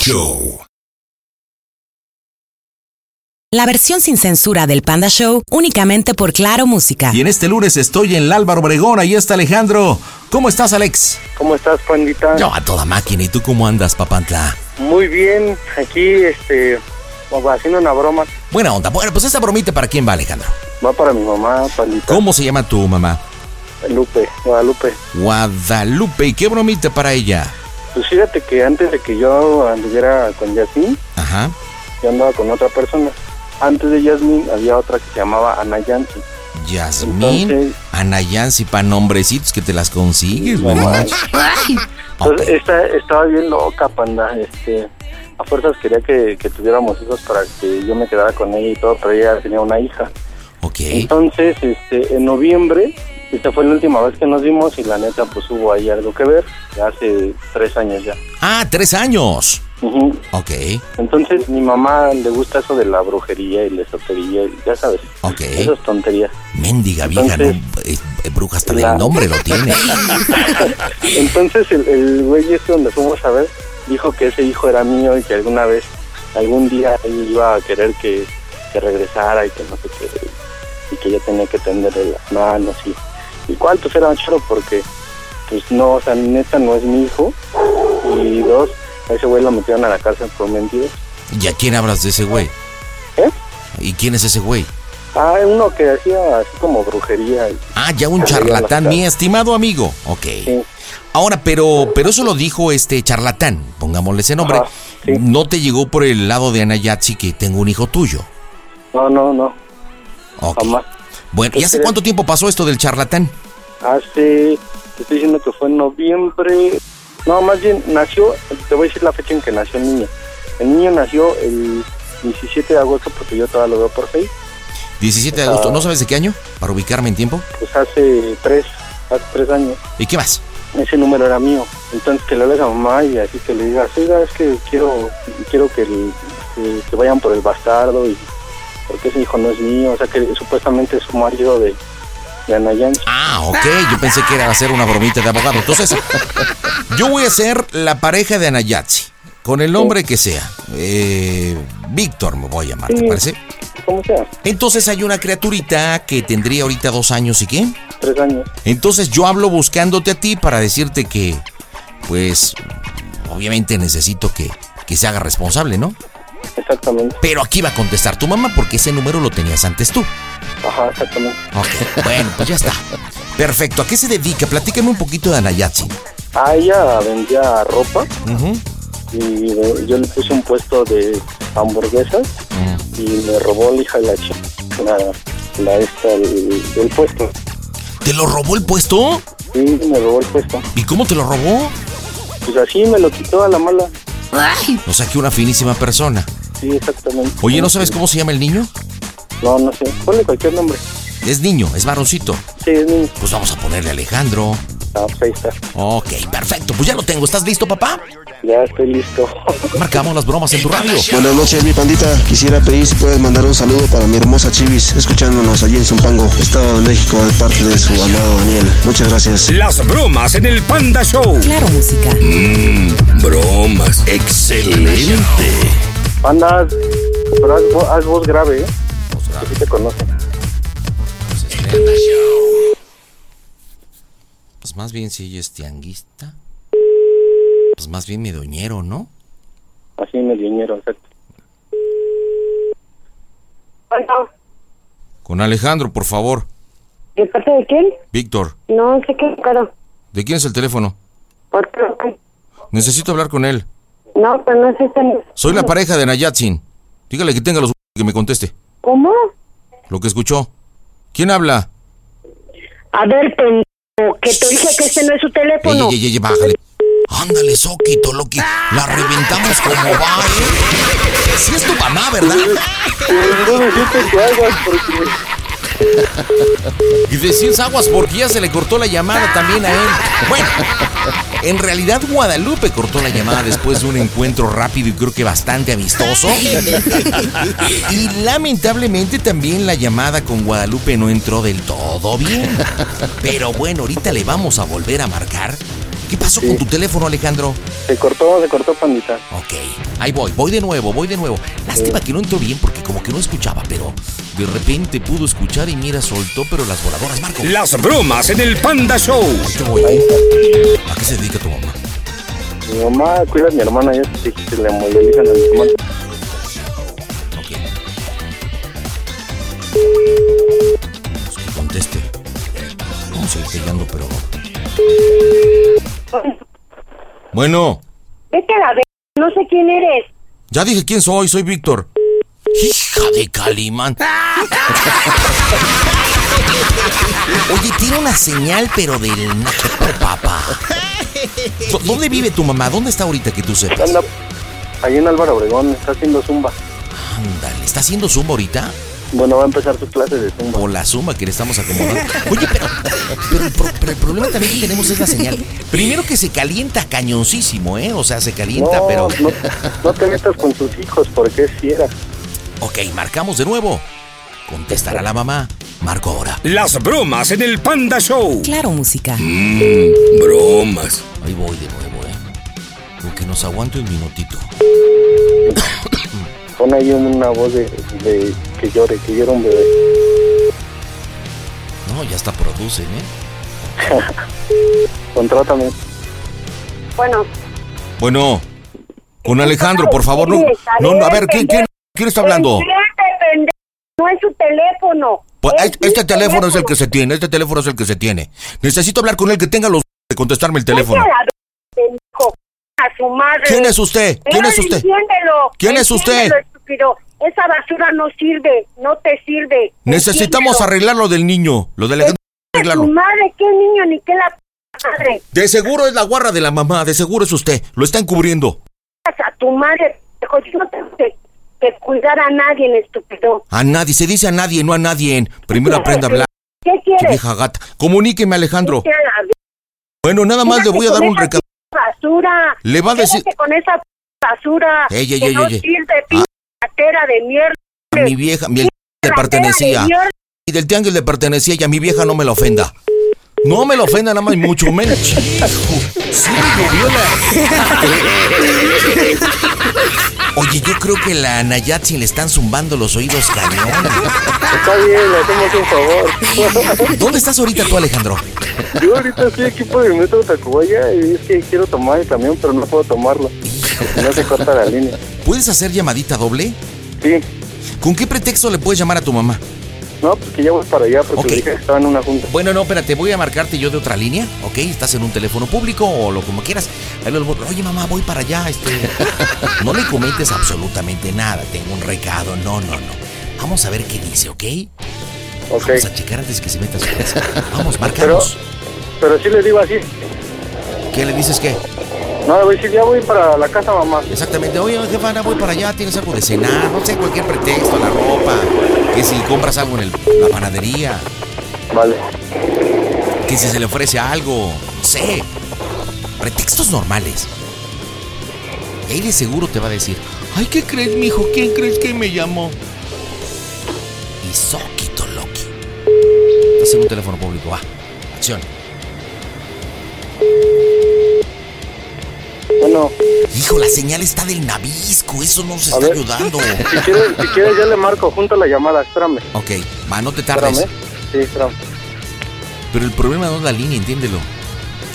[SPEAKER 16] Show.
[SPEAKER 17] La versión sin censura del Panda Show únicamente por Claro Música.
[SPEAKER 4] Y en este lunes estoy en el Álvaro Obregón, ahí está Alejandro. ¿Cómo estás, Alex?
[SPEAKER 18] ¿Cómo estás, pandita?
[SPEAKER 4] Yo a toda máquina. ¿Y tú cómo andas, papantla?
[SPEAKER 18] Muy bien, aquí, este, haciendo una broma.
[SPEAKER 4] Buena onda. Bueno, pues esta bromita para quién va, Alejandro.
[SPEAKER 18] Va para mi mamá, pandita.
[SPEAKER 4] ¿Cómo se llama tu mamá?
[SPEAKER 18] Lupe, Guadalupe.
[SPEAKER 4] Guadalupe. ¿Y qué bromita para ella?
[SPEAKER 18] Pues fíjate que antes de que yo anduviera con Yasmín,
[SPEAKER 4] Ajá.
[SPEAKER 18] yo andaba con otra persona. Antes de Yasmín había otra que se llamaba Ana Yancy.
[SPEAKER 4] Yasmín, Anayansi, pa' nombrecitos que te las consigues, güey. no manches.
[SPEAKER 18] Entonces, Pues, esta, estaba bien loca, panda. Este, a fuerzas quería que, que tuviéramos hijos para que yo me quedara con ella y todo, pero ella tenía una hija. Entonces, este, en noviembre, esta fue la última vez que nos vimos y la neta, pues hubo ahí algo que ver, ya hace tres años ya.
[SPEAKER 4] Ah, tres años.
[SPEAKER 18] Ujú.
[SPEAKER 4] Ok,
[SPEAKER 18] Entonces, mi mamá le gusta eso de la brujería y la esotería, y ya sabes,
[SPEAKER 4] ok.
[SPEAKER 18] esas tonterías.
[SPEAKER 4] Mendiga vieja, no, eh, eh, bruja hasta del nombre lo tiene.
[SPEAKER 18] Entonces el, el güey este donde fuimos a ver dijo que ese hijo era mío y que alguna vez, algún día él iba a querer que, que regresara y que no sé qué, y que yo tenía que tenderle las manos y, y cuál pues era choro porque pues no, o sea, neta no es mi hijo y dos, a ese güey lo metieron a la cárcel por mentiras.
[SPEAKER 4] ¿Y a quién hablas de ese güey?
[SPEAKER 18] ¿Eh?
[SPEAKER 4] ¿Y quién es ese güey?
[SPEAKER 18] Ah, uno que hacía así como brujería. y-
[SPEAKER 4] Ah, ya
[SPEAKER 18] Ahí en
[SPEAKER 4] un
[SPEAKER 18] la
[SPEAKER 4] charlatán,
[SPEAKER 18] casa.
[SPEAKER 4] mi estimado amigo. Ok. Ahora, pero, pero eso lo dijo este charlatán, pongámosle ese nombre. No te llegó por el lado de Anayatsi que tengo un hijo tuyo.
[SPEAKER 18] No, no, no.
[SPEAKER 4] Ok. Bueno, ¿y hace
[SPEAKER 18] Entonces-
[SPEAKER 4] cuánto tiempo pasó esto del charlatán?
[SPEAKER 18] Hace, te estoy diciendo que fue en noviembre. No, más bien nació, te voy a decir la fecha en que nació el niño. El niño nació el 17 de agosto porque yo todavía lo veo por Facebook.
[SPEAKER 4] 17 de agosto, ¿no sabes de qué año? Para ubicarme en tiempo.
[SPEAKER 18] Pues hace tres, hace tres años.
[SPEAKER 4] ¿Y qué más?
[SPEAKER 18] Ese número era mío. Entonces que le hables a mamá y así que le digas, oiga, es que quiero, quiero que, el- que, que vayan por el bastardo y porque ese hijo no es mío. O sea que supuestamente es su marido de, de Anayán.
[SPEAKER 4] Ah, ok, yo pensé que era hacer una bromita de abogado. Entonces, yo voy a ser la pareja de Anayatsi, con el nombre que sea. Eh, Víctor me voy a llamar, ¿te
[SPEAKER 18] Sí.
[SPEAKER 4] parece?
[SPEAKER 18] ¿Cómo sea?
[SPEAKER 4] Entonces hay una criaturita que tendría ahorita dos años y qué.
[SPEAKER 18] Tres años.
[SPEAKER 4] Entonces yo hablo buscándote a ti para decirte que, pues, obviamente necesito que, que se haga responsable, ¿no?
[SPEAKER 18] Exactamente.
[SPEAKER 4] Pero aquí va a contestar tu mamá porque ese número lo tenías antes tú.
[SPEAKER 18] Ajá, exactamente.
[SPEAKER 4] Ok, bueno, pues ya está. Perfecto, ¿a qué se dedica? Platícame un poquito de Anayatsi.
[SPEAKER 18] A ella vendía ropa y eh, yo le puse un puesto de hamburguesas y me robó la hija de la chica, la, la esta, el, el puesto.
[SPEAKER 4] ¿Te lo robó el puesto?
[SPEAKER 18] Sí, me robó el puesto.
[SPEAKER 4] ¿Y cómo te lo robó?
[SPEAKER 18] Pues así me lo quitó a la mala.
[SPEAKER 4] O sea, que una finísima persona.
[SPEAKER 18] Sí, exactamente.
[SPEAKER 4] Oye, ¿no sabes cómo se llama el niño?
[SPEAKER 18] No, no sé. Ponle cualquier nombre.
[SPEAKER 4] Es niño, es varoncito.
[SPEAKER 18] Sí, es niño.
[SPEAKER 4] Pues vamos a ponerle Alejandro.
[SPEAKER 18] Ah, pues ahí está.
[SPEAKER 4] Ok, perfecto. Pues ya lo tengo. ¿Estás listo, papá?
[SPEAKER 18] Ya estoy listo.
[SPEAKER 4] Marcamos las bromas en tu radio.
[SPEAKER 8] Buenas noches, mi pandita. Quisiera pedir si puedes mandar un saludo para mi hermosa Chivis, escuchándonos allí en Zumpango, Estado de México, de parte de su amado Daniel. Muchas gracias.
[SPEAKER 6] Las bromas en el Panda Show. Claro, música. Mmm, bromas. Excelente.
[SPEAKER 18] Panda, pero haz, vo- haz voz grave, ¿eh? Que sí te conoce.
[SPEAKER 4] Pues más bien si ella es tianguista. Pues más bien mi doñero, ¿no?
[SPEAKER 18] Así me vinieron, exacto.
[SPEAKER 19] Bueno,
[SPEAKER 4] Con Alejandro, por favor.
[SPEAKER 19] ¿de parte de quién?
[SPEAKER 4] Víctor,
[SPEAKER 19] No sé qué, claro.
[SPEAKER 4] ¿de quién es el teléfono?
[SPEAKER 19] Otro.
[SPEAKER 4] Necesito hablar con él.
[SPEAKER 19] No, pero no es este.
[SPEAKER 4] Soy la pareja de Nayatsin. Dígale que tenga los que me conteste.
[SPEAKER 19] ¿Cómo?
[SPEAKER 4] Lo que escuchó. ¿Quién habla?
[SPEAKER 19] A ver, pendejo, que te dije que este no es su
[SPEAKER 4] Ey,
[SPEAKER 19] teléfono.
[SPEAKER 4] ey, ey, ey, bájale. Ándale, Soquito, lo que la reventamos como va, ¿eh? Si es tu mamá, ¿verdad? Y decís aguas porque ya se le cortó la llamada también a él. Bueno, en realidad Guadalupe cortó la llamada después de un encuentro rápido y creo que bastante amistoso. Y lamentablemente también la llamada con Guadalupe no entró del todo bien. Pero bueno, ahorita le vamos a volver a marcar. ¿Qué pasó con tu teléfono, Alejandro?
[SPEAKER 18] Se cortó, se cortó, pandita.
[SPEAKER 4] Ok, ahí voy, voy de nuevo, voy de nuevo. Lástima que no entró bien porque como que no escuchaba, pero de repente pudo escuchar y mira, soltó, pero las voladoras, Marco.
[SPEAKER 6] Las bromas en el Panda Show.
[SPEAKER 4] ¿A qué se dedica tu mamá?
[SPEAKER 18] Mi mamá cuida a mi hermana, yo sí que le molestan a mi hermana.
[SPEAKER 4] Pues que conteste. Vamos a ir peleando, pero... Bueno,
[SPEAKER 19] Vete a la ver, no sé quién eres.
[SPEAKER 4] ya dije quién soy, soy Víctor. Hija de Calimán. Oye, tiene una señal, pero del naco, papá. ¿Dó- ¿Dónde vive tu mamá? ¿Dónde está ahorita que tú sepas?
[SPEAKER 18] Anda, ahí en Álvaro Obregón, está haciendo zumba.
[SPEAKER 4] Ándale, ¿está haciendo zumba ahorita?
[SPEAKER 18] Bueno, va a empezar su clase de zumba.
[SPEAKER 4] O la zumba que le estamos acomodando. Oye, pero, pero, el pro- pero el problema también que tenemos es la señal. Primero que se calienta cañoncísimo, ¿eh? O sea, se calienta,
[SPEAKER 18] no,
[SPEAKER 4] pero...
[SPEAKER 18] no, no te metas con tus hijos porque es fiera.
[SPEAKER 4] Ok, marcamos de nuevo. Contestará la mamá. Marco ahora.
[SPEAKER 6] Las bromas en el Panda Show.
[SPEAKER 20] Claro, música.
[SPEAKER 6] Mmm, bromas.
[SPEAKER 4] Ahí voy de nuevo, ¿eh? Con que nos aguanto un minutito.
[SPEAKER 18] Pon ahí una voz de, de que llore, que llore un bebé.
[SPEAKER 4] No, ya hasta producen, ¿eh?
[SPEAKER 18] Contrátame.
[SPEAKER 19] Bueno,
[SPEAKER 4] Bueno, con Alejandro, por favor. No, no, no, a ver, ¿quién, quién, quién está hablando?
[SPEAKER 19] Enciérrate, pendejo, no es su teléfono.
[SPEAKER 4] Pues, es- este teléfono es el que se tiene, este teléfono es el que se tiene. Necesito hablar con él que tenga los de contestarme el teléfono.
[SPEAKER 19] Vete a la ver, pendejo, a su madre.
[SPEAKER 4] ¿Quién es usted? ¿Quién
[SPEAKER 19] Pero
[SPEAKER 4] es usted?
[SPEAKER 19] entiéndelo,
[SPEAKER 4] ¿Quién es usted?
[SPEAKER 19] entiéndelo, estúpido. Esa basura no sirve, no te sirve.
[SPEAKER 4] Necesitamos
[SPEAKER 19] Entiéndelo.
[SPEAKER 4] arreglar lo del niño, lo de Alejandro,
[SPEAKER 19] Tu
[SPEAKER 4] arreglarlo.
[SPEAKER 19] madre, qué niño, ni qué la p- madre.
[SPEAKER 4] De seguro es la guarra de la mamá, de seguro es usted, lo está encubriendo.
[SPEAKER 19] a tu madre, hijo, yo no tengo que, que cuidar a nadie, estúpido.
[SPEAKER 4] A nadie, se dice a nadie, no a nadie. Primero aprenda a hablar,
[SPEAKER 19] ¿Qué
[SPEAKER 4] che
[SPEAKER 19] quieres?
[SPEAKER 4] vieja gata. Comuníqueme, Alejandro.
[SPEAKER 19] Vete a la ver-
[SPEAKER 4] Bueno, nada más le voy a dar un recado.
[SPEAKER 19] basura.
[SPEAKER 4] Le va a decir-
[SPEAKER 19] Quédate con esa p- basura.
[SPEAKER 4] Ey, ey,
[SPEAKER 19] que
[SPEAKER 4] ey,
[SPEAKER 19] no
[SPEAKER 4] ey, Ah. ey.
[SPEAKER 19] sirve, p- ratera de mierda.
[SPEAKER 4] A mi vieja, mi le pertenecía. Y del tianguis le pertenecía y a mi vieja no me la ofenda. No me la ofenda nada más, y mucho menos. Hijo, sí me llovió la- Oye, yo creo que la Nayatsi le están zumbando los oídos cañón.
[SPEAKER 18] Está bien, le hacemos un favor.
[SPEAKER 4] ¿Dónde estás ahorita tú, Alejandro?
[SPEAKER 18] Yo ahorita estoy aquí por el metro Tacubaya y es que quiero tomar el camión, pero no puedo tomarlo. porque No se corta la línea.
[SPEAKER 4] ¿Puedes hacer llamadita doble?
[SPEAKER 18] Sí.
[SPEAKER 4] ¿Con qué pretexto le puedes llamar a tu mamá?
[SPEAKER 18] No, porque ya voy para allá porque le dije que estaba en una junta.
[SPEAKER 4] Bueno, no, espérate, voy a marcarte yo de otra línea, ¿ok? Estás en un teléfono público o lo como quieras. Ahí lo- Oye, mamá, voy para allá. Este, no le comentes absolutamente nada. Tengo un recado. No, no, no. Vamos a ver qué dice, ¿ok? Vamos a checar antes que se meta a su casa. Vamos, marcamos.
[SPEAKER 18] Pero sí le digo así.
[SPEAKER 4] ¿Qué le dices qué?
[SPEAKER 18] No, le voy a decir, ya voy para la casa, mamá.
[SPEAKER 4] Exactamente. Oye, jefa, voy para allá. Tienes algo de cenar. No sé, cualquier pretexto, la ropa. Que si compras algo en el- la panadería.
[SPEAKER 18] Vale.
[SPEAKER 4] Que si se le ofrece algo. No sé. Pretextos normales. Y ahí de seguro te va a decir. Ay, ¿qué crees, mijo? ¿Quién crees que me llamó? Y Soquito Loki. Estás en un teléfono público, va. Acción.
[SPEAKER 18] Bueno.
[SPEAKER 4] Hijo, la señal está del nabisco. Eso nos Pues está ayudando.
[SPEAKER 18] Si quieres, si quieres, ya le marco, junta la llamada, espérame.
[SPEAKER 4] Ok, va, no te tardes.
[SPEAKER 18] Espérame. Sí, espérame.
[SPEAKER 4] Pero el problema no es la línea, entiéndelo.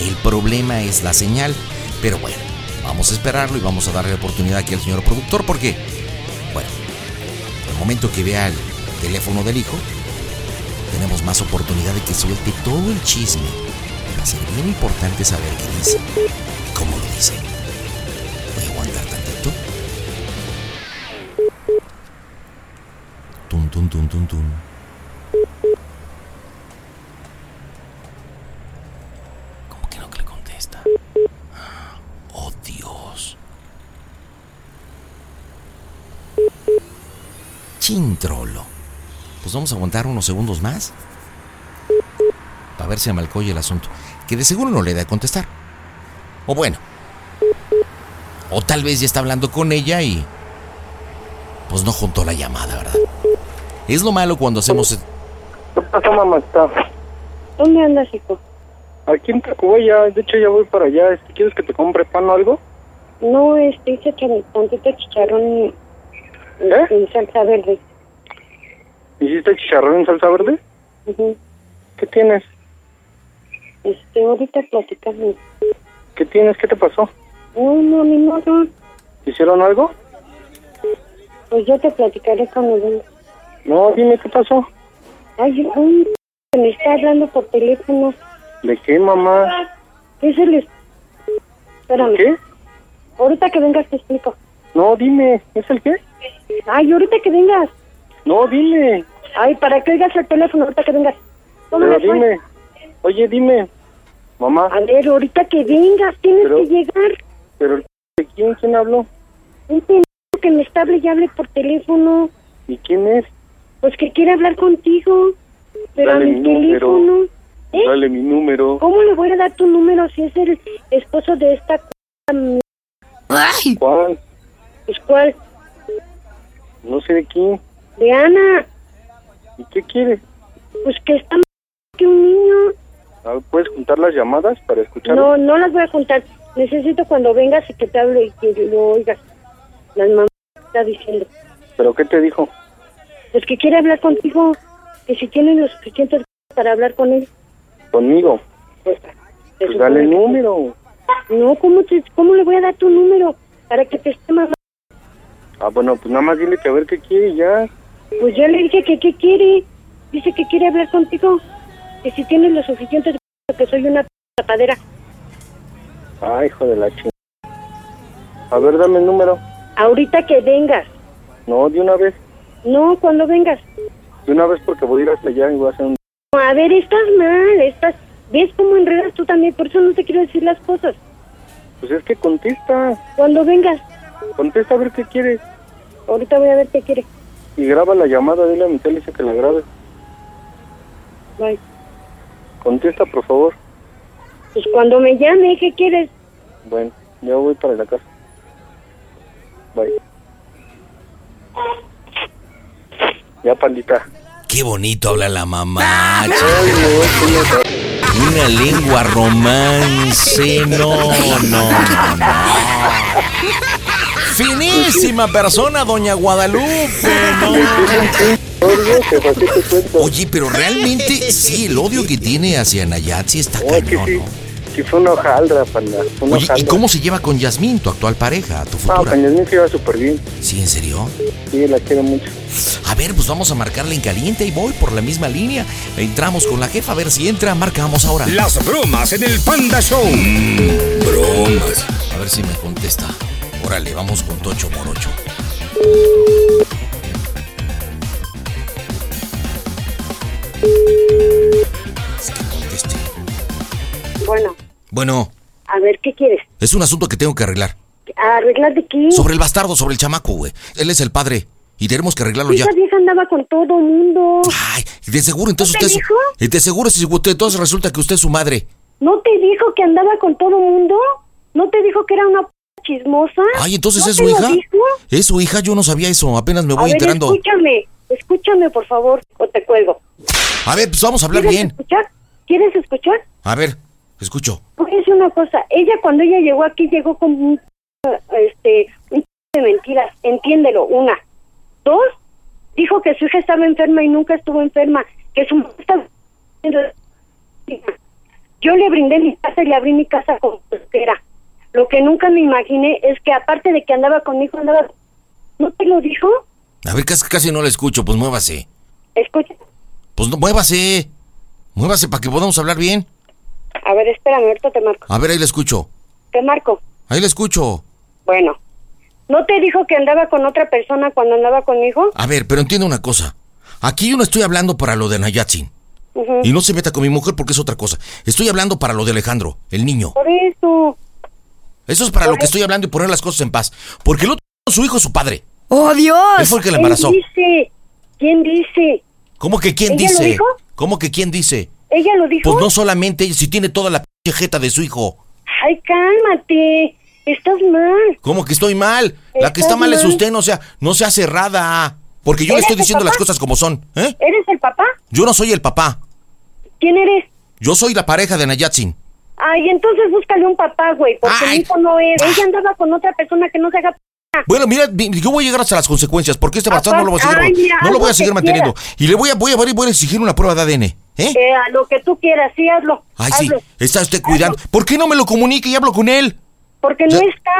[SPEAKER 4] El problema es la señal. Pero bueno, vamos a esperarlo y vamos a darle oportunidad aquí al señor productor porque, bueno, el momento que vea el teléfono del hijo, tenemos más oportunidad de que suelte todo el chisme. Va a ser bien importante saber qué dice y cómo lo dice. Voy a aguantar tantito. Tun, tun, tun, tun, tun. ¿Cómo que no que le contesta? Oh, Dios. Chintrolo. Pues vamos a aguantar unos segundos más. Para ver si amalcoye el asunto. Que de seguro no le da a contestar. O bueno. O tal vez ya está hablando con ella y. Pues no juntó la llamada, ¿verdad? Es lo malo cuando hacemos. e-,
[SPEAKER 18] ¿Qué pasa, mamá? Está.
[SPEAKER 19] ¿Dónde andas, hijo?
[SPEAKER 18] Aquí en Tacuaya, de hecho ya voy para allá. Este, ¿Quieres que te compre pan o algo?
[SPEAKER 19] No, este, hice chan- tantito chicharrón en-
[SPEAKER 18] ¿Eh?
[SPEAKER 19] en salsa verde.
[SPEAKER 18] ¿Hiciste chicharrón en salsa verde?
[SPEAKER 19] Ujú.
[SPEAKER 18] ¿Qué tienes?
[SPEAKER 19] Este, ahorita platicamos.
[SPEAKER 18] ¿Qué tienes? ¿Qué te pasó?
[SPEAKER 19] No, no, ni modo.
[SPEAKER 18] ¿Te hicieron algo?
[SPEAKER 19] Pues yo te platicaré cuando venga.
[SPEAKER 18] No, dime qué pasó.
[SPEAKER 19] Ay, un que me está hablando por teléfono.
[SPEAKER 18] ¿De qué, mamá?
[SPEAKER 19] Es el... es- Espérame.
[SPEAKER 18] ¿Qué?
[SPEAKER 19] Ahorita que vengas te explico.
[SPEAKER 18] No, dime. ¿Es el qué?
[SPEAKER 19] Ay, ahorita que vengas.
[SPEAKER 18] No, dime.
[SPEAKER 19] Ay, ¿para qué oigas el teléfono? Ahorita que vengas. ¿Cómo
[SPEAKER 18] Pero
[SPEAKER 19] le fue?
[SPEAKER 18] dime. Oye, dime. Mamá.
[SPEAKER 19] A ver, ahorita que vengas, tienes que llegar.
[SPEAKER 18] Pero, ¿de quién, quién habló?
[SPEAKER 19] Un pendejo que me está hable y hable por teléfono.
[SPEAKER 18] ¿Y quién es?
[SPEAKER 19] Pues que quiere hablar contigo. Pero
[SPEAKER 18] Dale
[SPEAKER 19] a mi
[SPEAKER 18] mi número.
[SPEAKER 19] teléfono. ¿Eh?
[SPEAKER 18] Dale mi número.
[SPEAKER 19] ¿Cómo le voy a dar tu número si es el esposo de esta c- m-
[SPEAKER 18] ¿Cuál?
[SPEAKER 19] pues cuál?
[SPEAKER 18] No sé de quién.
[SPEAKER 19] De Ana.
[SPEAKER 18] ¿Y qué quieres?
[SPEAKER 19] Pues que está m- que un niño.
[SPEAKER 18] A ver, Ah, ¿Puedes juntar las llamadas para escucharlo?
[SPEAKER 19] No, no las voy a contar. Necesito cuando vengas y que te hable y que lo oigas. Las mamás que está diciendo.
[SPEAKER 18] ¿Pero qué te dijo?
[SPEAKER 19] Pues que quiere hablar contigo. Que si tienen los suficientes para hablar con él.
[SPEAKER 18] Conmigo.
[SPEAKER 19] Pues, se
[SPEAKER 18] Pues dale el
[SPEAKER 19] supone que-
[SPEAKER 18] número.
[SPEAKER 19] No, ¿cómo, te, ¿cómo le voy a dar tu número? Para que te esté mamá.
[SPEAKER 18] Ah, bueno, pues nada más dile que a ver qué quiere y ya.
[SPEAKER 19] Pues yo le dije que qué quiere. Dice que quiere hablar contigo. Que si tienes lo suficiente, que soy una p- tapadera.
[SPEAKER 18] Ay, hijo de la chingada. A ver, dame el número.
[SPEAKER 19] Ahorita que vengas.
[SPEAKER 18] No, de una vez.
[SPEAKER 19] No, cuando vengas.
[SPEAKER 18] De una vez porque voy a ir hasta allá y voy a hacer un...
[SPEAKER 19] No, a ver, estás mal. Estás... ¿Ves cómo enredas tú también? Por eso no te quiero decir las cosas.
[SPEAKER 18] Pues es que contesta.
[SPEAKER 19] Cuando vengas.
[SPEAKER 18] Contesta a ver qué quiere.
[SPEAKER 19] Ahorita voy a ver qué quiere.
[SPEAKER 18] Y graba la llamada. Dile a mi tele que la grabe.
[SPEAKER 19] Bye.
[SPEAKER 18] Contesta, por favor.
[SPEAKER 19] Pues cuando me llame, ¿qué quieres?
[SPEAKER 18] Bueno, ya voy para la casa. Bye. Ya, pandita.
[SPEAKER 4] Qué bonito habla la mamá. Una lengua romance. No, no, no, no. Finísima persona, doña Guadalupe.
[SPEAKER 18] no.
[SPEAKER 4] Oye, pero realmente sí, el odio que tiene hacia Nayat sí está cañón, ¿no?
[SPEAKER 18] Sí, fue una hojaldra, panda. Fue una
[SPEAKER 4] Oye, ¿y
[SPEAKER 18] hojaldra.
[SPEAKER 4] cómo se lleva con Yasmín, tu actual pareja, tu
[SPEAKER 18] No,
[SPEAKER 4] futura?
[SPEAKER 18] con Yasmín se iba súper bien.
[SPEAKER 4] ¿Sí, en serio?
[SPEAKER 18] Sí, la quiero mucho.
[SPEAKER 4] A ver, pues vamos a marcarle en caliente y voy por la misma línea. Entramos con la jefa, a ver si entra, marcamos ahora.
[SPEAKER 6] Las bromas en el Panda Show. Mm,
[SPEAKER 4] bromas. A ver si me contesta. Órale, vamos con Tocho Morocho. Es que conteste.
[SPEAKER 19] Bueno,
[SPEAKER 4] Bueno,
[SPEAKER 19] a ver, ¿qué quieres?
[SPEAKER 4] es un asunto que tengo que arreglar.
[SPEAKER 19] ¿Arreglar de qué?
[SPEAKER 4] Sobre el bastardo, sobre el chamaco, güey. Él es el padre. Y tenemos que arreglarlo ya. Ah.
[SPEAKER 19] Esa vieja andaba con todo mundo.
[SPEAKER 4] Ay, de seguro, entonces
[SPEAKER 19] ¿No te
[SPEAKER 4] usted. es
[SPEAKER 19] dijo?
[SPEAKER 4] su- eh, De seguro, si usted, entonces resulta que usted es su madre.
[SPEAKER 19] ¿No te dijo que andaba con todo mundo? ¿No te dijo que era una p chismosa?
[SPEAKER 4] Ay, entonces
[SPEAKER 19] Ah, ¿No
[SPEAKER 4] es
[SPEAKER 19] te
[SPEAKER 4] su
[SPEAKER 19] lo
[SPEAKER 4] hija.
[SPEAKER 19] dijo?
[SPEAKER 4] Es su hija, yo no sabía eso. Apenas me
[SPEAKER 19] a
[SPEAKER 4] voy
[SPEAKER 19] ver,
[SPEAKER 4] enterando.
[SPEAKER 19] escúchame, escúchame por favor, o te cuelgo.
[SPEAKER 4] A ver, pues vamos a hablar
[SPEAKER 19] ¿Quieres
[SPEAKER 4] bien.
[SPEAKER 19] escuchar? ¿Quieres escuchar?
[SPEAKER 4] A ver, escucho.
[SPEAKER 19] Porque es una cosa, ella cuando ella llegó aquí llegó con un, este, un de mentiras, entiéndelo, una. Dos, dijo que su hija estaba enferma y nunca estuvo enferma, que su mamá estaba... Yo le brindé mi casa y le abrí mi casa como era. Lo que nunca me imaginé es que aparte de que andaba conmigo, andaba... ¿No te lo dijo?
[SPEAKER 4] A ver, casi, casi no la escucho, pues muévase.
[SPEAKER 19] Escucha,
[SPEAKER 4] Pues no, muévase. Muévase para que podamos hablar bien.
[SPEAKER 19] a ver, espérame, ahorita te marco.
[SPEAKER 4] A ver, ahí la escucho.
[SPEAKER 19] Te marco.
[SPEAKER 4] Ahí la escucho.
[SPEAKER 19] Bueno, ¿no te dijo que andaba con otra persona cuando andaba conmigo?
[SPEAKER 4] A ver, pero entiendo una cosa. Aquí yo no estoy hablando para lo de Nayatzin.
[SPEAKER 19] Ujú.
[SPEAKER 4] Y no se meta con mi mujer porque es otra cosa. Estoy hablando para lo de Alejandro, el niño.
[SPEAKER 19] Por eso.
[SPEAKER 4] Eso es para lo que estoy hablando y poner las cosas en paz. Porque el otro, su hijo, es su padre.
[SPEAKER 19] ¡Oh, Dios!
[SPEAKER 4] Él fue el que la embarazó.
[SPEAKER 19] ¿Quién dice? ¿Quién dice?
[SPEAKER 4] ¿Cómo que quién
[SPEAKER 19] ¿Ella lo
[SPEAKER 4] dice?
[SPEAKER 19] dijo?
[SPEAKER 4] ¿Cómo que quién dice?
[SPEAKER 19] ¿Ella lo dijo?
[SPEAKER 4] Pues no solamente ella, si tiene toda la pinche jeta de su hijo.
[SPEAKER 19] ¡Ay, cálmate! Estás mal.
[SPEAKER 4] ¿Cómo que estoy mal? La que
[SPEAKER 19] Estás
[SPEAKER 4] está mal es
[SPEAKER 19] mal.
[SPEAKER 4] usted, no sea, no sea cerrada. Porque yo le
[SPEAKER 19] ¿Eres
[SPEAKER 4] estoy
[SPEAKER 19] el
[SPEAKER 4] diciendo las
[SPEAKER 19] papá?
[SPEAKER 4] cosas como son, ¿eh?
[SPEAKER 19] ¿Eres el papá?
[SPEAKER 4] Yo no soy el papá.
[SPEAKER 19] ¿Quién eres?
[SPEAKER 4] Yo soy la pareja de Nayatzin.
[SPEAKER 19] Ay, entonces búscale un papá, güey, porque mi hijo no es.
[SPEAKER 4] Ah.
[SPEAKER 19] Ella andaba con otra persona que no se haga... p-
[SPEAKER 4] Bueno, mira, vi- yo voy a llegar hasta las consecuencias, porque este bastardo no lo voy a seguir,
[SPEAKER 19] Ay, mira,
[SPEAKER 4] no lo
[SPEAKER 19] haz
[SPEAKER 4] voy a
[SPEAKER 19] lo
[SPEAKER 4] seguir
[SPEAKER 19] que
[SPEAKER 4] manteniendo. Y le voy a, voy, a, voy a exigir una prueba de ADN, ¿eh?
[SPEAKER 19] Eh, a lo que tú quieras, sí, hazlo.
[SPEAKER 4] Ay, sí,
[SPEAKER 19] hazlo.
[SPEAKER 4] está usted cuidando. ¿Por qué no me lo comunica y hablo con él?
[SPEAKER 19] Porque
[SPEAKER 4] Ya-
[SPEAKER 19] no está,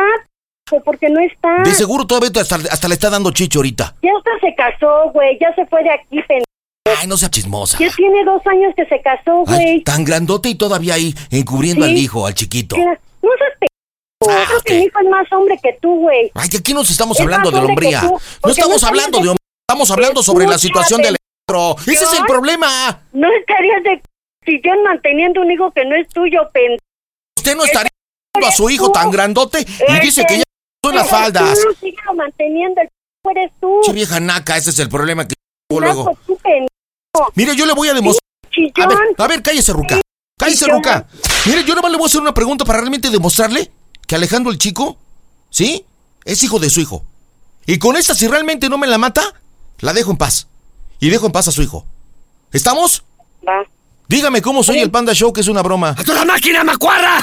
[SPEAKER 19] p- porque no está.
[SPEAKER 4] De seguro todavía hasta, hasta le está dando chicho ahorita.
[SPEAKER 19] Ya hasta se casó, güey, ya se fue de aquí, pen...
[SPEAKER 4] Ay, no sea chismosa.
[SPEAKER 19] Ya tiene dos años que se casó,
[SPEAKER 4] Ay,
[SPEAKER 19] güey.
[SPEAKER 4] tan grandote y todavía ahí encubriendo
[SPEAKER 19] Sí.
[SPEAKER 4] al hijo, al chiquito.
[SPEAKER 19] Mira, No seas p... Yo creo que mi hijo es más hombre que tú, güey.
[SPEAKER 4] Ah, Ay, que aquí nos estamos
[SPEAKER 19] Es
[SPEAKER 4] hablando
[SPEAKER 19] más
[SPEAKER 4] de
[SPEAKER 19] hombre que
[SPEAKER 4] hombría.
[SPEAKER 19] tú,
[SPEAKER 4] No
[SPEAKER 19] porque
[SPEAKER 4] estamos
[SPEAKER 19] no
[SPEAKER 4] hablando de
[SPEAKER 19] estarías
[SPEAKER 4] hombría. Estamos hablando sobre la situación de
[SPEAKER 19] Escúchate,
[SPEAKER 4] Alejandro. Ese es el
[SPEAKER 19] ¿no?
[SPEAKER 4] problema.
[SPEAKER 19] No estarías de sillón manteniendo un hijo que no es tuyo, pen...
[SPEAKER 4] Usted no estaría hablando a su hijo tan grandote y
[SPEAKER 19] Ese
[SPEAKER 4] dice que ya son las
[SPEAKER 19] eres
[SPEAKER 4] faldas.
[SPEAKER 19] Tú sigue manteniendo, el p... eres tú.
[SPEAKER 4] Che vieja naca, ese es el problema que luego,
[SPEAKER 19] Naco,
[SPEAKER 4] luego.
[SPEAKER 19] tú, pen...
[SPEAKER 4] Mira, yo le voy a demostrar. A
[SPEAKER 19] Chillón.
[SPEAKER 4] ver, a ver, cállese, Ruca. Cállese,
[SPEAKER 19] Chillón.
[SPEAKER 4] Ruca. Mira, yo nomás le voy a hacer una pregunta para realmente demostrarle que Alejandro el chico, ¿sí? Es hijo de su hijo. Y con esta, si realmente no me la mata, la dejo en paz. Y dejo en paz a su hijo. ¿Estamos?
[SPEAKER 19] Va.
[SPEAKER 4] Dígame cómo soy el Panda Show, que es una broma. ¡A
[SPEAKER 6] toda máquina, macuarra!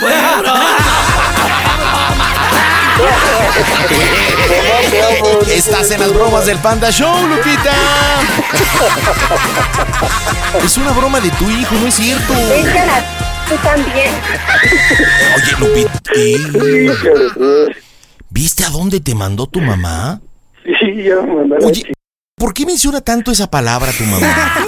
[SPEAKER 4] Estás en las bromas del Panda Show, Lupita. Es una broma de tu hijo, no es cierto.
[SPEAKER 19] Ella la- Tú también.
[SPEAKER 4] Oye, Lupita. ¿eh? ¿Viste a dónde te mandó tu mamá?
[SPEAKER 18] Sí, ya me mandaron.
[SPEAKER 4] Oye, ¿por qué menciona tanto esa palabra tu mamá?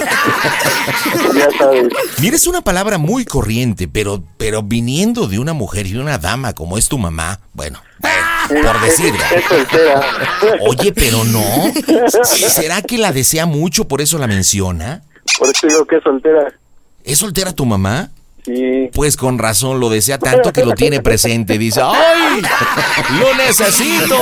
[SPEAKER 18] Ya sabes.
[SPEAKER 4] Mira, es una palabra muy corriente, pero, pero viniendo de una mujer y una dama como es tu mamá, bueno, eh, por decirlo.
[SPEAKER 18] Es soltera.
[SPEAKER 4] Oye, pero no. ¿Será que la desea mucho, por eso la menciona?
[SPEAKER 18] Por eso digo que es soltera.
[SPEAKER 4] ¿Es soltera tu mamá?
[SPEAKER 18] Sí.
[SPEAKER 4] Pues con razón lo desea tanto que lo tiene presente. Dice, ¡ay! ¡Lo necesito!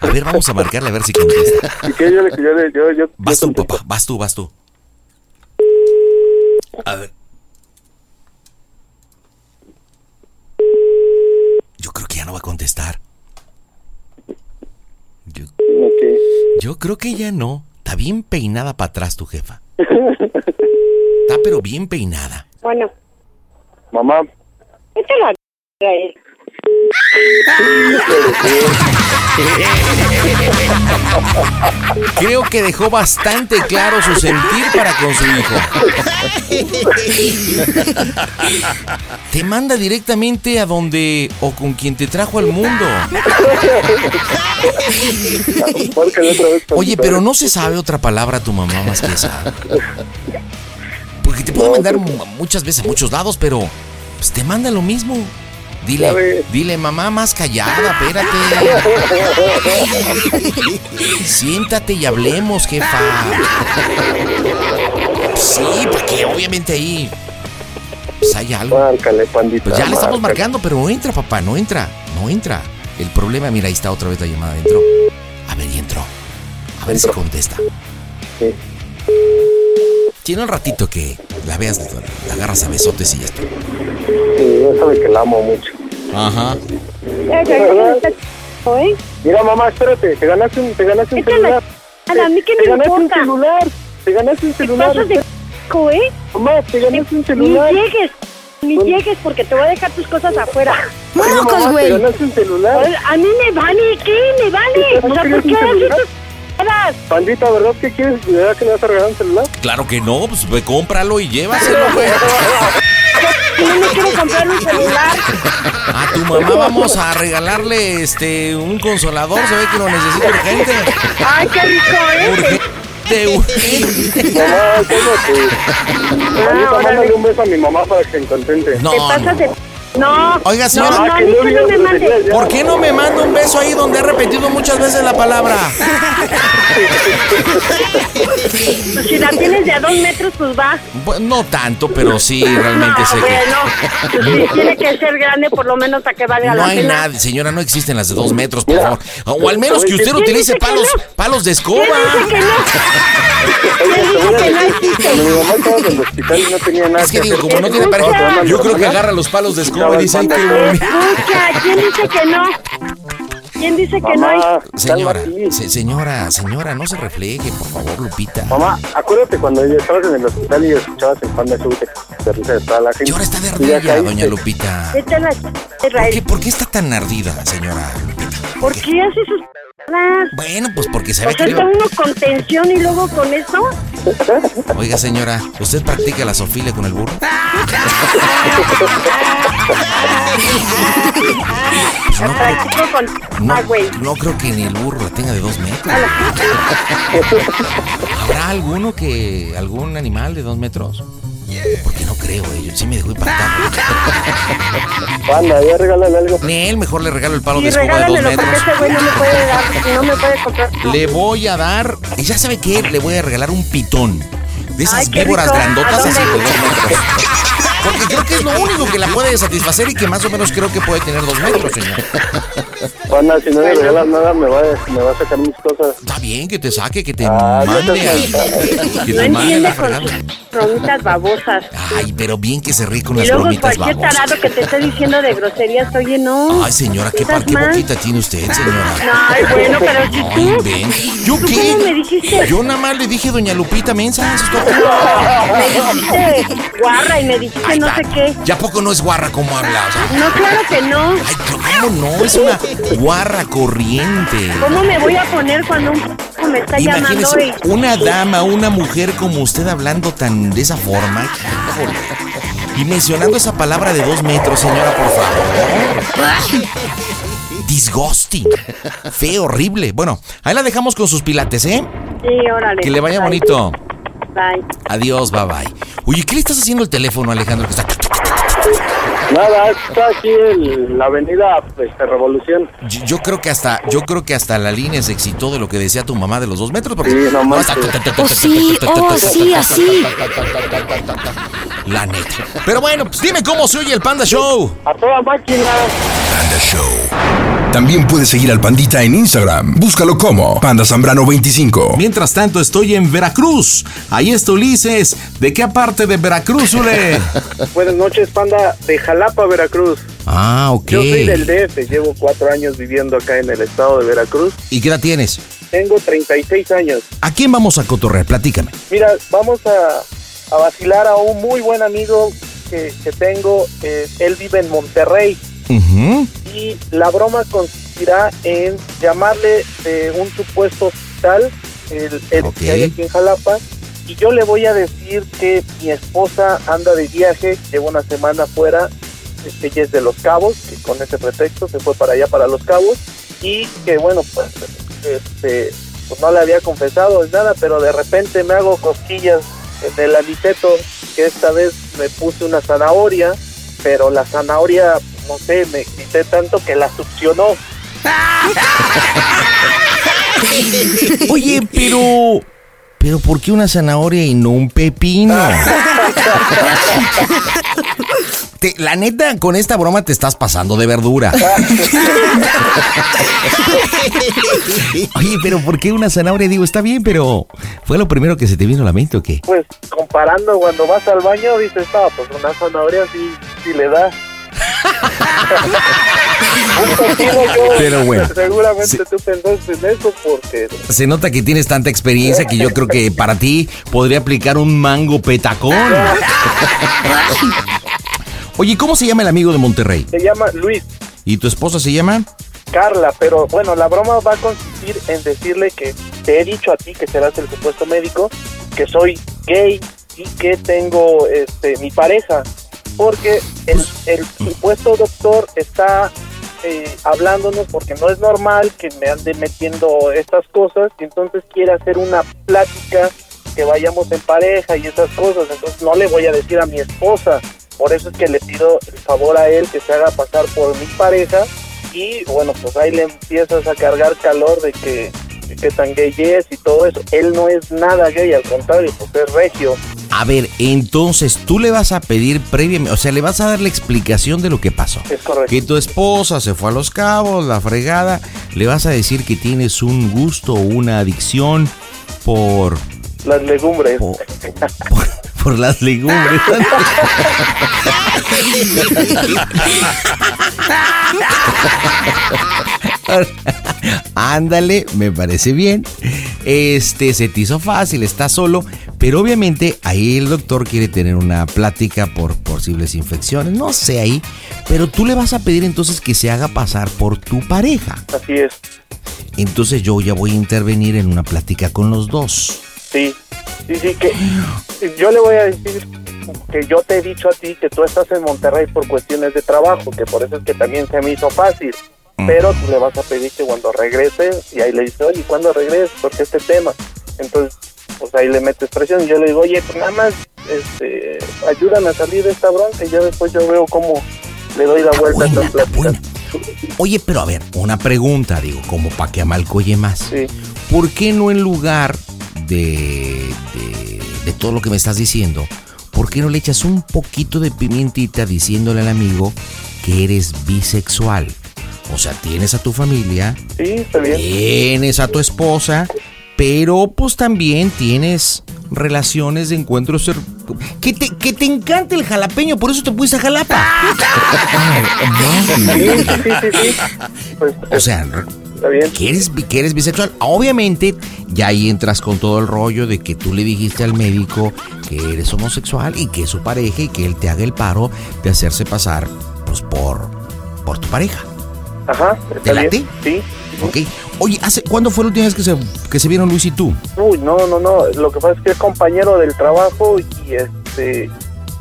[SPEAKER 4] A ver, vamos a marcarle a ver si contesta.
[SPEAKER 18] Y que yo le, yo le, yo, yo.
[SPEAKER 4] Vas tú, papá. Vas tú, vas tú. A ver. Yo creo que ya no va a contestar. Yo, yo creo que ya no. Está bien peinada para atrás tu jefa. Está pero bien peinada.
[SPEAKER 19] Bueno,
[SPEAKER 18] Mamá.
[SPEAKER 19] échale la a él.
[SPEAKER 4] Creo que dejó bastante claro su sentir para con su hijo. Te manda directamente a donde o con quien te trajo al mundo. Oye, pero no se sabe otra palabra a tu mamá más que esa. Porque te puede mandar mu- muchas veces a muchos lados, pero pues, te manda lo mismo. Dile, dile, mamá, más callada, espérate. Siéntate y hablemos, jefa. Sí, porque obviamente ahí pues, hay algo.
[SPEAKER 21] Márcale, pandita.
[SPEAKER 4] Pues ya le estamos
[SPEAKER 21] márcale.
[SPEAKER 4] marcando, pero no entra, papá, no entra, no entra. El problema, mira, ahí está otra vez la llamada, entró. A ver, y entró. A ver si contesta. Tiene un ratito que la veas, la agarras a besotes y ya está.
[SPEAKER 21] Sí, ya sabe que la amo mucho.
[SPEAKER 4] Ajá.
[SPEAKER 19] ¿eh?
[SPEAKER 21] Mira, mamá, espérate, te ganaste un, te ganaste un celular.
[SPEAKER 19] A mí que
[SPEAKER 21] Te
[SPEAKER 19] me
[SPEAKER 21] ganaste un
[SPEAKER 19] importa.
[SPEAKER 21] celular, te ganaste un celular.
[SPEAKER 19] pasas de c***o, ¿eh?
[SPEAKER 21] Mamá, te ganaste un celular.
[SPEAKER 19] Ni llegues, ni llegues porque te voy a dejar tus cosas afuera.
[SPEAKER 21] Oye, mamá, te ganaste un celular.
[SPEAKER 19] Oye, A mí me vale, ¿qué? Me vale.
[SPEAKER 21] ¿No
[SPEAKER 19] O sea,
[SPEAKER 21] querías
[SPEAKER 19] ¿por qué
[SPEAKER 21] un
[SPEAKER 19] haces
[SPEAKER 21] celular?
[SPEAKER 19] tus c***adas?
[SPEAKER 21] Pandita, ¿verdad que quieres? ¿De verdad que le vas a regalar un celular?
[SPEAKER 4] Claro que no, pues ve, cómpralo y llévaselo, güey.
[SPEAKER 19] No me quiero comprar un celular.
[SPEAKER 4] A tu mamá vamos a regalarle este un consolador, se ve que lo necesita urgente.
[SPEAKER 19] Ay, qué rico, ¿eh?
[SPEAKER 4] Urgente, urgente.
[SPEAKER 21] Mamá, cálmate.
[SPEAKER 19] Ah,
[SPEAKER 21] Pandita, mándale un beso a mi mamá para que se contente.
[SPEAKER 4] No,
[SPEAKER 19] Te pasas de... No.
[SPEAKER 4] Oiga, señora.
[SPEAKER 19] No, no, ni que no me mandes.
[SPEAKER 4] ¿Por qué no me manda un beso ahí donde he repetido muchas veces la palabra?
[SPEAKER 19] Pues si la tienes de a dos metros, pues va.
[SPEAKER 4] Bu- no tanto, pero sí, realmente
[SPEAKER 19] No,
[SPEAKER 4] sé
[SPEAKER 19] bueno. Pues sí,
[SPEAKER 4] que...
[SPEAKER 19] tiene que ser grande por lo menos a que valga la
[SPEAKER 4] No hay
[SPEAKER 19] pena.
[SPEAKER 4] nadie, señora, no existen las de dos metros, por favor. O al menos que
[SPEAKER 19] ¿Quién
[SPEAKER 4] usted
[SPEAKER 19] dice
[SPEAKER 4] utilice
[SPEAKER 19] que
[SPEAKER 4] palos, palos de escoba.
[SPEAKER 19] ¿Quién dice que no? ¿Quién dijo que no existe?
[SPEAKER 21] Cuando mi mamá estaba en el hospital y no tenía nada pues,
[SPEAKER 4] Es que digo, como no tiene pareja, yo creo que agarra los palos de escoba y dice, ay, qué bonito.
[SPEAKER 19] Escucha, ¿quién dice que no? ¿Quién dice que no? hay?
[SPEAKER 4] Señora, se- señora, señora, no se refleje, por favor, Lupita.
[SPEAKER 21] Mamá, acuérdate cuando yo estabas en el hospital y escuchabas el panda show de risa de toda la gente. Y ahora está de
[SPEAKER 4] Ya, doña Lupita.
[SPEAKER 19] Vete a la ch-
[SPEAKER 4] ¿Por qué,
[SPEAKER 19] Israel.
[SPEAKER 4] por qué está tan ardida, señora?
[SPEAKER 19] ¿Por qué haces sus c***adas?
[SPEAKER 4] Bueno, pues porque
[SPEAKER 19] O
[SPEAKER 4] sabe
[SPEAKER 19] sea,
[SPEAKER 4] que...
[SPEAKER 19] está
[SPEAKER 4] le-
[SPEAKER 19] uno con tensión y luego con eso.
[SPEAKER 4] Oiga, señora, ¿usted practica la sofilia con el burro?
[SPEAKER 19] Ah, La practico con.
[SPEAKER 4] No,
[SPEAKER 19] Ah, güey.
[SPEAKER 4] no creo que ni el burro la tenga de dos metros. ¿Habrá alguno que... algún animal de dos metros? Porque no creo, eh, yo sí me dejó impactado.
[SPEAKER 21] Panda, ya regálale algo.
[SPEAKER 4] Ni él, mejor le regalo el palo de
[SPEAKER 19] Y
[SPEAKER 4] escoba de dos
[SPEAKER 19] regálamelo porque
[SPEAKER 4] metros.
[SPEAKER 19] ese güey no me puede dar, no me puede comprar.
[SPEAKER 4] Le voy a dar, y ya sabe qué, le voy a regalar un pitón. De esas
[SPEAKER 19] Ay, qué
[SPEAKER 4] víboras
[SPEAKER 19] rico. ¿A
[SPEAKER 4] grandotas
[SPEAKER 19] dónde?
[SPEAKER 4] así de dos metros. Porque creo que es lo único que la puede satisfacer y que más o menos creo que puede tener dos metros, señor.
[SPEAKER 21] Panda, si no me regalas nada, me va, a- me va a sacar mis cosas.
[SPEAKER 4] Está bien que te saque, que te
[SPEAKER 21] Ah, no
[SPEAKER 4] mande.
[SPEAKER 21] seas
[SPEAKER 4] a- Que
[SPEAKER 19] No
[SPEAKER 4] te mande a
[SPEAKER 19] entiende
[SPEAKER 4] la
[SPEAKER 19] con
[SPEAKER 4] fregada.
[SPEAKER 19] sus bromitas babosas.
[SPEAKER 4] Ay, pero bien que se ríe Ah, con
[SPEAKER 19] Y
[SPEAKER 4] las
[SPEAKER 19] luego
[SPEAKER 4] bromitas
[SPEAKER 19] cualquier
[SPEAKER 4] babosas.
[SPEAKER 19] tarado que te esté diciendo de groserías, oye, no.
[SPEAKER 4] Ay, señora, qué
[SPEAKER 19] ¿Estás
[SPEAKER 4] parque
[SPEAKER 19] mal?
[SPEAKER 4] boquita tiene usted, señora.
[SPEAKER 19] Ay, bueno, pero si
[SPEAKER 4] No,
[SPEAKER 19] tú.
[SPEAKER 4] invente. ¿Yo
[SPEAKER 19] ¿Tú
[SPEAKER 4] qué?
[SPEAKER 19] cómo me dijiste?
[SPEAKER 4] Yo nada más le dije doña Lupita Mensa, eso es todo.
[SPEAKER 19] Me dijiste guarra y me dijiste no sé qué.
[SPEAKER 4] ¿Ya poco no es guarra como habla? O sea,
[SPEAKER 19] No, claro que no.
[SPEAKER 4] ¿Cómo no? Es una guarra corriente.
[SPEAKER 19] ¿Cómo me voy a poner cuando un p- me está llamando y
[SPEAKER 4] Imagínese, una dama, una mujer como usted hablando tan de esa forma. híjole. Y mencionando esa palabra de dos metros, señora, por favor. Disgusting. Feo, horrible. Bueno, ahí la dejamos con sus pilates, ¿eh?
[SPEAKER 19] Sí, órale.
[SPEAKER 4] Que le vaya
[SPEAKER 19] Bye.
[SPEAKER 4] bonito.
[SPEAKER 19] Bye.
[SPEAKER 4] Adiós, bye bye. Oye, ¿qué le estás haciendo al teléfono, Alejandro? Que está-
[SPEAKER 21] Nada, está aquí en la avenida este, Revolución.
[SPEAKER 4] Yo, yo creo que hasta, yo creo que hasta la línea se excitó de lo que decía tu mamá de los dos metros, porque
[SPEAKER 21] Sí, no
[SPEAKER 4] No,
[SPEAKER 21] manches.
[SPEAKER 4] hasta-
[SPEAKER 18] Oh, sí, oh, sí, así.
[SPEAKER 4] La neta. Pero bueno, pues dime cómo se oye el Panda Show.
[SPEAKER 21] A toda máquina.
[SPEAKER 1] Panda Show. También puedes seguir al Pandita en Instagram. Búscalo como Panda Zambrano 25.
[SPEAKER 22] Mientras tanto, estoy en Veracruz. Ahí está Ulises. ¿De qué parte de Veracruz, Ule?
[SPEAKER 21] Buenas noches, Panda, de Jalapa, Veracruz.
[SPEAKER 4] Ah, ok.
[SPEAKER 21] Yo soy del DF, llevo cuatro años viviendo acá en el estado de Veracruz.
[SPEAKER 4] ¿Y qué edad tienes?
[SPEAKER 21] Tengo 36 años.
[SPEAKER 4] ¿A quién vamos a cotorrear? Platícame.
[SPEAKER 21] Mira, vamos a, a vacilar a un muy buen amigo que, que tengo. eh, él vive en Monterrey y la broma consistirá en llamarle de un supuesto hospital, el, el que hay aquí en Jalapa, y yo le voy a decir que mi esposa anda de viaje, lleva una semana fuera, este, ella es de Los Cabos, que con ese pretexto se fue para allá, para Los Cabos, y que bueno, pues, este, pues no le había confesado ni nada, pero de repente me hago cosquillas en el aliceto, que esta vez me puse una zanahoria, pero la zanahoria, no sé, me excité tanto que la succionó.
[SPEAKER 4] Oye, pero. ¿Pero por qué una zanahoria y no un pepino? Te- la neta, con esta broma te estás pasando de
[SPEAKER 19] Ah.
[SPEAKER 4] verdura. Oye, pero ¿por qué una zanahoria? Digo, está bien, pero ¿fue lo primero que se te vino a la mente o qué?
[SPEAKER 21] Pues comparando cuando vas al baño, dices, no, pues una zanahoria sí, sí le da. Un poquito yo,
[SPEAKER 4] Pero bueno,
[SPEAKER 21] seguramente tú pensaste en eso porque
[SPEAKER 4] Se nota que tienes tanta experiencia que yo creo que para ti podría aplicar un mango petacón. Oye, ¿cómo se llama el amigo de Monterrey?
[SPEAKER 21] se llama Luis
[SPEAKER 4] ¿Y tu esposa se llama?
[SPEAKER 21] Carla, pero bueno, la broma va a consistir en decirle que te he dicho a ti que serás el supuesto médico, que soy gay y que tengo este mi pareja, porque el, el supuesto doctor está eh, hablándonos porque no es normal que me ande metiendo estas cosas, y entonces quiere hacer una plática que vayamos en pareja y esas cosas, entonces no le voy a decir a mi esposa, por eso es que le pido el favor a él que se haga pasar por mi pareja y bueno, pues ahí le empiezas a cargar calor de que, de que tan gay es y todo eso. Él no es nada gay, al contrario, pues es regio.
[SPEAKER 4] A ver, entonces tú le vas a pedir previamente, o sea, le vas a dar la explicación de lo que pasó.
[SPEAKER 21] Es correcto.
[SPEAKER 4] Que tu esposa se fue a los cabos, la fregada, le vas a decir que tienes un gusto o una adicción por,
[SPEAKER 21] Las legumbres.
[SPEAKER 4] por las legumbres. Ándale, me parece bien. Este se te hizo fácil, está solo, pero obviamente ahí el doctor quiere tener una plática por posibles infecciones, no sé ahí, pero tú le vas a pedir entonces que se haga pasar por tu pareja.
[SPEAKER 21] Así es.
[SPEAKER 4] Entonces yo ya voy a intervenir en una plática con los dos.
[SPEAKER 21] Sí, sí, sí, que yo le voy a decir que yo te he dicho a ti que tú estás en Monterrey por cuestiones de trabajo, que por eso es que también se me hizo fácil. Pero tú le vas a pedir que cuando regrese, y ahí le dice, oye, ¿cuándo regreses? Porque este tema. Entonces, pues ahí le metes presión. Y yo le digo, oye, pues nada más, este, ayúdame a salir de esta bronca y ya después yo veo cómo le doy la vuelta a esta plática.
[SPEAKER 4] Oye, pero a ver, una pregunta, digo, como para que amalcoye más. ¿Por qué no en lugar de, de, de todo lo que me estás diciendo, por qué no le echas un poquito de pimientita diciéndole al amigo que eres bisexual? O sea, tienes a tu familia, tienes a tu esposa, pero pues también tienes relaciones de encuentros... cer- Que te, que te encante el jalapeño, por eso te pusiste a Jalapa.
[SPEAKER 21] Pues,
[SPEAKER 4] O sea, que eres, bi- que eres bisexual. Obviamente, ya ahí entras con todo el rollo de que tú le dijiste al médico que eres homosexual y que es su pareja y que él te haga el paro de hacerse pasar pues, por, por tu pareja.
[SPEAKER 21] Ajá.
[SPEAKER 4] ¿Te
[SPEAKER 21] bien,
[SPEAKER 4] late?
[SPEAKER 21] Sí.
[SPEAKER 4] Ok. Oye, ¿hace, ¿cuándo fue la última vez que se, que se vieron Luis y tú?
[SPEAKER 21] Uy, no, no, no. Lo que pasa es que es compañero del trabajo y este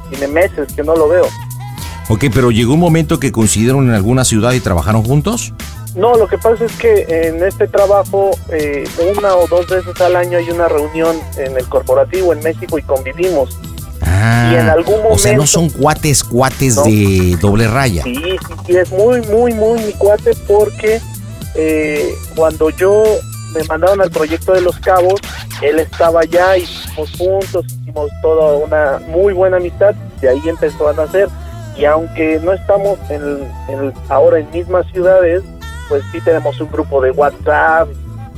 [SPEAKER 21] tiene meses que no lo veo.
[SPEAKER 4] Ok, pero llegó un momento que coincidieron en alguna ciudad y trabajaron juntos.
[SPEAKER 21] No, lo que pasa es que en este trabajo eh, una o dos veces al año hay una reunión en el corporativo en México y convivimos.
[SPEAKER 4] Ah,
[SPEAKER 21] Y en algún
[SPEAKER 4] O sea, no
[SPEAKER 21] momento-
[SPEAKER 4] son cuates, cuates de doble raya.
[SPEAKER 21] Sí, sí, sí, es muy, muy, muy mi cuate porque eh, cuando yo me mandaron al proyecto de Los Cabos, él estaba allá, hicimos juntos, hicimos toda una muy buena amistad, de ahí empezó a nacer. Y aunque no estamos en, en- ahora en mismas ciudades, pues sí tenemos un grupo de WhatsApp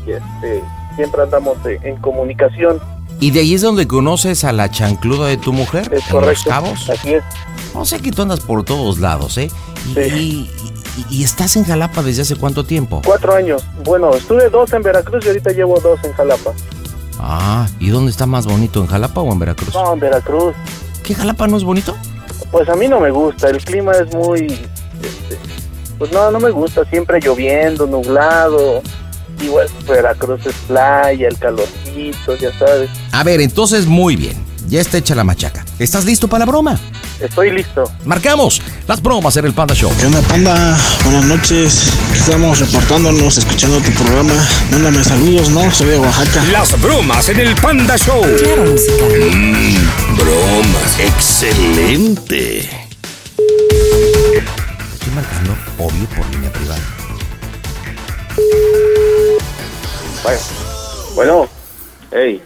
[SPEAKER 21] y este, siempre andamos de- en comunicación.
[SPEAKER 4] Y de ahí es donde conoces a la chancluda de tu mujer, en Los
[SPEAKER 21] correcto,
[SPEAKER 4] Cabos.
[SPEAKER 21] Así es.
[SPEAKER 4] O sea que tú andas por todos lados, ¿eh? Y, y- y- y estás en Jalapa desde hace cuánto tiempo.
[SPEAKER 21] Cuatro años. Bueno, estuve dos en Veracruz y ahorita llevo dos en Jalapa.
[SPEAKER 4] Ah, ¿y dónde está más bonito, en Jalapa o en Veracruz?
[SPEAKER 21] No, en Veracruz.
[SPEAKER 4] ¿Qué Jalapa no es bonito?
[SPEAKER 21] Pues a mí no me gusta, el clima es muy... este, pues no, no me gusta, siempre lloviendo, nublado. igual Veracruz es playa, el calorcito, ya sabes.
[SPEAKER 4] A ver, entonces muy bien. Ya está hecha la machaca. ¿Estás listo para la broma?
[SPEAKER 21] Estoy listo.
[SPEAKER 4] Marcamos las bromas en el Panda Show.
[SPEAKER 23] ¿Qué onda, Panda? Buenas noches. Aquí Estamos reportándonos, escuchando tu programa. Mándame saludos, ¿no? Soy de Oaxaca.
[SPEAKER 6] Las bromas en el Panda Show. Mm, bromas. Excelente.
[SPEAKER 4] Estoy marcando, obvio, por línea privada.
[SPEAKER 21] Bueno, bueno, hey,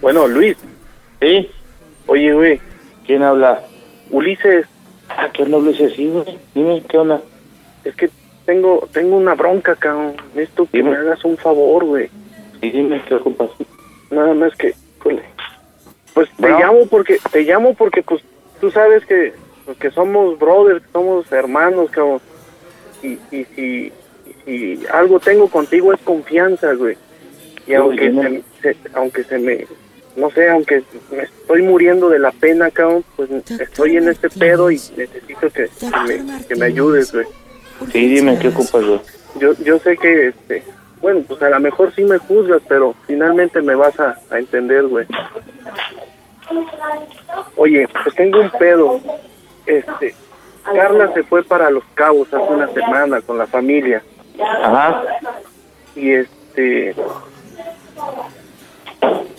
[SPEAKER 21] bueno, Luis, ¿sí? Oye, güey, ¿quién habla? Ulises. Ah, ¿qué onda, Ulises? Sí, güey, dime, ¿qué onda? Es que tengo, tengo una bronca, cabrón. Necesito que me hagas un favor, güey. Sí, dime, ¿qué ocupas? Nada más que, híjole, pues te llamo porque, te llamo porque, pues, tú sabes que, pues, que somos brothers, que somos hermanos, cabrón. Y, y si y algo tengo contigo es confianza, güey. Y
[SPEAKER 8] No,
[SPEAKER 21] aunque,
[SPEAKER 8] yo no.
[SPEAKER 21] se, se- aunque se me, no sé, aunque me estoy muriendo de la pena, cabrón, pues estoy en este pedo y necesito que, que me, que me ayudes, güey.
[SPEAKER 8] Sí, dime, ¿qué ocupas, güey?
[SPEAKER 21] Yo, yo sé que, este, bueno, pues a lo mejor sí me juzgas, pero finalmente me vas a, a entender, güey. Oye, pues tengo un pedo. Este, Carla se fue para Los Cabos hace una semana con la familia.
[SPEAKER 8] Ajá.
[SPEAKER 21] Y este.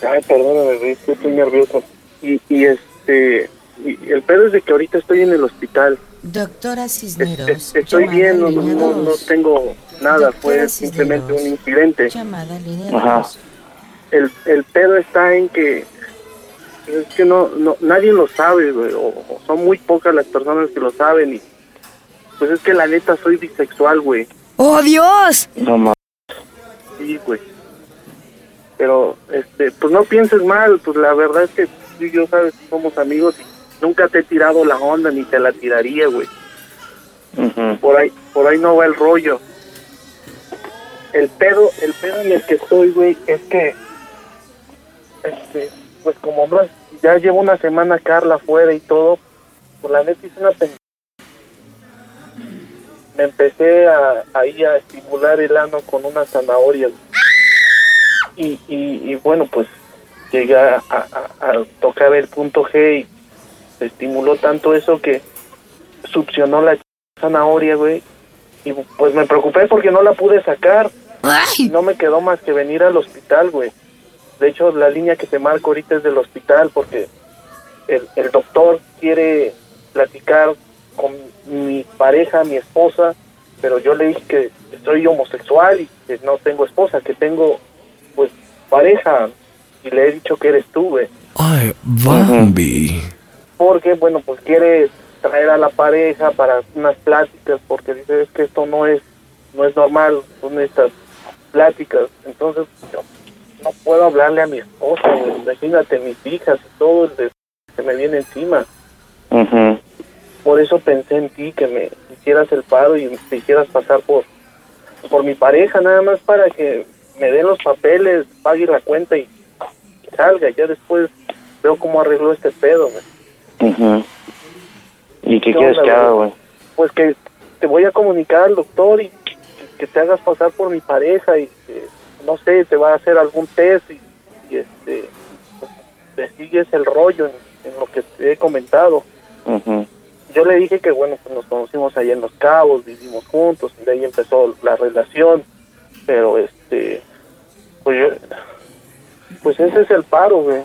[SPEAKER 21] Ay, perdóname, güey, estoy muy nervioso. Y, y este. y el pedo es de que ahorita estoy en el hospital.
[SPEAKER 24] Doctora
[SPEAKER 21] Es-
[SPEAKER 24] Cisneros.
[SPEAKER 21] es- estoy
[SPEAKER 24] llamada
[SPEAKER 21] bien, no,
[SPEAKER 24] línea
[SPEAKER 21] no- no
[SPEAKER 24] dos.
[SPEAKER 21] tengo nada, fue
[SPEAKER 24] Doctora
[SPEAKER 21] simplemente
[SPEAKER 24] Cisneros.
[SPEAKER 21] un incidente.
[SPEAKER 24] Llamada línea
[SPEAKER 21] Ajá.
[SPEAKER 24] dos.
[SPEAKER 21] El, el pedo está en que. Es que no, no nadie lo sabe, güey, o, o son muy pocas las personas que lo saben. Y, pues es que la neta soy bisexual, güey.
[SPEAKER 24] ¡Oh, Dios!
[SPEAKER 21] No mames. Sí, güey. Pero, este, pues no pienses mal, pues la verdad es que tú y yo sabes que somos amigos y nunca te he tirado la onda ni te la tiraría, güey. Por ahí, por ahí no va el rollo. El pedo, el pedo en el que estoy, güey, es que, este, pues como no, es- ya llevo una semana Carla afuera y todo, pues la neta hice una pen- me empecé a, ahí a estimular el ano con una zanahoria. Y, y, y bueno, pues llegué a, a- a tocar el punto G y se estimuló tanto eso que succionó la ch- zanahoria, güey. Y pues me preocupé porque no la pude sacar. No me quedó más que venir al hospital, güey. De hecho, la línea que te marco ahorita es del hospital porque el, el doctor quiere platicar con mi pareja, mi esposa, pero yo le dije que soy homosexual y que no tengo esposa, que tengo pues pareja y le he dicho que eres tú, güey.
[SPEAKER 6] Ay, Bambi.
[SPEAKER 21] Porque bueno, pues quiere traer a la pareja para unas pláticas porque dice es que esto no es no es normal, son estas pláticas. Entonces yo no puedo hablarle a mi esposa, güey. imagínate mis hijas y todo el des- que me viene encima. Por eso pensé en ti, que me hicieras el paro y te hicieras pasar por, por mi pareja, nada más para que me den los papeles, pague la cuenta y salga. Ya después veo cómo arregló este pedo. güey.
[SPEAKER 8] ¿Y qué
[SPEAKER 21] ¿Qué
[SPEAKER 8] quieres
[SPEAKER 21] onda,
[SPEAKER 8] que haga,
[SPEAKER 21] güey?
[SPEAKER 8] güey?
[SPEAKER 21] Pues que te voy a comunicar al doctor y que- que te hagas pasar por mi pareja y que, no sé, te va a hacer algún test y, y, este, pues, te sigues el rollo en- en lo que te he comentado. yo le dije que bueno, pues nos conocimos allá en Los Cabos, vivimos juntos, y de ahí empezó la relación, pero este, pues yo- pues ese es el paro, güey.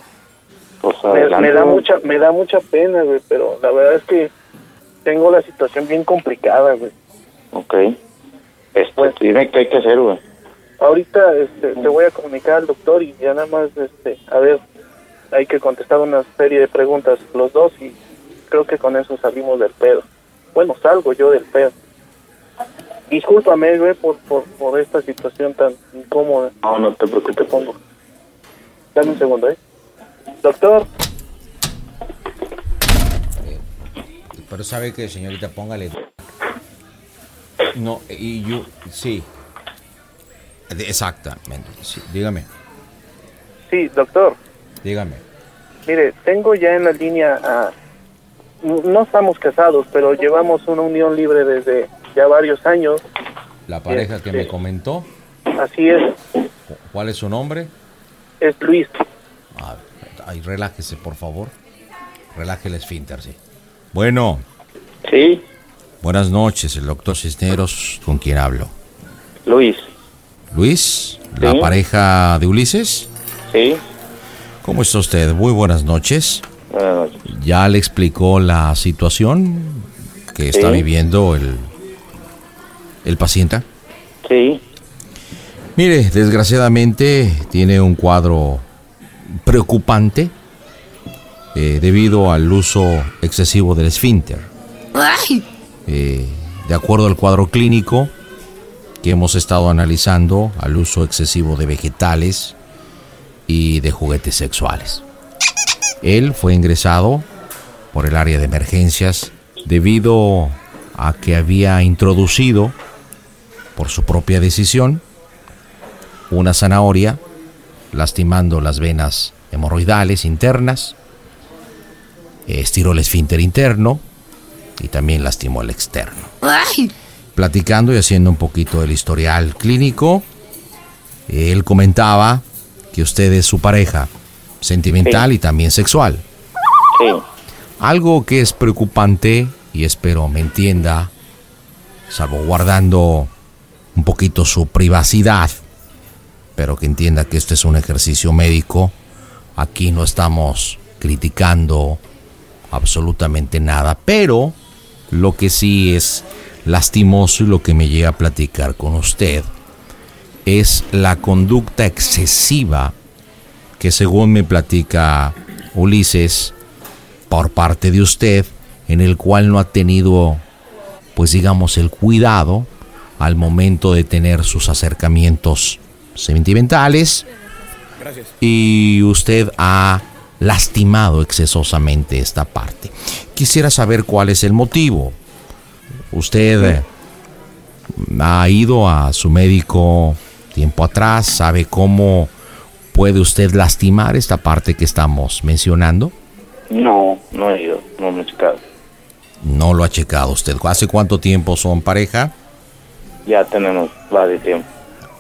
[SPEAKER 8] Pues
[SPEAKER 21] Me,
[SPEAKER 8] adelante.
[SPEAKER 21] me da mucha, me da mucha pena, güey, pero la verdad es que tengo la situación bien complicada, güey.
[SPEAKER 8] Ok. Este,
[SPEAKER 21] Pues,
[SPEAKER 8] dime qué hay que hacer, güey.
[SPEAKER 21] Ahorita este, te voy a comunicar al doctor y ya nada más, este, a ver, hay que contestar una serie de preguntas los dos y creo que con eso salimos del pedo. Bueno, salgo yo del pedo. Discúlpame, güey, por, por, por esta situación tan incómoda.
[SPEAKER 8] No, no te preocupes.
[SPEAKER 21] Pongo. Dame un segundo, ¿eh? Doctor,
[SPEAKER 4] Pero sabe que, señorita, póngale. No, y yo, sí. De- Exactamente. sí, Dígame,
[SPEAKER 21] sí, doctor.
[SPEAKER 4] dígame.
[SPEAKER 21] Mire, tengo ya en la línea a... No estamos casados, pero llevamos una unión libre desde ya varios años.
[SPEAKER 4] La pareja que me comentó.
[SPEAKER 8] Así es,
[SPEAKER 4] ¿Cuál es su nombre?
[SPEAKER 8] es Luis.
[SPEAKER 4] Ah, ay, relájese, por favor. Relaje el esfínter, sí. Bueno.
[SPEAKER 8] Sí.
[SPEAKER 4] Buenas noches, el doctor Cisneros, ¿con quién hablo?
[SPEAKER 8] Luis,
[SPEAKER 4] Luis, la
[SPEAKER 8] Sí.
[SPEAKER 4] pareja de Ulises.
[SPEAKER 8] sí.
[SPEAKER 4] ¿Cómo está usted? Muy buenas noches.
[SPEAKER 8] Buenas noches.
[SPEAKER 4] Ya le explicó la situación que está
[SPEAKER 8] Sí.
[SPEAKER 4] viviendo el, el paciente.
[SPEAKER 8] Sí,
[SPEAKER 4] Mire, desgraciadamente tiene un cuadro preocupante eh, debido al uso excesivo del esfínter. Eh, de acuerdo al cuadro clínico que hemos estado analizando, al uso excesivo de vegetales y de juguetes sexuales. Él fue ingresado por el área de emergencias debido a que había introducido, por su propia decisión, una zanahoria, lastimando las venas hemorroidales internas, estiró el esfínter interno y también lastimó el externo. Platicando y haciendo un poquito del historial clínico, él comentaba que usted es su pareja, sentimental y también sexual. Algo que es preocupante y espero me entienda, salvaguardando un poquito su privacidad, pero que entienda que este es un ejercicio médico. Aquí no estamos criticando absolutamente nada, pero lo que sí es lastimoso y lo que me llega a platicar con usted es la conducta excesiva que según me platica Ulises por parte de usted, en el cual no ha tenido, pues digamos, el cuidado al momento de tener sus acercamientos sentimentales
[SPEAKER 6] Gracias.
[SPEAKER 4] y usted ha lastimado excesosamente esta parte. Quisiera saber cuál es el motivo. Usted eh, ha ido a su médico tiempo atrás, sabe cómo puede usted lastimar esta parte que estamos mencionando.
[SPEAKER 21] No, no he ido, no me he checado.
[SPEAKER 4] No lo ha checado usted. ¿Hace cuánto tiempo son pareja?
[SPEAKER 21] Ya tenemos varios tiempo.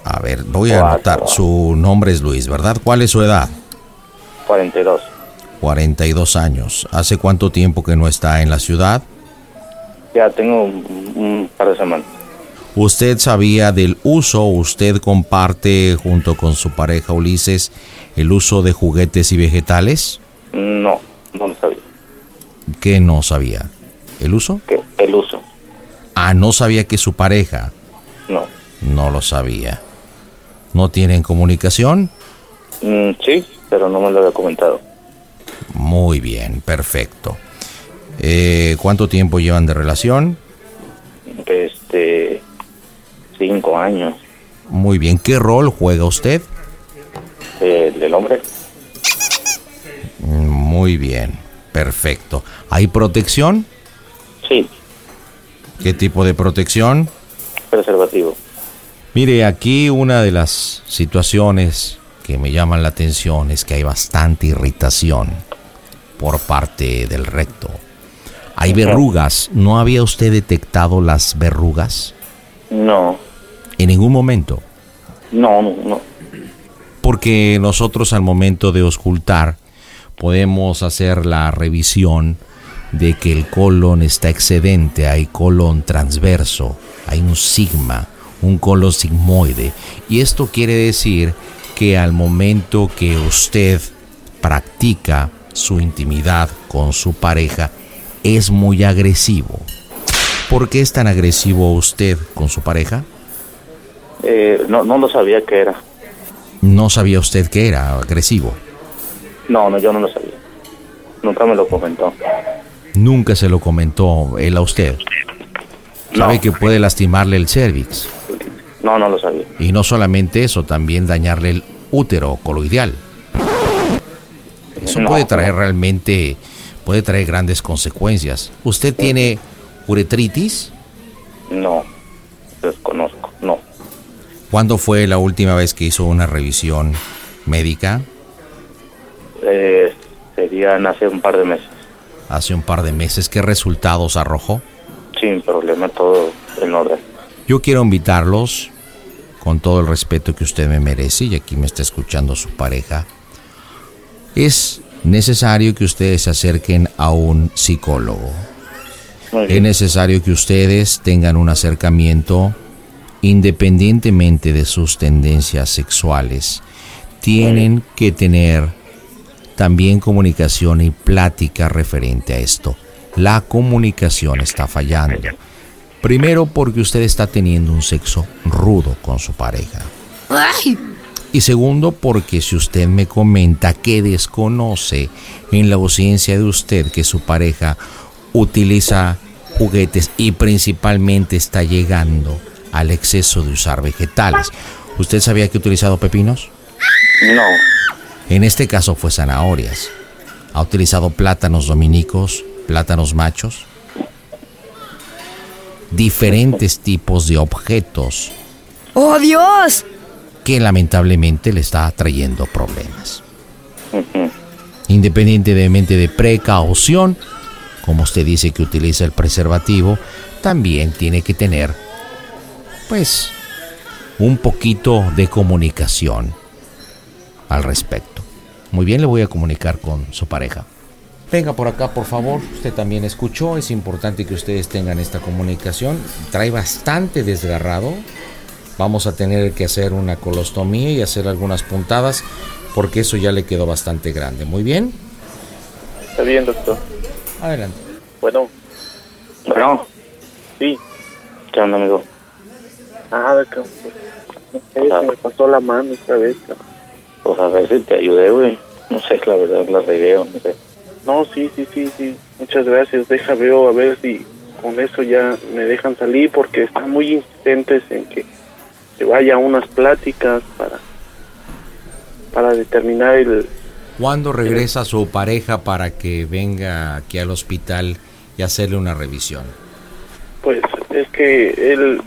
[SPEAKER 4] A ver, voy a anotar. Su nombre es Luis, ¿verdad? ¿Cuál es su edad?
[SPEAKER 21] 42.
[SPEAKER 4] 42 años. ¿Hace cuánto tiempo que no está en la ciudad?
[SPEAKER 21] Ya tengo un, un par de semanas.
[SPEAKER 4] Usted sabía del uso, usted comparte junto con su pareja Ulises el uso de juguetes y vegetales.
[SPEAKER 21] No, no lo sabía.
[SPEAKER 4] ¿Qué no sabía? ¿El uso?
[SPEAKER 21] El uso,
[SPEAKER 4] Ah, no sabía que su pareja
[SPEAKER 21] no.
[SPEAKER 4] no lo sabía. ¿No tienen comunicación?
[SPEAKER 21] Mm, sí, pero no me lo había comentado.
[SPEAKER 4] Muy bien, perfecto. Eh, ¿Cuánto tiempo llevan de relación?
[SPEAKER 21] Este, cinco años.
[SPEAKER 4] Muy bien, ¿qué rol juega usted?
[SPEAKER 21] El eh, del hombre,
[SPEAKER 4] Mm, Muy bien, perfecto. ¿Hay protección?
[SPEAKER 21] sí,
[SPEAKER 4] ¿Qué tipo de protección?
[SPEAKER 21] preservativo.
[SPEAKER 4] Mire, aquí una de las situaciones que me llaman la atención es que hay bastante irritación por parte del recto. Hay verrugas. ¿No había usted detectado las verrugas?
[SPEAKER 21] No,
[SPEAKER 4] En ningún momento.
[SPEAKER 21] no, no, no.
[SPEAKER 4] Porque nosotros al momento de auscultar podemos hacer la revisión de que el colon está excedente, hay colon transverso, hay un sigma, un colon sigmoide. Y esto quiere decir que al momento que usted practica su intimidad con su pareja, es muy agresivo. ¿Por qué es tan agresivo usted con su pareja?
[SPEAKER 21] Eh, no, no lo sabía que era.
[SPEAKER 4] No sabía usted que era agresivo.
[SPEAKER 21] No, no, yo no lo sabía. Nunca me lo comentó.
[SPEAKER 4] Nunca se lo comentó él a usted. Sabe que puede lastimarle el cervix.
[SPEAKER 21] No, no lo sabía.
[SPEAKER 4] Y no solamente eso, también dañarle el útero coloidal. Eso puede traer realmente, puede traer grandes consecuencias. ¿Usted tiene uretritis?
[SPEAKER 21] No, desconozco, no.
[SPEAKER 4] ¿Cuándo fue la última vez que hizo una revisión médica?
[SPEAKER 21] Eh, serían hace un par de meses,
[SPEAKER 4] Hace un par de meses. ¿Qué resultados arrojó?
[SPEAKER 21] sin problema, todo en orden.
[SPEAKER 4] Yo quiero invitarlos con todo el respeto que usted me merece, y aquí me está escuchando su pareja, es necesario que ustedes se acerquen a un psicólogo. Es necesario que ustedes tengan un acercamiento independientemente de sus tendencias sexuales. Tienen que tener también comunicación y plática referente a esto. La comunicación está fallando. Primero porque usted está teniendo un sexo rudo con su pareja. Y segundo, porque si usted me comenta que desconoce en la ausencia de usted que su pareja utiliza juguetes y principalmente está llegando al exceso de usar vegetales. ¿Usted sabía que ha utilizado pepinos?
[SPEAKER 13] No.
[SPEAKER 4] En este caso fue zanahorias. ¿Ha utilizado plátanos dominicos, plátanos machos? Diferentes tipos de objetos
[SPEAKER 24] ¡Oh, Dios!
[SPEAKER 4] que lamentablemente le está trayendo problemas. Independientemente de precaución, como usted dice que utiliza el preservativo, también tiene que tener, pues, un poquito de comunicación al respecto. Muy bien, le voy a comunicar con su pareja. Venga por acá, por favor. Usted también escuchó. Es importante que ustedes tengan esta comunicación. Trae bastante desgarrado. Vamos a tener que hacer una colostomía y hacer algunas puntadas porque eso ya le quedó bastante grande. Muy bien.
[SPEAKER 21] Está bien, doctor.
[SPEAKER 4] Adelante.
[SPEAKER 21] Bueno. Bueno. Sí.
[SPEAKER 13] ¿Qué onda, amigo?
[SPEAKER 21] Nada, cabrón. No sé, se me pasó la mano esta vez, cabrón.
[SPEAKER 13] Pues a ver si te ayudé, güey. No sé, la verdad, la regué, o no sé.
[SPEAKER 21] No, sí, sí, sí, sí. Muchas gracias. Deja veo a ver si con eso ya me dejan salir porque están muy insistentes en que se vaya a unas pláticas para para determinar el
[SPEAKER 4] ¿Cuándo regresa su pareja para que venga aquí al hospital y hacerle una revisión?
[SPEAKER 21] pues es que él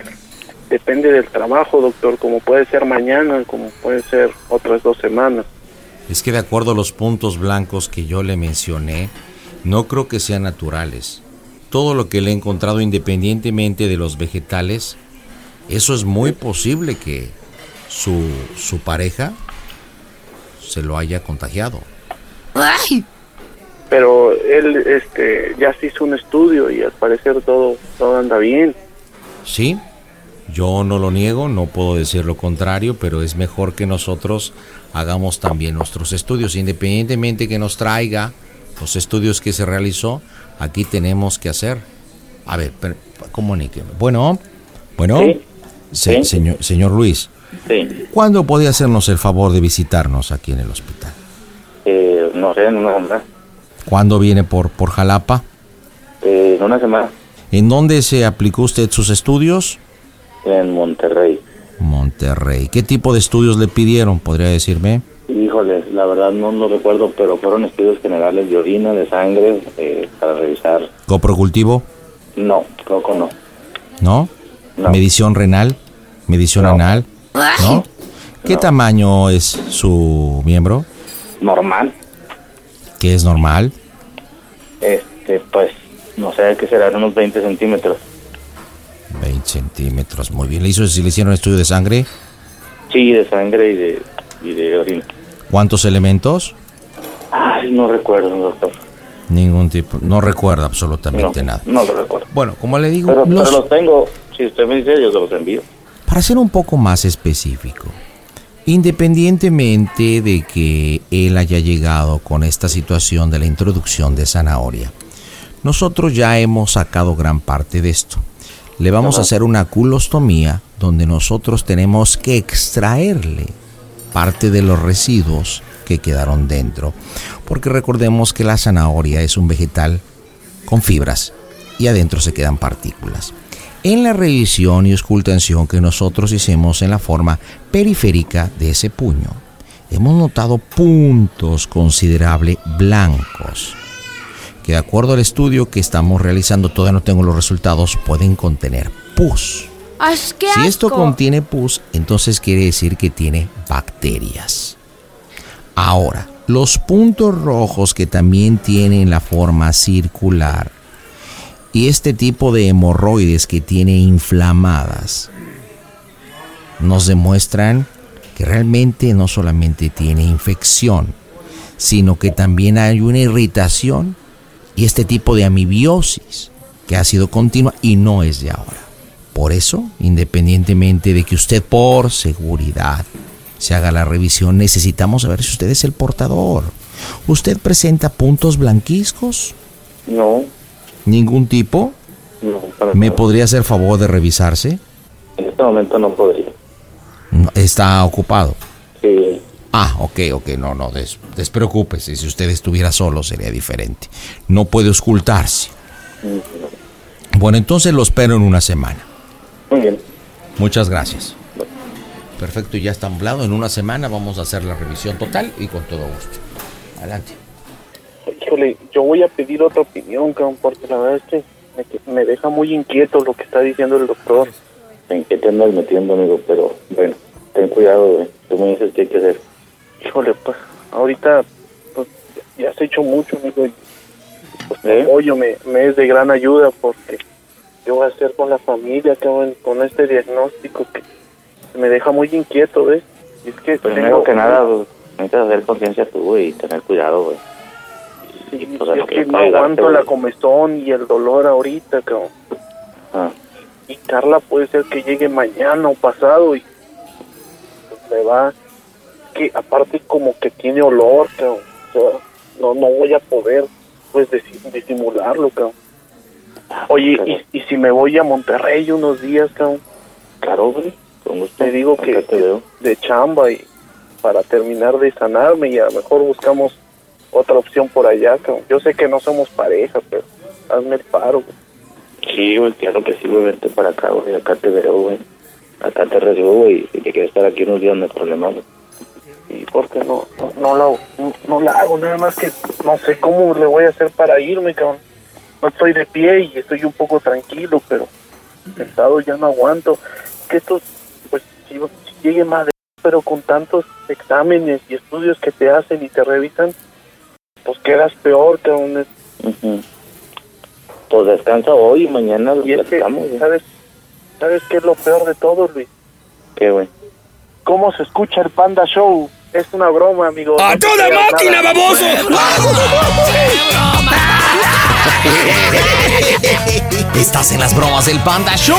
[SPEAKER 21] depende del trabajo, doctor, como puede ser mañana, como puede ser otras dos semanas.
[SPEAKER 4] Es que de acuerdo a los puntos blancos que yo le mencioné, no creo que sean naturales. Todo lo que le he encontrado independientemente de los vegetales, eso es muy posible que su, su pareja se lo haya contagiado.
[SPEAKER 21] Pero él este ya se hizo un estudio y al parecer todo todo anda bien.
[SPEAKER 4] Sí, yo no lo niego, no puedo decir lo contrario, pero es mejor que nosotros hagamos también nuestros estudios. Independientemente que nos traiga los estudios que se realizó, aquí tenemos que hacer. A ver, per- comuníqueme. Bueno, bueno,
[SPEAKER 13] Sí.
[SPEAKER 4] se-
[SPEAKER 13] Sí.
[SPEAKER 4] Señor, señor Luis,
[SPEAKER 13] Sí.
[SPEAKER 4] ¿cuándo podía hacernos el favor de visitarnos aquí en el hospital?
[SPEAKER 13] Eh, no sé, en una semana.
[SPEAKER 4] ¿Cuándo viene por, por Jalapa?
[SPEAKER 13] Eh, en una semana.
[SPEAKER 4] ¿En dónde se aplicó usted sus estudios?
[SPEAKER 13] En Monterrey.
[SPEAKER 4] Monterrey. ¿Qué tipo de estudios le pidieron? ¿Podría decirme?
[SPEAKER 13] Híjole, la verdad no, no recuerdo, pero fueron estudios generales de orina, de sangre, eh, para revisar.
[SPEAKER 4] ¿Coprocultivo?
[SPEAKER 13] No, poco no.
[SPEAKER 4] ¿no? Medición renal, medición anal, ¿no? ¿Qué
[SPEAKER 13] No.
[SPEAKER 4] tamaño es su miembro?
[SPEAKER 13] Normal.
[SPEAKER 4] ¿Qué es normal?
[SPEAKER 13] Este, pues, no sé, que serán unos 20 centímetros.
[SPEAKER 4] 20 centímetros, muy bien. ¿Le, hizo, si le hicieron estudio de sangre?
[SPEAKER 13] Sí, de sangre y de, y de orina.
[SPEAKER 4] ¿Cuántos elementos?
[SPEAKER 13] Ay, no recuerdo, doctor.
[SPEAKER 4] Ningún tipo, no recuerda absolutamente nada.
[SPEAKER 13] No lo recuerdo.
[SPEAKER 4] Bueno, como le digo,
[SPEAKER 13] Pero, pero
[SPEAKER 4] los-
[SPEAKER 13] los tengo. Si usted me dice, yo se los envío.
[SPEAKER 4] Para ser un poco más específico, independientemente de que él haya llegado con esta situación de la introducción de zanahoria, nosotros ya hemos sacado gran parte de esto. Le vamos a hacer una culostomía donde nosotros tenemos que extraerle parte de los residuos que quedaron dentro. Porque recordemos que la zanahoria es un vegetal con fibras y adentro se quedan partículas. En la revisión y auscultación que nosotros hicimos en la forma periférica de ese puño, hemos notado puntos considerable blancos que de acuerdo al estudio que estamos realizando, todavía no tengo los resultados, pueden contener pus.
[SPEAKER 24] ¡As qué
[SPEAKER 4] Si esto
[SPEAKER 24] asco!
[SPEAKER 4] contiene pus, entonces quiere decir que tiene bacterias. Ahora, los puntos rojos que también tienen la forma circular y este tipo de hemorroides que tiene inflamadas nos demuestran que realmente no solamente tiene infección, sino que también hay una irritación y este tipo de amibiosis que ha sido continua y no es de ahora. Por eso, independientemente de que usted por seguridad se haga la revisión, necesitamos saber si usted es el portador. ¿Usted presenta puntos blanquiscos?
[SPEAKER 13] No,
[SPEAKER 4] ¿Ningún tipo?
[SPEAKER 13] no, para
[SPEAKER 4] ¿Me
[SPEAKER 13] nada.
[SPEAKER 4] podría hacer favor de revisarse?
[SPEAKER 13] En este momento no podría.
[SPEAKER 4] No, Está ocupado.
[SPEAKER 13] Sí,
[SPEAKER 4] Ah, ok, ok, no, no, des- despreocúpese. Si usted estuviera solo sería diferente. No puede ocultarse. Bueno, entonces lo espero en una semana.
[SPEAKER 13] muy bien.
[SPEAKER 4] Muchas gracias. Perfecto, ya está hablado. En una semana vamos a hacer la revisión total y con todo gusto. Adelante.
[SPEAKER 21] Híjole, yo voy a pedir otra opinión, cabrón, porque la verdad es que me, que- me deja muy inquieto lo que está diciendo el doctor.
[SPEAKER 13] ¿En qué te andas metiendo, amigo? Pero bueno, ten cuidado, güey. Tú me dices qué hay que hacer.
[SPEAKER 21] Híjole, pues, ahorita pues, ya has hecho mucho, amigo. y, Pues,
[SPEAKER 13] ¿Eh?
[SPEAKER 21] tu apoyo me, me es de gran ayuda porque qué voy a hacer con la familia, cabrón, con este diagnóstico que me deja muy inquieto, ¿ves? Y es que
[SPEAKER 13] Pues Primero
[SPEAKER 21] tengo-
[SPEAKER 13] que nada, güey, necesitas hacer conciencia tú, güey, y tener cuidado, güey. Y, pues, en
[SPEAKER 21] Es
[SPEAKER 13] lo yo
[SPEAKER 21] que no
[SPEAKER 13] pueda ayudarte,
[SPEAKER 21] aguanto
[SPEAKER 13] güey.
[SPEAKER 21] la comezón y el dolor ahorita, cabrón.
[SPEAKER 13] Ah.
[SPEAKER 21] Y Carla puede ser que llegue mañana o pasado y pues, me va. Que aparte como que tiene olor, cabrón. O sea, no, no voy a poder pues disi- disimularlo, cabrón.
[SPEAKER 13] Ah,
[SPEAKER 21] Oye, y, y si me voy a Monterrey unos días, cabrón.
[SPEAKER 13] Claro, güey. Con gusto.
[SPEAKER 21] Te digo
[SPEAKER 13] Acá
[SPEAKER 21] que
[SPEAKER 13] te veo.
[SPEAKER 21] de chamba y para terminar de sanarme y a lo mejor buscamos otra opción por allá, cabrón. Yo sé que no somos pareja, pero hazme el paro, güey.
[SPEAKER 13] Sí, güey, claro que sí, güey. Vente para acá, güey. Acá te veo, güey. Acá te recibo, güey. Y te quiero estar aquí unos días, no hay problema, güey.
[SPEAKER 21] Sí, porque no, no, no la, no, no la hago, nada más que no sé cómo le voy a hacer para irme, cabrón. No estoy de pie y estoy un poco tranquilo, pero sentado ya no aguanto. Que esto, pues, si, si llegue más de... Pero con tantos exámenes y estudios que te hacen y te revisan, pues quedas peor, cabrón. Es-
[SPEAKER 13] Pues descansa hoy y mañana lo
[SPEAKER 21] Y es que,
[SPEAKER 13] platicamos, güey.
[SPEAKER 21] ¿sabes, ¿sabes qué es lo peor de todo, Luis?
[SPEAKER 13] ¿Qué, güey?
[SPEAKER 21] ¿Cómo se escucha el Panda Show? Es una broma, amigo. ¡A
[SPEAKER 6] toda máquina, baboso!
[SPEAKER 4] Estás en las bromas del Panda Show.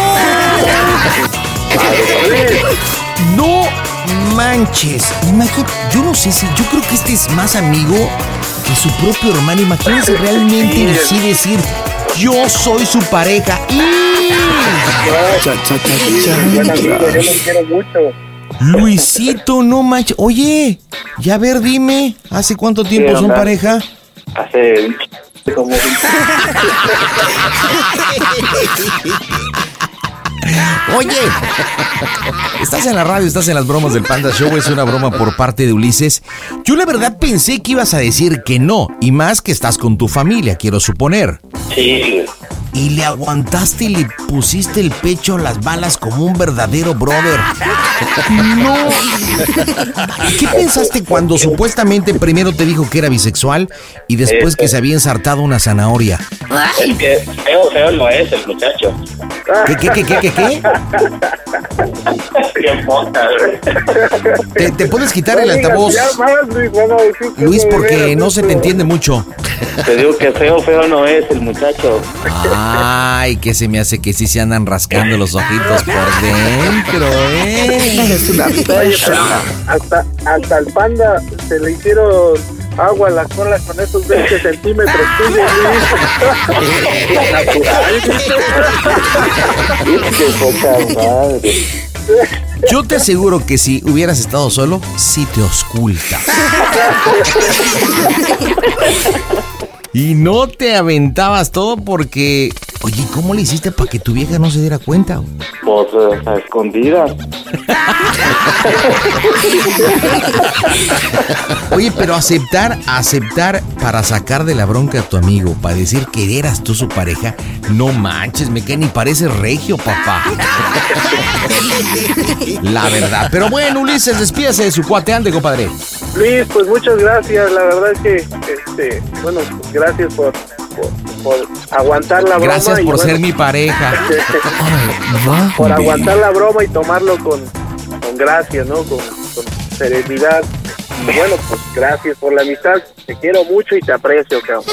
[SPEAKER 4] No manches. Imagínate, yo no sé si, yo creo que este es más amigo que su propio hermano. Imagínense realmente en sí decir, yo soy su pareja. Luisito, no manches. Oye, ya a ver, dime, ¿hace cuánto tiempo son
[SPEAKER 13] onda?
[SPEAKER 4] pareja?
[SPEAKER 13] Hace como
[SPEAKER 4] Oye, estás en la radio, estás en las bromas del Panda Show, es una broma por parte de Ulises. Yo la verdad pensé que ibas a decir que no, y más que estás con tu familia, quiero suponer.
[SPEAKER 13] Sí,
[SPEAKER 4] Y le aguantaste y le pusiste el pecho a las balas como un verdadero brother. No. ¿Qué pensaste cuando supuestamente primero te dijo que era bisexual y después que se había ensartado una zanahoria?
[SPEAKER 6] Es que feo, feo no es el muchacho.
[SPEAKER 4] ¿Qué, qué, qué, qué, qué, qué?
[SPEAKER 6] Qué poca, güey.
[SPEAKER 4] ¿Te, te puedes quitar el altavoz, Luis, porque no se te entiende mucho?
[SPEAKER 13] Te digo que feo, feo no es el muchacho.
[SPEAKER 4] Ah, Ay, que se me hace que sí se andan rascando los ojitos por dentro,
[SPEAKER 21] Oye,
[SPEAKER 4] ¿eh?
[SPEAKER 21] pero hasta, hasta el panda se le hicieron agua a las colas con esos 20 centímetros tuyos, Luis.
[SPEAKER 18] né?
[SPEAKER 4] Yo te aseguro que si hubieras estado solo, sí te osculta. Y no te aventabas todo porque... Oye, ¿cómo le hiciste para que tu vieja no se diera cuenta?
[SPEAKER 13] Pues eh, a escondidas.
[SPEAKER 4] Oye, pero aceptar, aceptar para sacar de la bronca a tu amigo, para decir que eras tú su pareja, no manches, me cae ni parece regio, papá. La verdad. Pero bueno, Ulises, despídase de su cuate, ande, compadre.
[SPEAKER 21] Luis, pues muchas gracias. La verdad es que, este, bueno, pues, gracias por, por, por aguantar la broma.
[SPEAKER 4] Gracias
[SPEAKER 21] y
[SPEAKER 4] por
[SPEAKER 21] bueno,
[SPEAKER 4] ser mi pareja.
[SPEAKER 21] Por aguantar la broma y tomarlo con, con gracia, ¿no? Con, con serenidad. Y bueno, pues gracias por la amistad. Te quiero mucho y te aprecio, cabrón.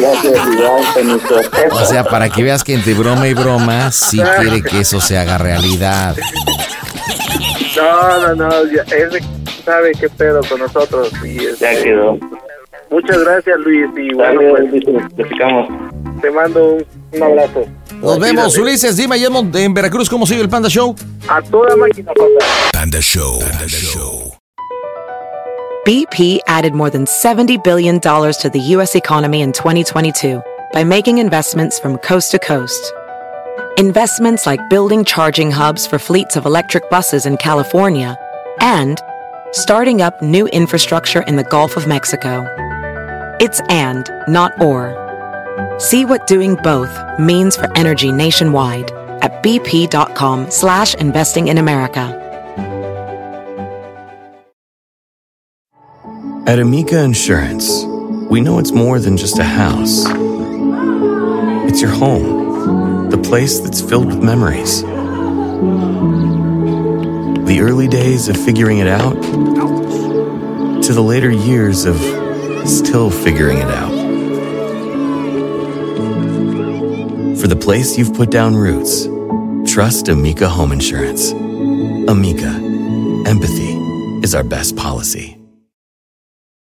[SPEAKER 21] Gracias, igual, Benito.
[SPEAKER 4] O sea, para que veas que entre broma y broma sí quiere que eso se haga realidad.
[SPEAKER 21] No, no, no, ya, ese sabe qué pedo con nosotros. Y ya quedó. Muchas gracias, Luis. Y bueno, pues, te mando un, un abrazo.
[SPEAKER 4] Nos vemos, Ulises. Dime, allá en Mon- en Veracruz, ¿cómo sigue el Panda Show?
[SPEAKER 21] A toda máquina, papá.
[SPEAKER 6] Panda Show.
[SPEAKER 7] BP added more than $70 billion to the U.S. economy in 2022 by making investments from coast to coast. Investments like building charging hubs for fleets of electric buses in California and starting up new infrastructure in the Gulf of Mexico. It's and, not or. See what doing both means for energy nationwide at bp.com slash investing in America.
[SPEAKER 25] At Amica Insurance, we know it's more than just a house. It's your home, the place that's filled with memories. The early days of figuring it out to the later years of still figuring it out. For the place you've put down roots, trust Amica Home Insurance. Amica, empathy is our best policy.